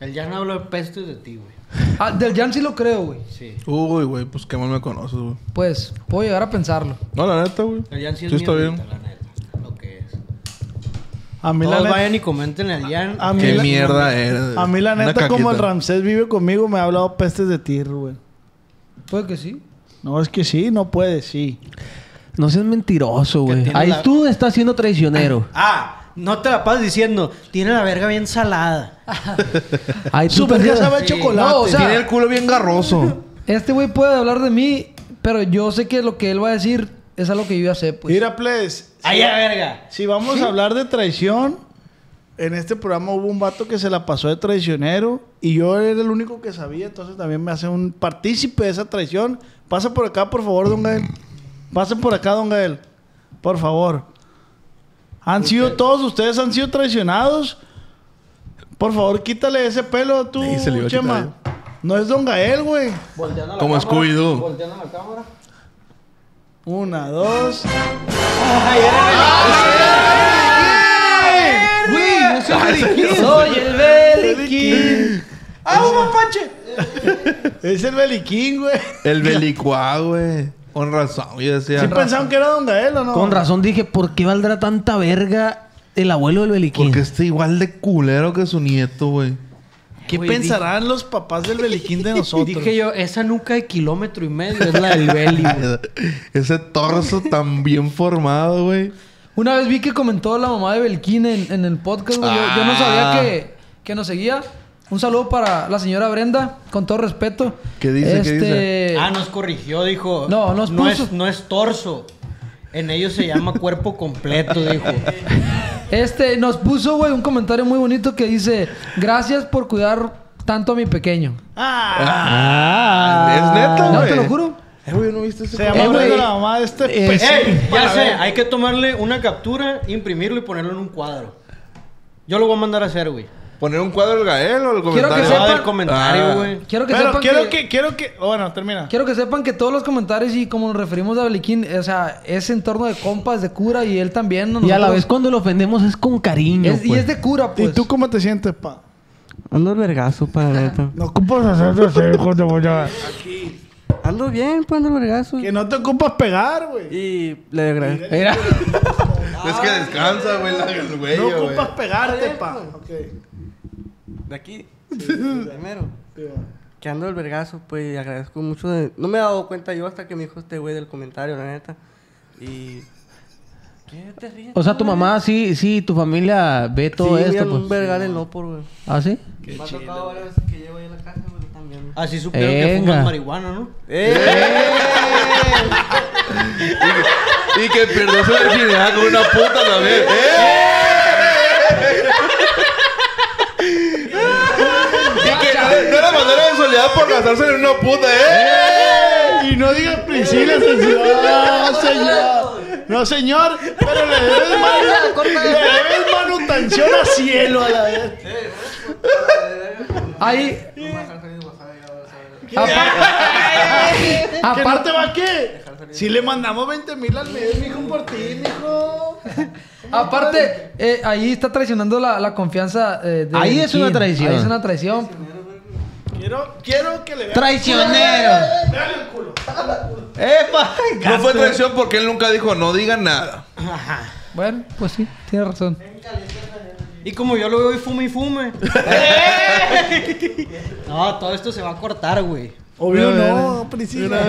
Speaker 5: El Jan habló de pestes de ti, güey.
Speaker 6: Ah, del Jan sí lo creo, güey.
Speaker 5: Sí.
Speaker 3: Uy, güey, pues qué mal me conoces, güey.
Speaker 6: Pues, puedo llegar a pensarlo.
Speaker 3: No, la neta, güey.
Speaker 5: El Jan sí es
Speaker 3: está bien.
Speaker 5: mierdita, la neta. Lo que es.
Speaker 2: A mí, la
Speaker 5: Todos
Speaker 2: neta,
Speaker 5: vayan y comenten al Jan.
Speaker 2: a mí
Speaker 3: Qué
Speaker 2: la-
Speaker 3: mierda eres.
Speaker 2: a mí la
Speaker 3: Una
Speaker 2: neta como el
Speaker 3: caquita.
Speaker 2: Ramsés vive conmigo, me ha hablado pestes de ti, Rubén.
Speaker 6: Puede que sí.
Speaker 2: No, es que sí, no puede, sí.
Speaker 4: No seas mentiroso, güey.
Speaker 5: tiene
Speaker 4: Ahí
Speaker 5: la-
Speaker 4: tú estás siendo traicionero.
Speaker 5: Ah, no te la pasas diciendo, tiene la verga bien salada.
Speaker 4: Ahí tú
Speaker 2: Su verga
Speaker 4: estás-
Speaker 2: sabe a chocolate.
Speaker 6: No, o sea-
Speaker 3: Tiene el culo bien garroso.
Speaker 6: Este güey puede hablar de mí, pero yo sé que lo que él va a decir es algo que yo ya sé, pues.
Speaker 2: Mira, please.
Speaker 5: ¡Ay, a verga!
Speaker 2: Si vamos a hablar de traición, en este programa hubo un vato que se la pasó de traicionero y yo era el único que sabía, entonces también me hace un partícipe de esa traición. Pasa por acá, por favor, don Gael. Pasen por acá, don Gael. Por favor. Han sido todos ustedes han sido traicionados. Por favor, quítale ese pelo tú,
Speaker 3: Sí, se le iba a ¿eh?
Speaker 2: Chema. No es don Gael, güey.
Speaker 3: Como Scooby-Doo.
Speaker 5: Volteando la cámara.
Speaker 2: Una, dos.
Speaker 6: ¡Güey! ¡No soy Beliquín! ¡Soy el Beliquín!
Speaker 5: Ah,
Speaker 2: Es el Beliquín, güey.
Speaker 3: El Belicuá, güey. Con razón, yo decía.
Speaker 2: ¿Sí pensaban que era don Gael o no?
Speaker 4: Con razón dije, ¿por qué valdrá tanta verga el abuelo del Beliquín?
Speaker 3: Porque está igual de culero que su nieto, güey.
Speaker 2: ¿Qué
Speaker 5: Güey,
Speaker 2: pensarán los papás del Beliquín de nosotros?
Speaker 5: Dije yo, esa nuca de kilómetro y medio es la del Beli, güey.
Speaker 3: Ese torso tan bien formado, güey.
Speaker 6: Una vez vi que comentó la mamá de Belquín en, en el podcast, güey. Yo, yo no
Speaker 3: Ah.
Speaker 6: sabía que, que nos seguía. Un saludo para la señora Brenda, con todo respeto.
Speaker 3: ¿Qué dice? ¿Qué
Speaker 6: Este,
Speaker 3: dice?
Speaker 5: Ah, nos corrigió, dijo.
Speaker 6: No, nos
Speaker 5: no
Speaker 6: puso.
Speaker 5: es, no es torso. En ellos se llama cuerpo completo, dijo.
Speaker 6: Este, nos puso, güey, un comentario muy bonito que dice: Gracias por cuidar tanto a mi pequeño.
Speaker 2: Ah,
Speaker 3: es neta, Ah, güey.
Speaker 6: No, te lo juro.
Speaker 3: Eh, güey, ¿no viste ese
Speaker 2: Se llama
Speaker 6: Eh, güey.
Speaker 2: Brenda la mamá de este
Speaker 4: Eh,
Speaker 2: pez.
Speaker 5: Pues, ¡Ey! Ya sé, hay que tomarle una captura, imprimirlo y ponerlo en un cuadro. Yo lo voy a mandar a hacer, güey.
Speaker 3: ¿Poner un cuadro del Gael o
Speaker 6: Quiero
Speaker 3: el comentario?
Speaker 6: que
Speaker 5: Dale,
Speaker 6: sepan-
Speaker 5: el comentario,
Speaker 3: Ah.
Speaker 5: güey.
Speaker 6: Quiero que
Speaker 2: Pero
Speaker 6: sepan
Speaker 2: quiero
Speaker 6: que,
Speaker 2: que, quiero que. oh, Bueno, termina.
Speaker 6: quiero que sepan que todos los comentarios y como nos referimos a Beliquín, o sea, es en torno de compas, de cura y él también. ¿no?
Speaker 4: Y a la
Speaker 6: Nosotros-
Speaker 4: vez cuando lo ofendemos es con cariño.
Speaker 6: Es- Y
Speaker 4: pues.
Speaker 6: es de cura, pues.
Speaker 2: ¿Y tú cómo te sientes, pa?
Speaker 10: Ando vergazo, para neta.
Speaker 2: No ocupas hacerte así, hijo de boya.
Speaker 10: Ando bien, pues ando vergazo.
Speaker 2: Que no te ocupas pegar, güey.
Speaker 10: Y le agradezco.
Speaker 6: Mira.
Speaker 3: Es que descansa, güey, la- el
Speaker 2: No
Speaker 3: güey.
Speaker 2: ocupas pegarte, pa. Ok.
Speaker 10: pues. De aquí. Primero. Que ando el vergazo, pues y agradezco mucho. de- No me he dado cuenta yo hasta que me dijo este güey del comentario, la neta. Y. ¿Qué te ríes?
Speaker 4: O sea, tu mamá, sí, sí, tu familia ve todo
Speaker 10: sí, mira,
Speaker 4: esto,
Speaker 10: un
Speaker 4: pues.
Speaker 10: vergal en Lopor, güey.
Speaker 4: ¿Ah, sí?
Speaker 10: Me ha tocado varias veces que llevo ahí a la casa, güey. están cambiando.
Speaker 5: Así supieron que
Speaker 4: Venga.
Speaker 5: fuman marihuana, ¿no?
Speaker 3: Y que perdió su virginidad con una puta también. ¡Eh! Y que no, le- no la mandaron de soledad por casarse en una puta, ¿eh?
Speaker 2: Y no digas Priscila, señor. No, señor. No, señor. Pero le debes, manu, le debes manutención a cielo a la vez.
Speaker 6: Ahí.
Speaker 2: ¿Que no te
Speaker 6: Aparte,
Speaker 2: va a qué? Si le mandamos 20 mil al mes, mijo, por ti, mijo.
Speaker 6: aparte eh, ahí está traicionando la, la confianza. eh, de
Speaker 4: Ahí es
Speaker 6: Kim.
Speaker 4: una traición.
Speaker 6: Ahí es una traición.
Speaker 2: Quiero, quiero que le vean.
Speaker 4: ¡Traicionero!
Speaker 2: Vean el culo.
Speaker 4: ¡Epa!
Speaker 3: No fue traición porque él nunca dijo, no digan nada.
Speaker 6: Bueno, pues sí, tiene razón.
Speaker 5: Y como yo lo veo y fume y fume. no, todo esto se va a cortar, güey.
Speaker 2: Obvio no, Priscila.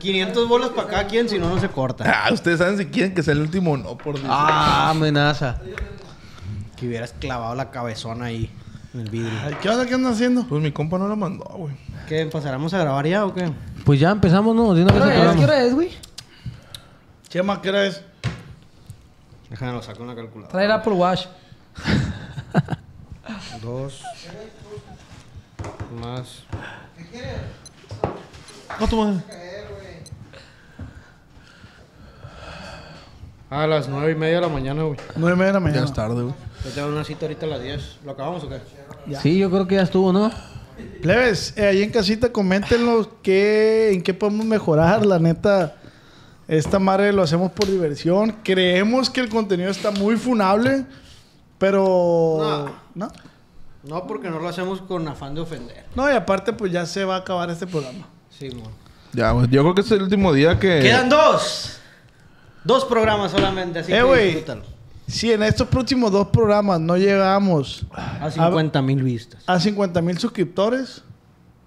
Speaker 5: 500 bolas para cada quien, si no, no se corta.
Speaker 3: Ah, ustedes saben si quieren que sea el último o no, por Dios.
Speaker 4: Ah, amenaza.
Speaker 5: Que hubieras clavado la cabezona ahí en el vidrio.
Speaker 2: Ay, ¿Qué onda? ¿Qué andan haciendo?
Speaker 3: Pues mi compa no la mandó, güey.
Speaker 5: ¿Qué? ¿Pasaremos a grabar ya o qué?
Speaker 4: Pues ya empezamos, ¿no? De una
Speaker 6: ¿Qué
Speaker 4: vez el
Speaker 6: hora es? ¿Qué
Speaker 4: programa.
Speaker 6: hora es, güey?
Speaker 2: Chema, ¿qué hora es?
Speaker 5: Déjame lo saco en la calculadora.
Speaker 6: Trae el Apple Watch.
Speaker 5: Dos. Más.
Speaker 2: No, tu madre.
Speaker 5: A Ah, las nueve y media de la mañana, güey.
Speaker 2: Nueve y media de la
Speaker 3: Ya
Speaker 2: mañana.
Speaker 3: es tarde, güey.
Speaker 5: Yo tengo una cita ahorita a las 10. ¿Lo acabamos o qué?
Speaker 4: Sí, yo creo que ya estuvo, ¿no?
Speaker 2: Plebes, eh, ahí en casita coméntenos qué, en qué podemos mejorar, la neta. Esta madre lo hacemos por diversión. Creemos que el contenido está muy funable, pero... No.
Speaker 5: No, porque no lo hacemos con afán de ofender.
Speaker 2: No, y aparte pues ya se va a acabar este programa.
Speaker 5: Sí, mon.
Speaker 3: Ya, güey. Yo creo que es el último día que...
Speaker 5: Quedan dos. Dos programas solamente, así
Speaker 2: Eh,
Speaker 5: que
Speaker 2: güey.
Speaker 5: disfrútalo.
Speaker 2: Si en estos próximos dos programas no llegamos
Speaker 5: A 50 mil vistas.
Speaker 2: a 50 mil suscriptores,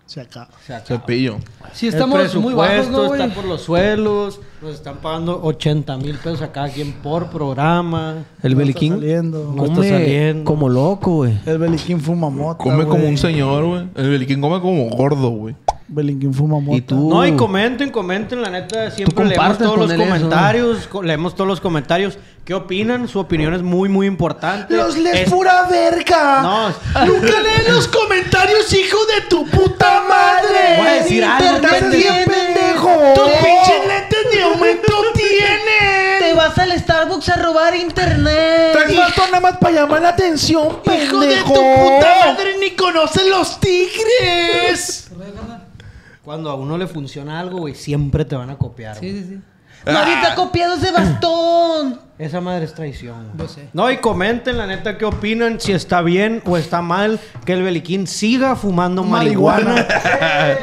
Speaker 2: se acaba.
Speaker 5: O sea, acá-
Speaker 3: Cepillo.
Speaker 6: Sí,
Speaker 5: El
Speaker 6: estamos muy bajos,
Speaker 5: presupuesto
Speaker 6: ¿no, güey?
Speaker 5: está por los suelos. Nos están pagando 80 mil pesos a cada quien por programa.
Speaker 4: El
Speaker 2: No está
Speaker 4: Beliquín
Speaker 2: saliendo.
Speaker 5: No está
Speaker 4: come
Speaker 5: saliendo.
Speaker 4: como loco, güey.
Speaker 2: El Beliquín fuma mota,
Speaker 3: Come como
Speaker 2: güey.
Speaker 3: un señor, güey. El Beliquín come como gordo, güey.
Speaker 2: Beliquín fuma mota.
Speaker 4: Y tú...
Speaker 5: No, y comenten, comenten, la neta, siempre leemos
Speaker 4: compartes
Speaker 5: todos
Speaker 4: con
Speaker 5: los
Speaker 4: él eso, ¿no?
Speaker 5: comentarios, co- leemos todos los comentarios. ¿Qué opinan? Su opinión es muy, muy importante.
Speaker 2: ¡Los lees
Speaker 5: Es-
Speaker 2: pura verga!
Speaker 5: No,
Speaker 2: ¡Nunca lees los comentarios, hijo de tu puta madre!
Speaker 5: Voy a decir algo,
Speaker 2: ¡Estás
Speaker 5: pendejo.
Speaker 2: bien, pendejo! ¡Tus pinches lentes de aumento tienen!
Speaker 8: Te vas al Starbucks a robar internet.
Speaker 7: Traes bastón nada más para llamar la atención,
Speaker 2: ¡Hijo de tu
Speaker 7: pendejo.
Speaker 2: puta madre ni conoces los tigres!
Speaker 5: cuando a uno le funciona algo, güey, siempre te van a copiar.
Speaker 6: Sí,
Speaker 5: güey.
Speaker 6: sí, sí.
Speaker 8: Nadie te ha copiado ese bastón.
Speaker 5: Esa madre es traición.
Speaker 6: Yo
Speaker 5: güey.
Speaker 6: sé.
Speaker 5: No, y comenten, la neta, qué opinan, si está bien o está mal que el Beliquín siga fumando marihuana,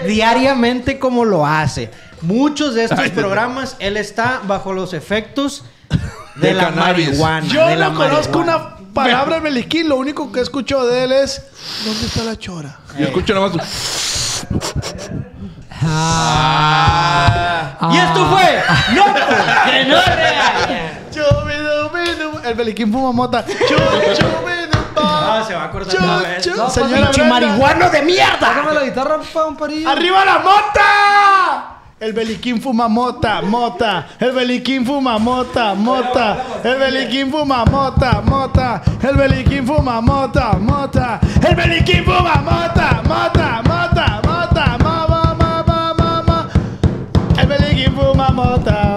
Speaker 5: diariamente como lo hace. Muchos de estos programas, él está bajo los efectos de,
Speaker 3: De
Speaker 5: la
Speaker 3: cannabis.
Speaker 5: marihuana.
Speaker 2: Yo
Speaker 5: de la
Speaker 2: no conozco
Speaker 5: marihuana.
Speaker 2: una palabra de Beliquín. Lo único que escucho de él es... ¿Dónde está la chora?
Speaker 3: Yo escucho nada más...
Speaker 5: Y esto fue Loco de Norte.
Speaker 2: Chubidum, bidum. El Beliquín fuma mota. Chubidum, chubidum, pa.
Speaker 5: Ah, se va a cortar
Speaker 2: Chum,
Speaker 5: otra vez. pues,
Speaker 2: chum. Señora Brenda.
Speaker 5: de mierda!
Speaker 6: Dame la guitarra, pa, un parillo.
Speaker 2: ¡Arriba la mota! El Beliquín fuma mota, mota. El Beliquín fuma mota, mota. El Beliquín fuma mota, mota. El Beliquín fuma mota, mota. El Beliquín fuma mota, mota, mota, mota. Ma, ma, ma, ma, ma, ma. El Beliquín fuma mota.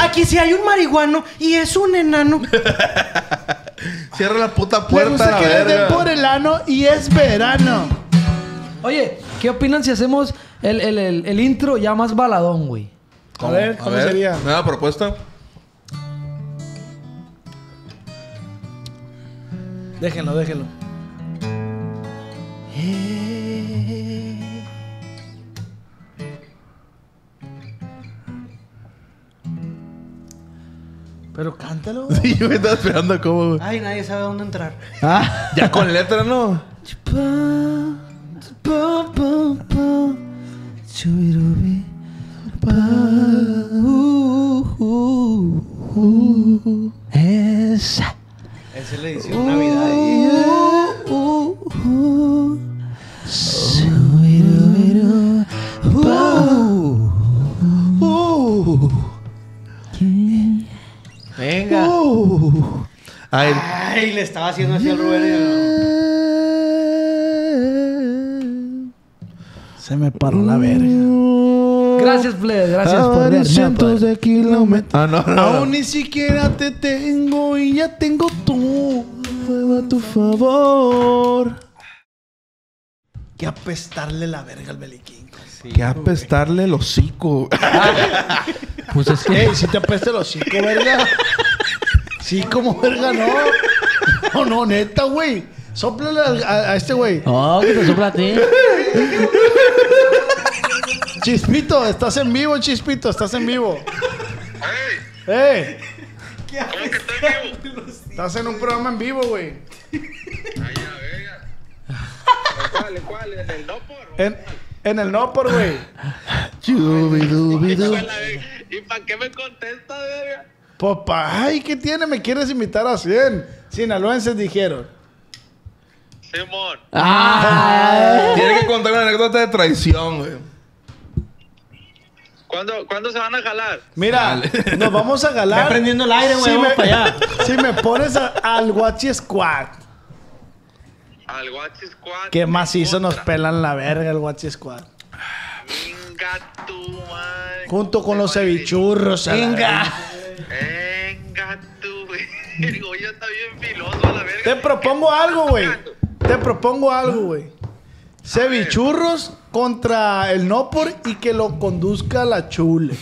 Speaker 5: Aquí si hay un marihuano y es un enano.
Speaker 3: Cierra la puta
Speaker 2: Le
Speaker 3: puerta,
Speaker 2: gusta
Speaker 3: la
Speaker 2: que le den
Speaker 3: verga.
Speaker 2: por el ano y es verano.
Speaker 6: Oye, ¿qué opinan si hacemos el, el, el, el intro ya más baladón, güey?
Speaker 2: A ver, ¿cómo sería?
Speaker 3: Nueva propuesta.
Speaker 2: Déjenlo, déjenlo. Pero cántalo.
Speaker 3: Sí, yo me estaba esperando cómo, güey.
Speaker 5: Ay, nadie sabe dónde entrar.
Speaker 3: Ya con letra, ¿no?
Speaker 5: Ese le dice Navidad.
Speaker 7: Uh,
Speaker 6: Uh.
Speaker 2: Uh.
Speaker 3: A él.
Speaker 5: Ay, le estaba haciendo así al Rubén.
Speaker 2: Se me paró la verga.
Speaker 6: Gracias, Fle, gracias
Speaker 2: Ah,
Speaker 6: por verme. pues. padre.
Speaker 3: de kilómetros. Ah, no, no, no.
Speaker 2: Aún ni siquiera te tengo y ya tengo tú.
Speaker 3: Juego a tu favor.
Speaker 2: Que apestarle la verga al Beliquín.
Speaker 3: que apestarle el hocico.
Speaker 4: Pues es que
Speaker 2: Ey, si te apesta el hocico, verga. Sí, como verga, no. No, no, neta, güey. Sóplale al- a, a este güey.
Speaker 4: No, que te sopla a ti.
Speaker 2: Chispito, estás en vivo, Chispito, estás en vivo. ¡Ey!
Speaker 9: ¿Cómo que está vivo?
Speaker 2: Estás en un programa en vivo, güey.
Speaker 9: Ahí a la verga. ¿Cuál, cuál? ¿En el Dopor?
Speaker 2: En, en el no por, güey.
Speaker 9: ¿Cuál la verga? ¿Y para qué me contesta, verga?
Speaker 2: Papá, ay, ¿qué tiene? ¿Me quieres invitar a 100? Sinaloenses dijeron.
Speaker 9: Simón.
Speaker 2: Ah.
Speaker 3: Tiene que contar una anécdota de traición, güey.
Speaker 9: ¿Cuándo, ¿Cuándo se van a jalar?
Speaker 2: Mira, nos vamos a
Speaker 5: Está
Speaker 2: galar.
Speaker 5: prendiendo el aire, güey.
Speaker 2: si,
Speaker 5: vamos
Speaker 2: me,
Speaker 5: para allá.
Speaker 2: si me pones a- al Guachi Squad,
Speaker 9: Al Guachi Squad.
Speaker 2: ¿qué macizo nos
Speaker 9: Contra.
Speaker 2: pelan la verga el Guachi Squad?
Speaker 9: Venga tu madre.
Speaker 2: Junto con los cevichurros. Venga.
Speaker 9: Venga tu verga. Oye, está bien filoso a la verga.
Speaker 2: Te propongo algo, güey. Te propongo algo, güey. Cevichurros contra el no por y que lo conduzca la chule.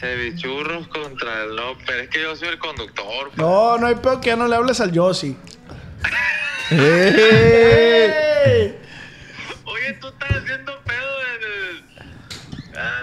Speaker 9: Cevichurros contra el no, pero es que yo soy el conductor. pa.
Speaker 2: No, no hay peor que ya no le hables al Yossi.
Speaker 5: Eh.
Speaker 2: ¡Ey!
Speaker 9: Oye, tú estás haciendo pedo en el. Ah,